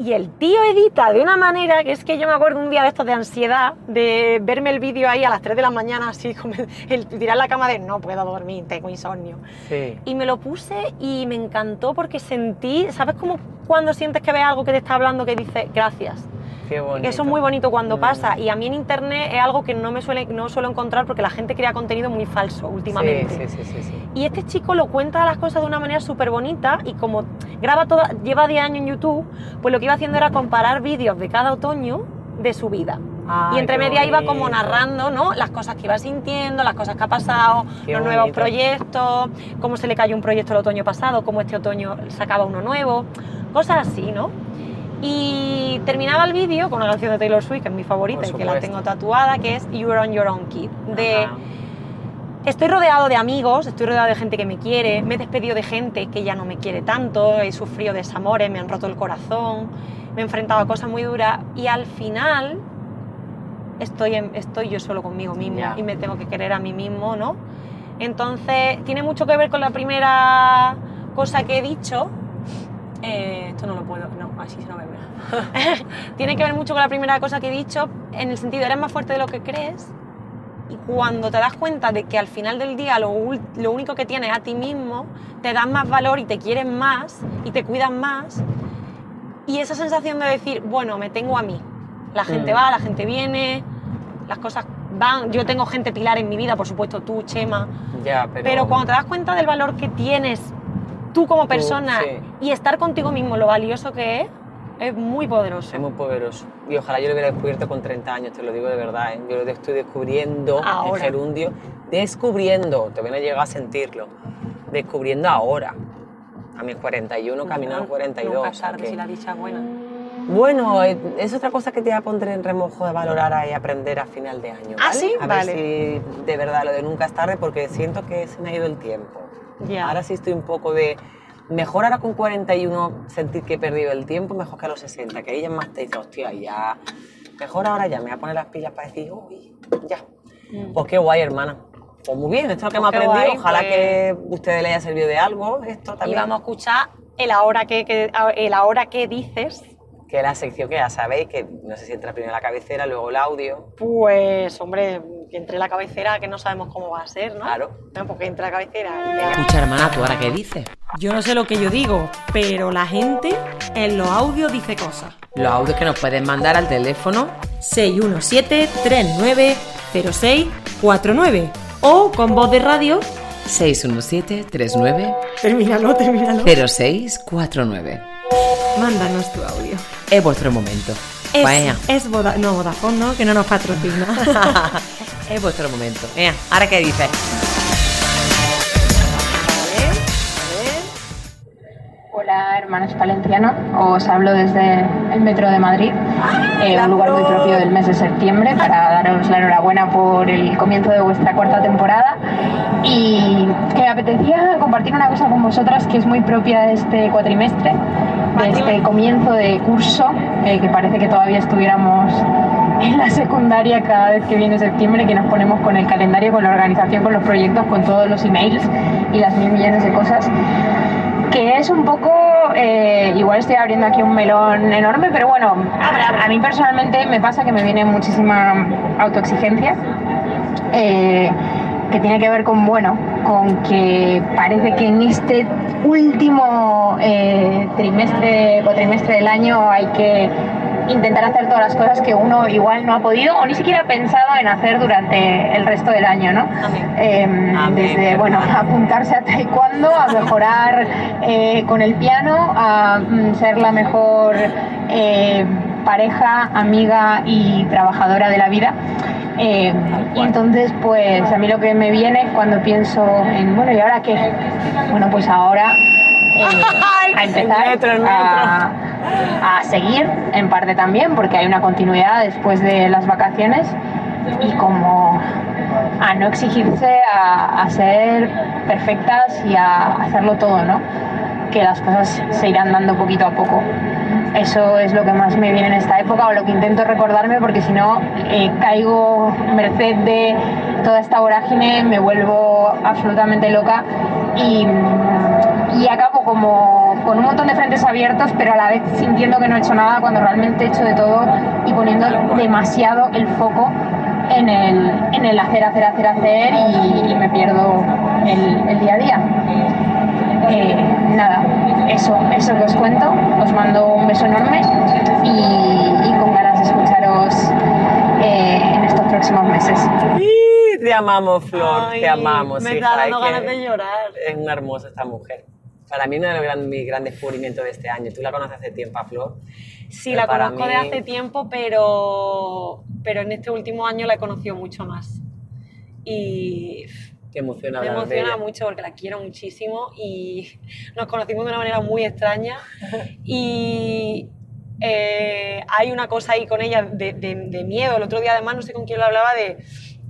[SPEAKER 1] Y el tío edita de una manera que es que yo me acuerdo un día de estos de ansiedad, de verme el vídeo ahí a las 3 de la mañana, así, como [LAUGHS] el tirar la cama de no puedo dormir, tengo insomnio.
[SPEAKER 2] Sí.
[SPEAKER 1] Y me lo puse y me encantó porque sentí, ¿sabes cómo cuando sientes que ves algo que te está hablando que dice gracias?
[SPEAKER 2] Qué bonito.
[SPEAKER 1] Que eso es muy bonito cuando
[SPEAKER 2] Mm.
[SPEAKER 1] pasa. Y a mí en internet es algo que no me suele, no suelo encontrar porque la gente crea contenido muy falso últimamente.
[SPEAKER 2] Sí, sí, sí, sí, sí.
[SPEAKER 1] Y este chico lo cuenta las cosas de una manera súper bonita y como graba toda, lleva 10 años en YouTube, pues lo que iba haciendo era comparar vídeos de cada otoño de su vida. y
[SPEAKER 2] Ay,
[SPEAKER 1] entre
[SPEAKER 2] qué
[SPEAKER 1] media iba como
[SPEAKER 2] bonito.
[SPEAKER 1] narrando, ¿no? Las cosas que iba sintiendo, las cosas que ha pasado,
[SPEAKER 2] Qué
[SPEAKER 1] los nuevos
[SPEAKER 2] bonito.
[SPEAKER 1] proyectos, cómo se le cayó un proyecto el otoño pasado, cómo este otoño sacaba uno nuevo, cosas así, ¿no? Y terminaba el vídeo con una canción de Taylor Swift, que es mi favorita
[SPEAKER 2] Por
[SPEAKER 1] y que la
[SPEAKER 2] supuesto.
[SPEAKER 1] tengo tatuada, que es You're on Your Own Kid, de
[SPEAKER 2] Ajá.
[SPEAKER 1] Estoy rodeado de amigos, estoy rodeado de gente que me quiere, me he despedido de gente que ya no me quiere tanto, he sufrido desamores, me han roto el corazón, me he enfrentado a cosas muy duras y al final estoy, en- estoy yo solo conmigo mismo
[SPEAKER 2] Ya.
[SPEAKER 1] y me tengo que querer a mí mismo, ¿no? Entonces, tiene mucho que ver con la primera cosa que he dicho. Eh, esto no lo puedo, no, así se no me ve. tiene que ver mucho con la primera cosa que he dicho, en el sentido, eres más fuerte de lo que crees. Y cuando te das cuenta de que al final del día lo, ul- lo único que tienes es a ti mismo, te das más valor y te quieres más y te cuidas más. Y esa sensación de decir, bueno, me tengo a mí. La gente
[SPEAKER 2] Mm.
[SPEAKER 1] va, la gente viene, las cosas van. Yo tengo gente pilar en mi vida, por supuesto, tú, Chema.
[SPEAKER 2] Ya, pero.
[SPEAKER 1] Pero, cuando te das cuenta del valor que tienes tú como persona
[SPEAKER 2] sí.
[SPEAKER 1] y estar contigo mismo, lo valioso que es, es muy poderoso.
[SPEAKER 2] Es muy poderoso. Y ojalá yo lo hubiera descubierto con 30 años, te lo digo de verdad. ¿eh? Yo lo estoy descubriendo
[SPEAKER 1] Ahora.
[SPEAKER 2] en gerundio. Descubriendo, todavía no he llegado a sentirlo. Descubriendo ahora. A mis 41, camino a los 42.
[SPEAKER 1] Nunca
[SPEAKER 2] o
[SPEAKER 1] es
[SPEAKER 2] sea
[SPEAKER 1] tarde
[SPEAKER 2] que-
[SPEAKER 1] si la dicha es buena.
[SPEAKER 2] Bueno, eh, es otra cosa que te voy a poner en remojo de valorar y aprender a final de año.
[SPEAKER 1] ¿Ah,
[SPEAKER 2] ¿vale?
[SPEAKER 1] sí?
[SPEAKER 2] A
[SPEAKER 1] Vale.
[SPEAKER 2] ver si de verdad lo de nunca es tarde, porque siento que se me ha ido el tiempo.
[SPEAKER 1] Ya.
[SPEAKER 2] Ahora sí estoy un poco de. Mejor ahora con 41 sentir que he perdido el tiempo, mejor que a los 60, que ahí ya más te dice, hostia, ya. Mejor ahora ya, me voy a poner las pilas para decir, uy, ya. Pues qué guay, hermana. Pues muy bien, esto es lo que
[SPEAKER 1] Mm. Pues
[SPEAKER 2] me
[SPEAKER 1] qué
[SPEAKER 2] he aprendido.
[SPEAKER 1] guay,
[SPEAKER 2] Ojalá
[SPEAKER 1] pues.
[SPEAKER 2] que a ustedes les haya servido de algo esto
[SPEAKER 1] Y
[SPEAKER 2] también.
[SPEAKER 1] vamos a escuchar el ahora que, que- el ahora que dices.
[SPEAKER 2] Que la sección que ya sabéis, que no sé si entra primero la cabecera, luego el audio.
[SPEAKER 1] Pues, hombre, que entre la cabecera, que no sabemos cómo va a ser, ¿no?
[SPEAKER 2] Claro.
[SPEAKER 1] No, porque entre la cabecera y venga.
[SPEAKER 3] Escucha, hermana, ¿tú ahora qué dices?
[SPEAKER 4] Yo no sé lo que yo digo, pero la gente en los audios dice cosas.
[SPEAKER 3] Los audios que nos pueden mandar al teléfono
[SPEAKER 4] 617-390649 o con voz de radio.
[SPEAKER 3] 617-390649.
[SPEAKER 4] Termínalo, termínalo. Mándanos tu audio.
[SPEAKER 3] Es vuestro momento. Pues,
[SPEAKER 4] Es,
[SPEAKER 3] Vaya.
[SPEAKER 4] es Voda- no, Vodafone, ¿no? Que no nos patrocina.
[SPEAKER 3] [LAUGHS] es vuestro momento. Ea, ¿ahora qué dices?
[SPEAKER 5] Hola hermanos Palenciano, os hablo desde el Metro de Madrid, eh, un lugar muy propio del mes de septiembre, para daros la enhorabuena por el comienzo de vuestra cuarta temporada y que me apetecía compartir una cosa con vosotras que es muy propia de este cuatrimestre, de este comienzo de curso, eh, que parece que todavía estuviéramos en la secundaria cada vez que viene septiembre, que nos ponemos con el calendario, con la organización, con los proyectos, con todos los emails y las mil millones de cosas que es un poco, eh, igual estoy abriendo aquí un melón enorme, pero bueno, a, a mí personalmente me pasa que me viene muchísima autoexigencia, eh, que tiene que ver con, bueno, con que parece que en este último eh, trimestre o trimestre del año hay que intentar hacer todas las cosas que uno igual no ha podido o ni siquiera ha pensado en hacer durante el resto del año, ¿no?
[SPEAKER 1] Amén.
[SPEAKER 5] Em,
[SPEAKER 2] Amén,
[SPEAKER 5] desde, bueno,
[SPEAKER 2] hermana.
[SPEAKER 5] apuntarse a taekwondo, a mejorar eh, con el piano, a mm, ser la mejor eh, pareja, amiga y trabajadora de la vida. Eh, y entonces, pues a mí lo que me viene es cuando pienso en, bueno, ¿y ahora qué? Bueno, pues ahora
[SPEAKER 1] [LAUGHS]
[SPEAKER 5] eh, a empezar
[SPEAKER 1] el metro, el metro.
[SPEAKER 2] Ah,
[SPEAKER 5] a, a seguir, en parte también, porque hay una continuidad después de las vacaciones y como a no exigirse a, a ser perfectas y a hacerlo todo, ¿no? Que las cosas se irán dando poquito a poco. Eso es lo que más me viene en esta época o lo que intento recordarme porque si no eh, caigo merced de toda esta vorágine, me vuelvo absolutamente loca y, y acabo como con un montón de frentes abiertos pero a la vez sintiendo que no he hecho nada cuando realmente he hecho de todo y poniendo demasiado el foco en el, en el hacer, hacer, hacer, hacer y, y me pierdo el, el día a día. Eh, nada, eso, eso que os cuento, os mando un beso enorme y, y con ganas de escucharos eh, en estos próximos meses.
[SPEAKER 2] ¡Ih! Te amamos, Flor,
[SPEAKER 1] Ay,
[SPEAKER 2] te amamos.
[SPEAKER 1] Me
[SPEAKER 2] hija,
[SPEAKER 1] está dando
[SPEAKER 2] es que
[SPEAKER 1] ganas de llorar.
[SPEAKER 2] Es una hermosa esta mujer. Para mí, uno de los gran- mis grandes descubrimientos de este año. Tú la conoces hace tiempo, a Flor.
[SPEAKER 1] Sí,
[SPEAKER 2] Pero
[SPEAKER 1] la
[SPEAKER 2] para
[SPEAKER 1] conozco
[SPEAKER 2] mí-
[SPEAKER 1] de hace tiempo, pero, pero en este último año la he conocido mucho más. Y
[SPEAKER 2] Te emociona
[SPEAKER 1] me
[SPEAKER 2] hablar de
[SPEAKER 1] emociona
[SPEAKER 2] ella.
[SPEAKER 1] mucho porque la quiero muchísimo y nos conocimos de una manera muy extraña. Y eh, hay una cosa ahí con ella de, de- de miedo. El otro día, además, no sé con quién lo hablaba, de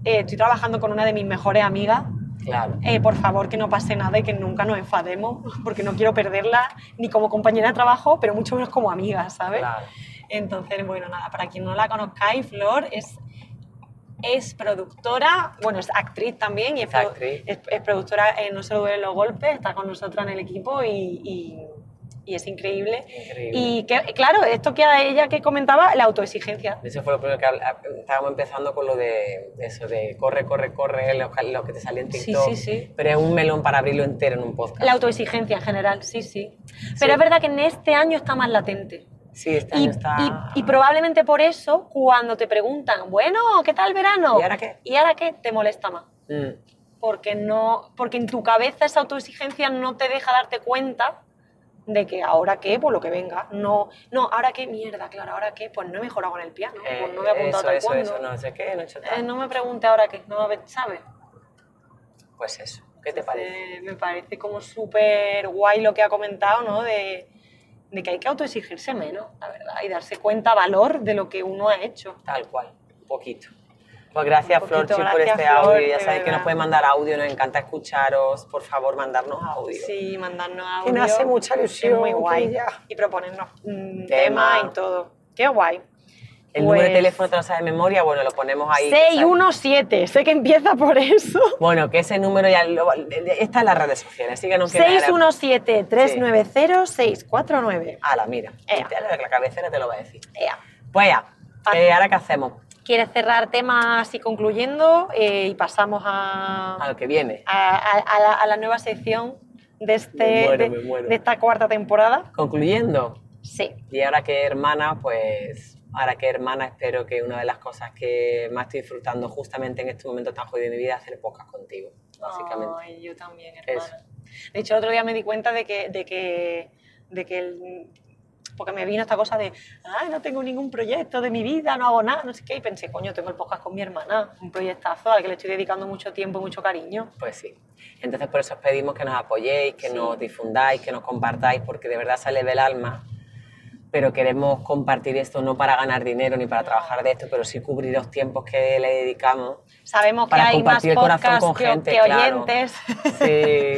[SPEAKER 1] eh, estoy trabajando con una de mis mejores amigas
[SPEAKER 2] Claro.
[SPEAKER 1] eh, por favor, que no pase nada y que nunca nos enfademos, porque no quiero perderla ni como compañera de trabajo, pero mucho menos como amiga, ¿sabes?
[SPEAKER 2] Claro.
[SPEAKER 1] Entonces, bueno, nada, para quien no la conozcáis, Flor es, es productora, bueno, es actriz también y es,
[SPEAKER 2] Es
[SPEAKER 1] produ-
[SPEAKER 2] actriz.
[SPEAKER 1] es- es productora en No se duelen los golpes, está con nosotros en el equipo y, y- y es increíble.
[SPEAKER 2] Increíble.
[SPEAKER 1] Y que, claro, esto que a ella que comentaba, la autoexigencia.
[SPEAKER 2] Eso fue lo primero que habla- estábamos empezando con lo de eso de corre, corre, corre, los lo que te salía en
[SPEAKER 1] Sí,
[SPEAKER 2] TikTok.
[SPEAKER 1] sí, sí.
[SPEAKER 2] Pero es un melón para abrirlo entero en un podcast.
[SPEAKER 1] La autoexigencia en general, sí, sí. Pero es verdad que en este año está más latente.
[SPEAKER 2] Sí, este
[SPEAKER 1] Y,
[SPEAKER 2] año está.
[SPEAKER 1] y- y probablemente por eso, cuando te preguntan, bueno, ¿qué tal verano?
[SPEAKER 2] ¿Y ahora qué?
[SPEAKER 1] ¿Y ahora qué? Te molesta más.
[SPEAKER 2] Mm,
[SPEAKER 1] Porque, no, porque en tu cabeza esa autoexigencia no te deja darte cuenta de que ahora qué, pues lo que venga. No, no, ahora qué mierda, claro, ahora qué, pues no he mejorado con el piano,
[SPEAKER 2] eh,
[SPEAKER 1] pues no me he apuntado
[SPEAKER 2] eso,
[SPEAKER 1] tal
[SPEAKER 2] eso,
[SPEAKER 1] cuando.
[SPEAKER 2] eso, no sé qué, no he hecho
[SPEAKER 1] Eh,
[SPEAKER 2] tal.
[SPEAKER 1] no me pregunte ahora qué, no, me- ¿sabes?
[SPEAKER 2] Pues eso, ¿qué te parece?
[SPEAKER 1] Eh, me parece como súper guay lo que ha comentado, ¿no? De, de que hay que autoexigirse menos, la verdad, y darse cuenta, valor de lo que uno ha hecho.
[SPEAKER 2] Tal cual, un poquito. Pues gracias,
[SPEAKER 1] Un
[SPEAKER 2] Flor,
[SPEAKER 1] poquito,
[SPEAKER 2] Chi, por
[SPEAKER 1] gracias,
[SPEAKER 2] este
[SPEAKER 1] Flor,
[SPEAKER 2] audio. Ya
[SPEAKER 1] de
[SPEAKER 2] sabéis que nos
[SPEAKER 1] verdad.
[SPEAKER 2] puede mandar audio, nos encanta escucharos. Por favor, mandarnos audio.
[SPEAKER 1] Sí, mandarnos audio.
[SPEAKER 2] Que me hace mucha ilusión,
[SPEAKER 1] Es muy guay.
[SPEAKER 2] Quilla.
[SPEAKER 1] Y proponernos mm,
[SPEAKER 2] Tema.
[SPEAKER 1] tema y todo. Qué guay.
[SPEAKER 2] El número de
[SPEAKER 1] Pues-
[SPEAKER 2] teléfono te lo sabes de memoria, bueno, lo ponemos ahí. que sabes.
[SPEAKER 1] 617, sé que empieza por eso.
[SPEAKER 2] Bueno, que ese número ya lo, está en las redes sociales, síganos que nada.
[SPEAKER 1] 617-390-649.
[SPEAKER 2] Ala, mira,
[SPEAKER 1] Ea.
[SPEAKER 2] te lo- la cabecera te lo va a decir.
[SPEAKER 1] Ea.
[SPEAKER 2] Pues ya,
[SPEAKER 1] Fácil.
[SPEAKER 2] eh, ahora qué hacemos,
[SPEAKER 1] ¿Quieres cerrar temas y concluyendo? Eh, y pasamos a,
[SPEAKER 2] a lo que viene.
[SPEAKER 1] a- a- a la, a la nueva sección de, este,
[SPEAKER 2] Me muero,
[SPEAKER 1] de-
[SPEAKER 2] me muero.
[SPEAKER 1] de esta cuarta temporada.
[SPEAKER 2] Concluyendo,
[SPEAKER 1] Sí.
[SPEAKER 2] y ahora que hermana, pues ahora que hermana, espero que una de las cosas que más estoy disfrutando justamente en este momento tan jodido de mi vida es hacer podcast contigo, básicamente.
[SPEAKER 1] Ay, yo también,
[SPEAKER 2] Eso.
[SPEAKER 1] hermana. De hecho, el otro día me di cuenta de que, de que, de que el- porque me vino esta cosa de, ay, no tengo ningún proyecto de mi vida, no hago nada, no sé qué, y pensé, coño, tengo el podcast con mi hermana, un proyectazo al que le estoy dedicando mucho tiempo y mucho cariño.
[SPEAKER 2] Pues sí. Entonces por eso os pedimos que nos apoyéis, que nos difundáis, que nos compartáis, porque de verdad sale del alma. Pero queremos compartir esto no para ganar dinero ni para trabajar de esto, pero sí cubrir los tiempos que le dedicamos.
[SPEAKER 1] Sabemos
[SPEAKER 2] Para
[SPEAKER 1] que hay más
[SPEAKER 2] compartir el corazón
[SPEAKER 1] podcasts
[SPEAKER 2] con
[SPEAKER 1] que,
[SPEAKER 2] gente,
[SPEAKER 1] que
[SPEAKER 2] claro.
[SPEAKER 1] oyentes,
[SPEAKER 2] Sí, [LAUGHS]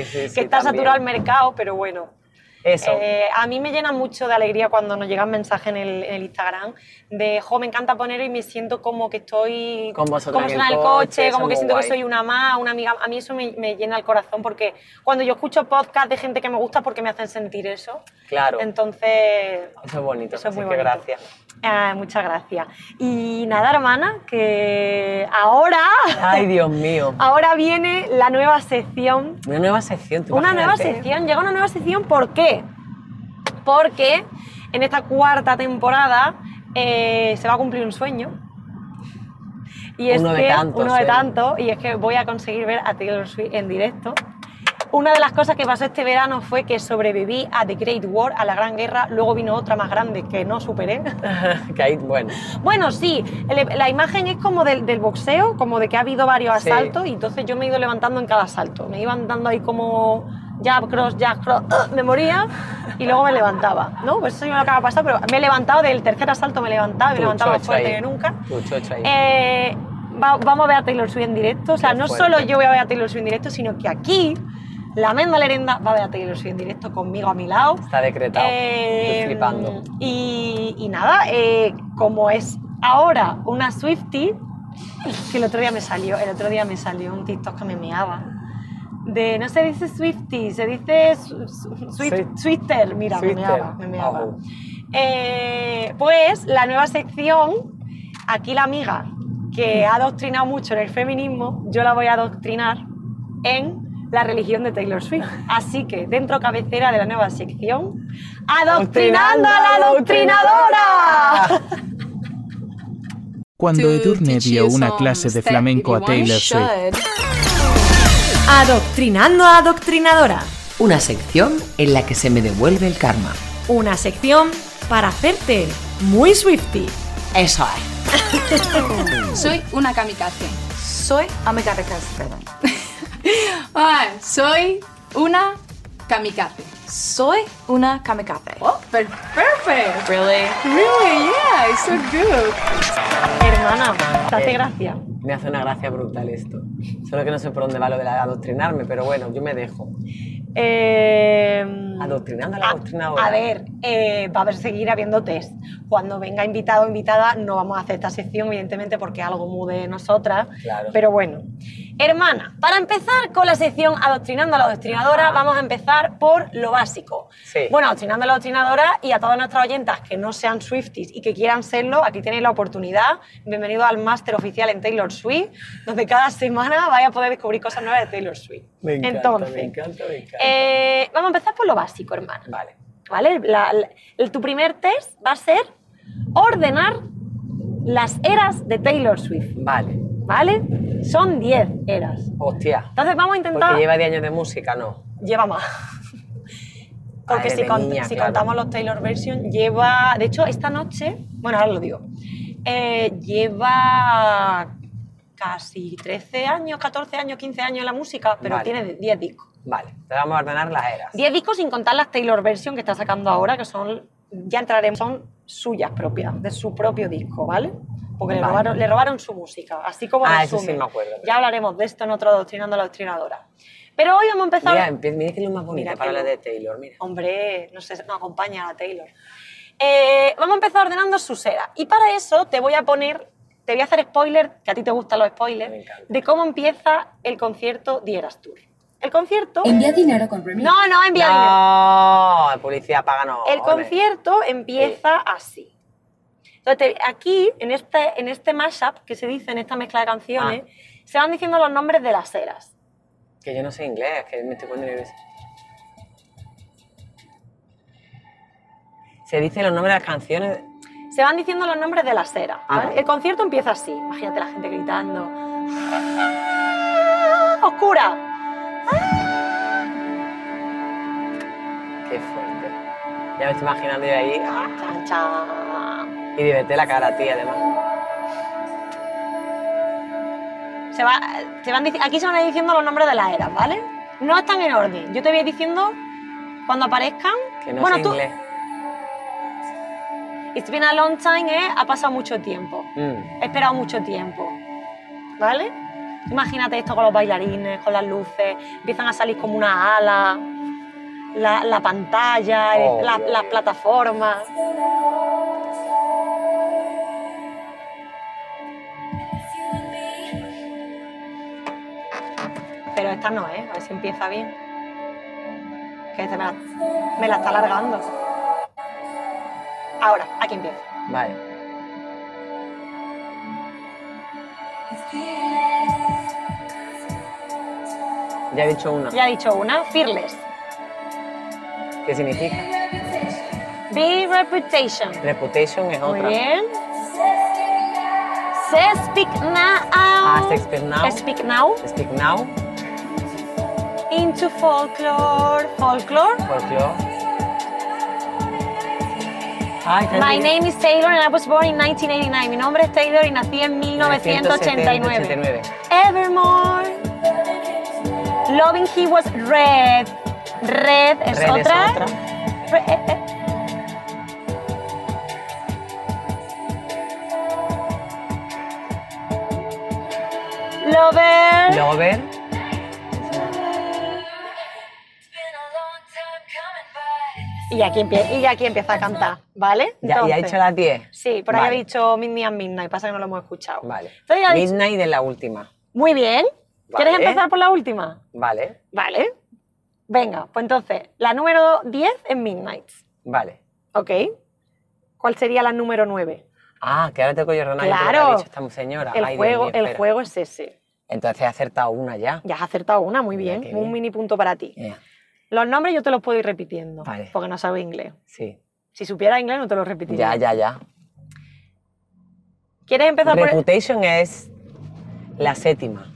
[SPEAKER 2] sí, sí.
[SPEAKER 1] que está
[SPEAKER 2] también.
[SPEAKER 1] saturado el mercado, pero bueno.
[SPEAKER 2] Eso.
[SPEAKER 1] Eh, a mí me llena mucho de alegría cuando nos llegan mensajes en el, en el Instagram de, jo, me encanta poner y me siento como que estoy
[SPEAKER 2] Con vosotras
[SPEAKER 1] como
[SPEAKER 2] en
[SPEAKER 1] estoy
[SPEAKER 2] el coche, eso
[SPEAKER 1] como
[SPEAKER 2] es
[SPEAKER 1] que
[SPEAKER 2] muy
[SPEAKER 1] siento
[SPEAKER 2] guay.
[SPEAKER 1] que soy una más, una amiga. A mí eso me, me llena el corazón porque cuando yo escucho podcast de gente que me gusta porque me hacen sentir eso.
[SPEAKER 2] claro.
[SPEAKER 1] Entonces,
[SPEAKER 2] eso es bonito.
[SPEAKER 1] eso es
[SPEAKER 2] así
[SPEAKER 1] muy
[SPEAKER 2] que
[SPEAKER 1] bonito.
[SPEAKER 2] gracias.
[SPEAKER 1] ah, muchas gracias. Y nada, hermana, que ahora,
[SPEAKER 2] Ay, Dios mío.
[SPEAKER 1] ahora viene la nueva sección
[SPEAKER 2] Una nueva sección. ¿tú
[SPEAKER 1] una nueva
[SPEAKER 2] imagínate?
[SPEAKER 1] sección, llega una nueva sección, ¿por qué? Porque en esta cuarta temporada eh, se va a cumplir un sueño. Y es
[SPEAKER 2] Uno de
[SPEAKER 1] que-
[SPEAKER 2] tantos,
[SPEAKER 1] uno de
[SPEAKER 2] ¿eh?
[SPEAKER 1] tanto, y es que voy a conseguir ver a Taylor Swift en directo. Una de las cosas que pasó este verano fue que sobreviví a The Great War, a la Gran Guerra, luego vino otra más grande que no superé.
[SPEAKER 2] [LAUGHS] que ahí, bueno,
[SPEAKER 1] Bueno, sí, el- la imagen es como del, del boxeo, como de que ha habido varios
[SPEAKER 2] Sí.
[SPEAKER 1] asaltos y entonces yo me he ido levantando en cada asalto. Me iban dando ahí como jab, cross, jab, cross, ¡ah! me moría y luego me levantaba. No, pues eso yo no lo acaba de pasar, pero me he levantado del tercer asalto, me he levantado, me he
[SPEAKER 2] Tu
[SPEAKER 1] levantado más
[SPEAKER 2] chocho
[SPEAKER 1] fuerte
[SPEAKER 2] ahí.
[SPEAKER 1] que nunca.
[SPEAKER 2] tu chocho ahí.
[SPEAKER 1] Eh, va- vamos a ver a Taylor Swift en directo. O sea,
[SPEAKER 2] Qué
[SPEAKER 1] no
[SPEAKER 2] fuerte.
[SPEAKER 1] solo yo voy a ver a Taylor Swift en directo, sino que aquí la Menda Lerenda va a ver a Taylor Swift en directo conmigo a mi lado.
[SPEAKER 2] Está decretado.
[SPEAKER 1] Eh,
[SPEAKER 2] Estoy flipando.
[SPEAKER 1] Y, y nada, eh, como es ahora una Swifty, que el otro día me salió, el otro día me salió un TikTok que me meaba. De no se dice Swifty, se dice su- su- Swift,
[SPEAKER 2] Sí.
[SPEAKER 1] Swifter. Mira, me
[SPEAKER 2] Swifter.
[SPEAKER 1] meaba, me meaba.
[SPEAKER 2] Ojo.
[SPEAKER 1] Eh, pues la nueva sección, aquí la amiga que ha adoctrinado mucho en el feminismo, yo la voy a adoctrinar en la religión de Taylor Swift. Así que dentro cabecera de la nueva sección, adoctrinando a la adoctrinadora.
[SPEAKER 6] Cuando Edurne dio una clase de flamenco a Taylor Swift,
[SPEAKER 4] Adoctrinando a Adoctrinadora.
[SPEAKER 3] Una sección en la que se me devuelve el karma.
[SPEAKER 4] Una sección para hacerte muy Swifty.
[SPEAKER 3] Eso es.
[SPEAKER 7] Soy una kamikaze. Soy una kamikaze, [LAUGHS] perdón. Ah, soy una kamikaze. Soy una kamikaze. Oh, per- perfect. Really? Really, yeah, it's so good.
[SPEAKER 1] Hermana, date gracia.
[SPEAKER 2] Me Me hace una gracia brutal esto. Solo que no sé por dónde va lo de la- adoctrinarme, pero bueno, yo me dejo.
[SPEAKER 1] Eh,
[SPEAKER 2] Adoctrinando a la
[SPEAKER 1] a,
[SPEAKER 2] adoctrinadora.
[SPEAKER 1] a ver, eh, va a haber- seguir habiendo test. Cuando venga invitado o invitada, no vamos a hacer esta sección, evidentemente, porque algo mude en nosotras.
[SPEAKER 2] Claro.
[SPEAKER 1] Pero bueno. Hermana, para empezar con la sección Adoctrinando a la Adoctrinadora, vamos a empezar por lo básico.
[SPEAKER 2] Sí.
[SPEAKER 1] Bueno, Adoctrinando a la Adoctrinadora y a todas nuestras oyentas que no sean Swifties y que quieran serlo, aquí tenéis la oportunidad. Bienvenido al máster oficial en Taylor Swift, donde cada semana vais a poder descubrir cosas nuevas de Taylor Swift.
[SPEAKER 2] Me encanta,
[SPEAKER 1] Entonces,
[SPEAKER 2] me encanta, me encanta.
[SPEAKER 1] eh, vamos a empezar por lo básico, hermana.
[SPEAKER 2] Vale.
[SPEAKER 1] ¿vale? La- la- el- tu primer test va a ser ordenar las eras de Taylor Swift,
[SPEAKER 2] Vale.
[SPEAKER 1] ¿vale? Son 10 eras.
[SPEAKER 2] Hostia.
[SPEAKER 1] Entonces vamos a intentar...
[SPEAKER 2] Porque lleva 10 años de música, ¿no.
[SPEAKER 1] lleva
[SPEAKER 2] [LAUGHS]
[SPEAKER 1] más. Porque
[SPEAKER 2] Madre
[SPEAKER 1] si,
[SPEAKER 2] de
[SPEAKER 1] cont-
[SPEAKER 2] niña,
[SPEAKER 1] si
[SPEAKER 2] claro.
[SPEAKER 1] contamos los Taylor Version, lleva... De hecho, esta noche, bueno, ahora lo digo, eh, lleva casi 13 años, 14 años, 15 años en la música, pero
[SPEAKER 2] Vale.
[SPEAKER 1] tiene 10 discos.
[SPEAKER 2] Vale. Te vamos a ordenar las eras.
[SPEAKER 1] 10 discos sin contar las Taylor Version que está sacando ahora, que son, ya entraremos, son suyas propias, de su propio disco, ¿vale? Porque le,
[SPEAKER 2] Vale.
[SPEAKER 1] robaron, le robaron su música, así como
[SPEAKER 2] Ah, eso
[SPEAKER 1] resumen.
[SPEAKER 2] sí me acuerdo.
[SPEAKER 1] Ya hablaremos de esto en otro Adoctrinando a la Adoctrinadora. Pero hoy vamos a empezar...
[SPEAKER 2] Mira, empie- mira que es lo más bonito
[SPEAKER 1] Mira
[SPEAKER 2] para
[SPEAKER 1] que
[SPEAKER 2] hablar
[SPEAKER 1] lo-
[SPEAKER 2] de Taylor, mira.
[SPEAKER 1] Hombre, no sé, no acompaña a Taylor. Eh, vamos a empezar ordenando sus eras. Y para eso te voy a poner, te voy a hacer spoiler, que a ti te gustan los
[SPEAKER 2] Me
[SPEAKER 1] spoilers,
[SPEAKER 2] encanta.
[SPEAKER 1] de cómo empieza el concierto de Eras Tour. El concierto...
[SPEAKER 8] Envía dinero con Remy.
[SPEAKER 1] No, no, envía dinero.
[SPEAKER 2] No, policía paga no.
[SPEAKER 1] El
[SPEAKER 2] hombre.
[SPEAKER 1] concierto empieza así. Entonces, te- aquí, en este, en este mashup que se dice, en esta mezcla de canciones,
[SPEAKER 2] Ah.
[SPEAKER 1] se van diciendo los nombres de las eras.
[SPEAKER 2] Que yo no sé inglés, que me estoy poniendo nerviosa. Se dicen los nombres de las canciones.
[SPEAKER 1] Se van diciendo los nombres de las eras.
[SPEAKER 2] Ah,
[SPEAKER 1] ¿vale?
[SPEAKER 2] vale.
[SPEAKER 1] El concierto empieza así. Imagínate la gente gritando. "¡Ah! ¡Oscura!
[SPEAKER 2] Qué fuerte. Ya me estoy imaginando yo ahí. ¡ah!
[SPEAKER 1] Chan, chan.
[SPEAKER 2] Y divertí la cara a ti, además.
[SPEAKER 1] Se va, se van, dici- aquí se van a ir diciendo los nombres de las eras, ¿vale? No están en orden. Yo te voy a ir diciendo cuando aparezcan.
[SPEAKER 2] Que no
[SPEAKER 1] bueno,
[SPEAKER 2] sé
[SPEAKER 1] tú,
[SPEAKER 2] inglés.
[SPEAKER 1] It's been a long time, ¿eh? Ha pasado mucho tiempo.
[SPEAKER 2] Mm.
[SPEAKER 1] he esperado mucho tiempo, ¿vale? Imagínate esto con los bailarines, con las luces, empiezan a salir como una ala, la, la pantalla, el-
[SPEAKER 2] Oh,
[SPEAKER 1] la-
[SPEAKER 2] Dios
[SPEAKER 1] las
[SPEAKER 2] mío.
[SPEAKER 1] plataformas. Pero esta no es, a ver si empieza bien. Que esta me la, me la está alargando. Ahora, aquí empieza.
[SPEAKER 2] Vale. Ya he dicho una.
[SPEAKER 1] Ya he dicho una, Fearless.
[SPEAKER 2] ¿Qué significa?
[SPEAKER 1] Be Reputation.
[SPEAKER 2] Reputation es
[SPEAKER 1] Muy
[SPEAKER 2] otra.
[SPEAKER 1] bien. Se Speak Now.
[SPEAKER 2] Ah, se Speak Now.
[SPEAKER 1] Speak Now.
[SPEAKER 2] Speak Now,
[SPEAKER 1] Into Folklore. Folklore.
[SPEAKER 2] folklore. Ay, qué
[SPEAKER 1] My
[SPEAKER 2] bien.
[SPEAKER 1] name is Taylor and I was born in 1989. Mi nombre es Taylor y nací en 1989.
[SPEAKER 2] 1989.
[SPEAKER 1] Evermore. Loving He Was Red. Red es
[SPEAKER 2] Red es
[SPEAKER 1] otra.
[SPEAKER 2] otra.
[SPEAKER 1] Re- eh, eh. Lover.
[SPEAKER 2] Lover.
[SPEAKER 1] Y aquí, empie- y aquí empieza a cantar, ¿vale?
[SPEAKER 2] Ya, ya he
[SPEAKER 1] Entonces,
[SPEAKER 2] dicho las 10.
[SPEAKER 1] Sí, por ahí
[SPEAKER 2] Vale.
[SPEAKER 1] ha dicho Midnight and Midnight, pasa que no lo hemos escuchado.
[SPEAKER 2] Vale.
[SPEAKER 1] Entonces ya ha dicho-
[SPEAKER 2] Midnight es la última.
[SPEAKER 1] Muy bien. ¿Quieres
[SPEAKER 2] Vale.
[SPEAKER 1] empezar por la última?
[SPEAKER 2] Vale,
[SPEAKER 1] Vale. Venga, pues entonces, la número 10 es Midnight.
[SPEAKER 2] vale.
[SPEAKER 1] ¿Ok? ¿Cuál sería la número 9?
[SPEAKER 2] Ah, que ahora tengo yo Ronaldo que lo
[SPEAKER 1] Claro.
[SPEAKER 2] que ha dicho esta señora.
[SPEAKER 1] El,
[SPEAKER 2] Ah, Ay, Dios
[SPEAKER 1] juego,
[SPEAKER 2] mío,
[SPEAKER 1] el
[SPEAKER 2] espera.
[SPEAKER 1] juego es ese.
[SPEAKER 2] Entonces he acertado una ya.
[SPEAKER 1] Ya has acertado una, muy
[SPEAKER 2] Mira,
[SPEAKER 1] bien.
[SPEAKER 2] qué bien.
[SPEAKER 1] Un mini punto para ti.
[SPEAKER 2] Ya,
[SPEAKER 1] Los nombres yo te los puedo ir repitiendo,
[SPEAKER 2] Vale.
[SPEAKER 1] porque no sabes inglés.
[SPEAKER 2] Sí.
[SPEAKER 1] Si supiera inglés no te los repetiría.
[SPEAKER 2] Ya, ya, ya.
[SPEAKER 1] ¿Quieres empezar por...? el-
[SPEAKER 2] Reputation es la séptima.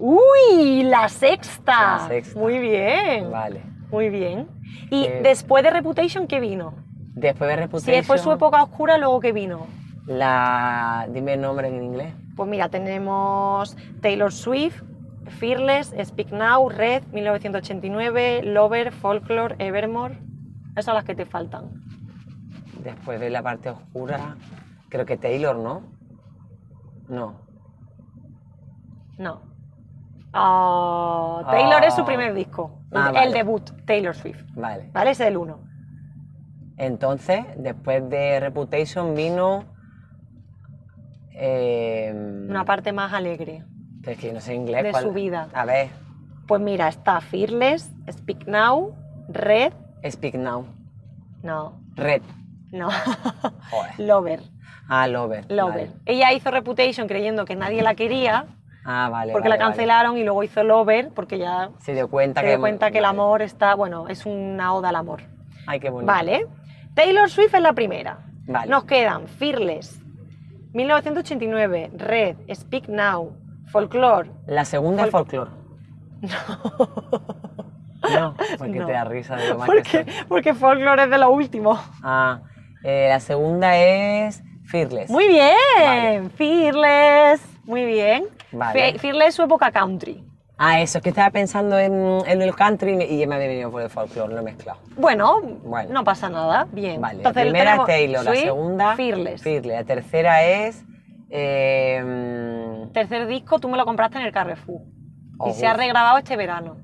[SPEAKER 1] ¡Uy! La sexta.
[SPEAKER 2] La sexta.
[SPEAKER 1] Muy bien.
[SPEAKER 2] Vale.
[SPEAKER 1] Muy bien. ¿Y
[SPEAKER 2] Eh,
[SPEAKER 1] después de Reputation qué vino?
[SPEAKER 2] Después de
[SPEAKER 1] Si
[SPEAKER 2] Reputation.
[SPEAKER 1] después su época oscura, luego qué vino.
[SPEAKER 2] La. Dime el nombre en inglés.
[SPEAKER 1] Pues mira, tenemos Taylor Swift, Fearless, Speak Now, Red, 1989, Lover, Folklore, Evermore. Esas son las que te faltan.
[SPEAKER 2] Después de la parte oscura. Creo que Taylor, ¿no? No.
[SPEAKER 1] No. Ah, Taylor
[SPEAKER 2] Ah.
[SPEAKER 1] es su primer disco.
[SPEAKER 2] Ah,
[SPEAKER 1] el
[SPEAKER 2] vale.
[SPEAKER 1] debut, Taylor Swift.
[SPEAKER 2] Vale.
[SPEAKER 1] ¿Vale? Ese es el uno.
[SPEAKER 2] Entonces, después de Reputation vino. eh,
[SPEAKER 1] Una parte más alegre.
[SPEAKER 2] pero Es que yo no sé inglés.
[SPEAKER 1] de
[SPEAKER 2] cuál-
[SPEAKER 1] su vida.
[SPEAKER 2] A ver,
[SPEAKER 1] Pues mira, está Fearless, Speak Now, Red.
[SPEAKER 2] Speak Now.
[SPEAKER 1] No,
[SPEAKER 2] Red.
[SPEAKER 1] no. [LAUGHS]
[SPEAKER 2] Joder.
[SPEAKER 1] Lover.
[SPEAKER 2] Ah, Lover.
[SPEAKER 1] Lover.
[SPEAKER 2] vale.
[SPEAKER 1] Ella hizo Reputation creyendo que nadie la quería
[SPEAKER 2] Ah, vale.
[SPEAKER 1] porque
[SPEAKER 2] vale,
[SPEAKER 1] la
[SPEAKER 2] vale.
[SPEAKER 1] cancelaron y luego hizo Lover porque ya
[SPEAKER 2] Se dio cuenta
[SPEAKER 1] se
[SPEAKER 2] que.
[SPEAKER 1] dio cuenta que el
[SPEAKER 2] vale.
[SPEAKER 1] amor está, bueno, es una oda al amor.
[SPEAKER 2] Ay, qué bonito.
[SPEAKER 1] Vale. Taylor Swift es la primera.
[SPEAKER 2] Vale.
[SPEAKER 1] Nos quedan Fearless, 1989, Red, Speak Now, Folklore.
[SPEAKER 2] La segunda es folclore. No. porque
[SPEAKER 1] No.
[SPEAKER 2] te da risa de lo más que
[SPEAKER 1] Porque,
[SPEAKER 2] soy.
[SPEAKER 1] porque Folklore es de lo último.
[SPEAKER 2] Ah, eh, la segunda es Fearless.
[SPEAKER 1] Muy bien,
[SPEAKER 2] Vale.
[SPEAKER 1] Fearless. Muy bien.
[SPEAKER 2] Vale.
[SPEAKER 1] Fe- Fearless es su época country.
[SPEAKER 2] Ah, eso, es que estaba pensando en, en el country y me- y me había venido por el folclore, lo he mezclado.
[SPEAKER 1] Bueno,
[SPEAKER 2] Bueno.
[SPEAKER 1] no pasa nada. Bien.
[SPEAKER 2] Vale,
[SPEAKER 1] Entonces,
[SPEAKER 2] la primera es
[SPEAKER 1] tenemos
[SPEAKER 2] Taylor, la
[SPEAKER 1] Swift,
[SPEAKER 2] segunda
[SPEAKER 1] Fearless.
[SPEAKER 2] La tercera es eh,
[SPEAKER 1] Tercer disco, tú me lo compraste en el Carrefour. y
[SPEAKER 2] Oh,
[SPEAKER 1] se ha
[SPEAKER 2] uf.
[SPEAKER 1] regrabado este verano.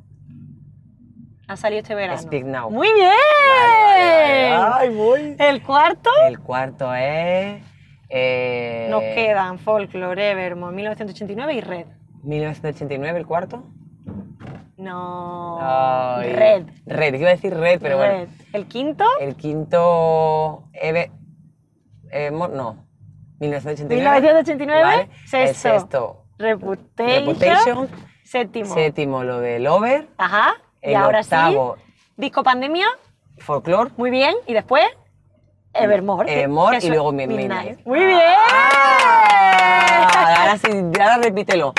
[SPEAKER 1] Ha salido este verano.
[SPEAKER 2] Speak Now.
[SPEAKER 1] Muy bien.
[SPEAKER 2] Vale, vale, vale. Ay, voy.
[SPEAKER 1] El cuarto.
[SPEAKER 2] El cuarto es eh,
[SPEAKER 1] Nos quedan Folklore, Evermore, 1989 y Red.
[SPEAKER 2] 1989 el cuarto.
[SPEAKER 1] No.
[SPEAKER 2] Ay.
[SPEAKER 1] Red.
[SPEAKER 2] Red, iba a decir red, pero
[SPEAKER 1] Red.
[SPEAKER 2] bueno.
[SPEAKER 1] El quinto.
[SPEAKER 2] El quinto Eve, eh, mo- no. 1989.
[SPEAKER 1] 1989.
[SPEAKER 2] Eh, Vale. El
[SPEAKER 1] Sexto.
[SPEAKER 2] sexto.
[SPEAKER 1] Reputation.
[SPEAKER 2] Reputation.
[SPEAKER 1] Séptimo.
[SPEAKER 2] Séptimo, lo del over.
[SPEAKER 1] Ajá. y
[SPEAKER 2] El
[SPEAKER 1] ahora
[SPEAKER 2] octavo.
[SPEAKER 1] sí. Disco Pandemia.
[SPEAKER 2] Folklore.
[SPEAKER 1] Muy bien. Y después. Evermore. que-
[SPEAKER 2] Evermore
[SPEAKER 1] que
[SPEAKER 2] Eh, y
[SPEAKER 1] su-
[SPEAKER 2] luego Mid- Midnight.
[SPEAKER 1] Muy bien.
[SPEAKER 2] Ah, ahora sí, ahora repítelo.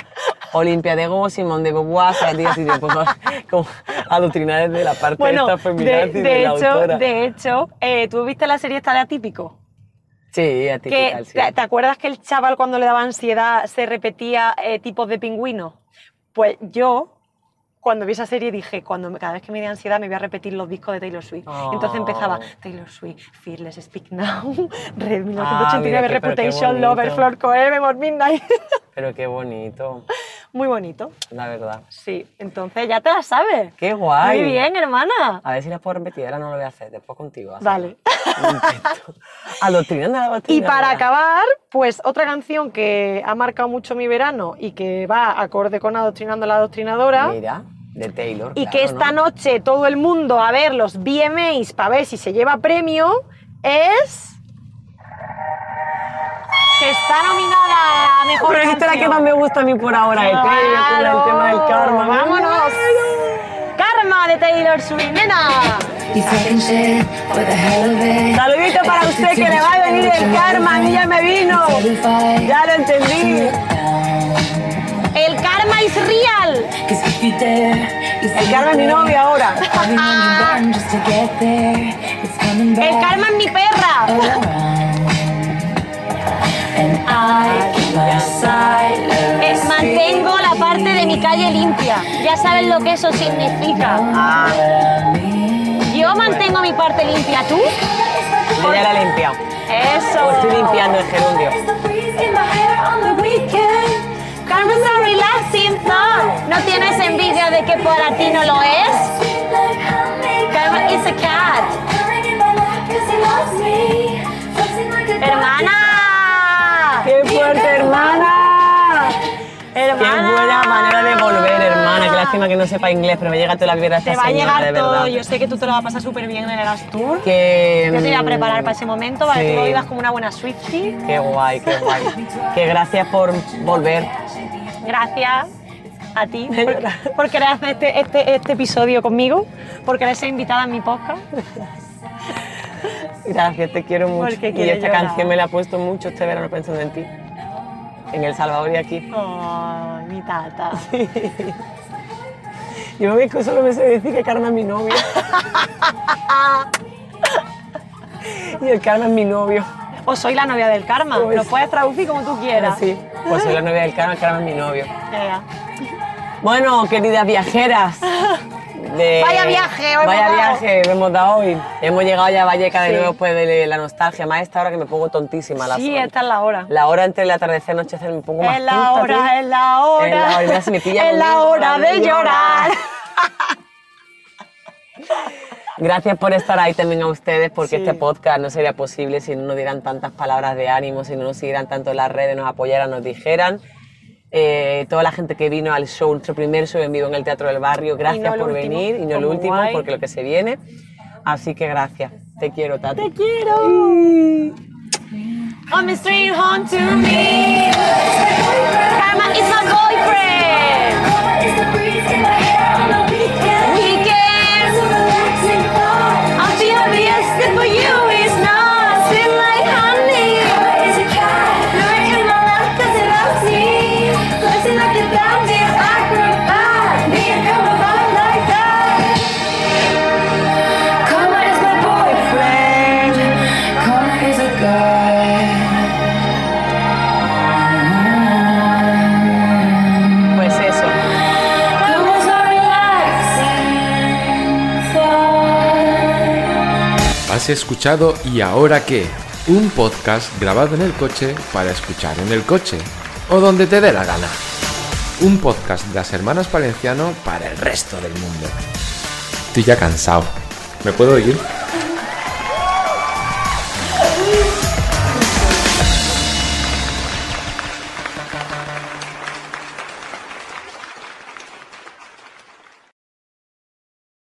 [SPEAKER 2] Olimpia de Gogos, Simón de Beauvoir, Sardinas y de Beauvoir, [LAUGHS] como adoctrinar de la parte
[SPEAKER 1] Bueno,
[SPEAKER 2] esta
[SPEAKER 1] de,
[SPEAKER 2] feminazi de,
[SPEAKER 1] de
[SPEAKER 2] la
[SPEAKER 1] hecho,
[SPEAKER 2] autora.
[SPEAKER 1] de hecho eh, ¿tú viste la serie esta de Atípico?
[SPEAKER 2] sí, a ti
[SPEAKER 1] que,
[SPEAKER 2] tal, sí.
[SPEAKER 1] ¿te, te acuerdas que el chaval cuando le daba ansiedad se repetía eh, tipos de pingüinos? Pues yo, cuando vi esa serie, dije, cuando me- cada vez que me dé ansiedad me voy a repetir los discos de Taylor Swift. Entonces
[SPEAKER 2] Oh.
[SPEAKER 1] empezaba Taylor Swift, Fearless, Speak Now, [LAUGHS] Red
[SPEAKER 2] Ah,
[SPEAKER 1] 1989,
[SPEAKER 2] mira qué- pero qué
[SPEAKER 1] Reputation, Lover,
[SPEAKER 2] bonito.
[SPEAKER 1] Flor Coe, More Midnight. [LAUGHS]
[SPEAKER 2] Pero qué bonito,
[SPEAKER 1] Muy bonito.
[SPEAKER 2] la verdad.
[SPEAKER 1] Sí, entonces ya te la sabes.
[SPEAKER 2] ¡Qué guay!
[SPEAKER 1] Muy bien, hermana.
[SPEAKER 2] A ver si las puedo repetir, ahora no lo voy a hacer, después contigo. hazlo. [LAUGHS]
[SPEAKER 1] Vale.
[SPEAKER 2] Lo intento. Adoctrinando a la
[SPEAKER 1] Y
[SPEAKER 2] adoctrinadora.
[SPEAKER 1] para acabar, pues otra canción que ha marcado mucho mi verano y que va acorde con Adoctrinando a la Adoctrinadora.
[SPEAKER 2] Mira, de Taylor.
[SPEAKER 1] y
[SPEAKER 2] claro,
[SPEAKER 1] que esta
[SPEAKER 2] ¿no?
[SPEAKER 1] noche todo el mundo a ver los VMAs para ver si se lleva premio es que está nominada a mejor
[SPEAKER 2] Pero esta es la que más me gusta a mí por ahora, de Taylor, con el
[SPEAKER 1] Claro.
[SPEAKER 2] tema del karma.
[SPEAKER 1] Vámonos. Karma de Taylor Swift, nena.
[SPEAKER 2] Saludito para usted que le va a venir el karma, a mí ya me vino. Ya lo entendí.
[SPEAKER 1] El karma is real.
[SPEAKER 2] El karma es mi novia ahora.
[SPEAKER 1] Ah. El karma es mi perra. Eh, mantengo la parte de mi calle limpia. Ya saben lo que eso significa. Yo mantengo mi parte limpia, ¿tú?
[SPEAKER 2] Yo ya la he limpiado. Pues
[SPEAKER 1] Eso.
[SPEAKER 2] Estoy limpiando el gerundio.
[SPEAKER 1] Karma is a relaxing thought. ¿No tienes envidia de que para ti no lo es? Karma is a cat. ¡Hermana!
[SPEAKER 2] ¡Qué fuerte, hermana! Qué
[SPEAKER 1] ¡Hermana!
[SPEAKER 2] buena manera de volver, hermana. Qué lástima que no sepa inglés, pero me llega toda la vida esta
[SPEAKER 1] Te va a
[SPEAKER 2] señora, de
[SPEAKER 1] llegar
[SPEAKER 2] verdad.
[SPEAKER 1] todo. Yo sé que tú te lo vas a pasar súper bien en el Astur.
[SPEAKER 2] Que,
[SPEAKER 1] Yo te voy a
[SPEAKER 2] mm,
[SPEAKER 1] preparar para ese momento, para que tú lo
[SPEAKER 2] sí.
[SPEAKER 1] vivas como una buena Swiftie.
[SPEAKER 2] Qué guay, qué guay. que gracias por volver.
[SPEAKER 1] Gracias a ti por, por querer hacer este, este, este episodio conmigo, por querer ser invitada a mi podcast.
[SPEAKER 2] Gracias, te quiero mucho.
[SPEAKER 1] Porque
[SPEAKER 2] Y
[SPEAKER 1] quiere
[SPEAKER 2] esta
[SPEAKER 1] llorar.
[SPEAKER 2] canción me la he puesto mucho este verano pensando en ti. En El Salvador y aquí.
[SPEAKER 1] Oh, mi tata.
[SPEAKER 2] Yo me que solo me sé decir que Karma es
[SPEAKER 1] [LAUGHS]
[SPEAKER 2] mi novio. y el Karma es mi novio.
[SPEAKER 1] O soy la novia del karma.
[SPEAKER 2] Pues-
[SPEAKER 1] Lo puedes traducir como tú quieras.
[SPEAKER 2] Sí, pues soy la novia del Karma, el Karma es mi novio.
[SPEAKER 1] Ea.
[SPEAKER 2] Bueno, queridas viajeras, de.
[SPEAKER 1] [LAUGHS] Vaya viaje, hoy
[SPEAKER 2] Vaya
[SPEAKER 1] hemos dado.
[SPEAKER 2] viaje, me hemos dado hoy. Hemos llegado ya a Valleca de
[SPEAKER 1] Sí.
[SPEAKER 2] nuevo después de la nostalgia. Más esta hora que me pongo tontísima. a las
[SPEAKER 1] Sí,
[SPEAKER 2] horas.
[SPEAKER 1] esta es la hora.
[SPEAKER 2] La hora entre el atardecer y el anochecer me pongo más
[SPEAKER 1] Es la
[SPEAKER 2] tonta,
[SPEAKER 1] hora,
[SPEAKER 2] tío.
[SPEAKER 1] es la hora.
[SPEAKER 2] Es la hora, mira, si me pilla
[SPEAKER 1] Es
[SPEAKER 2] con
[SPEAKER 1] la
[SPEAKER 2] miedo,
[SPEAKER 1] hora
[SPEAKER 2] me
[SPEAKER 1] de
[SPEAKER 2] [LAUGHS]
[SPEAKER 1] llorar.
[SPEAKER 2] Gracias por estar ahí también a ustedes, porque
[SPEAKER 1] Sí.
[SPEAKER 2] este podcast no sería posible si no nos dieran tantas palabras de ánimo, si no nos siguieran tanto en las redes, nos apoyaran, nos dijeran. Eh, toda la gente que vino al show, nuestro primer show en vivo en el Teatro del Barrio, gracias
[SPEAKER 1] no el
[SPEAKER 2] por
[SPEAKER 1] último,
[SPEAKER 2] venir y no el
[SPEAKER 1] como
[SPEAKER 2] último,
[SPEAKER 1] guay.
[SPEAKER 2] porque lo que se viene. Así que gracias. Te quiero, Tati. Mm.
[SPEAKER 1] I'm a straight home to me. Karma is my boyfriend. Weekends. I feel the best for you is not. Sweet like honey.
[SPEAKER 2] Pues eso.
[SPEAKER 8] Has escuchado Y ahora qué, un podcast grabado en el coche para escuchar en el coche o donde te dé la gana. Un podcast de las hermanas Palenciano para el resto del mundo. Estoy ya cansado. ¿Me puedo ir?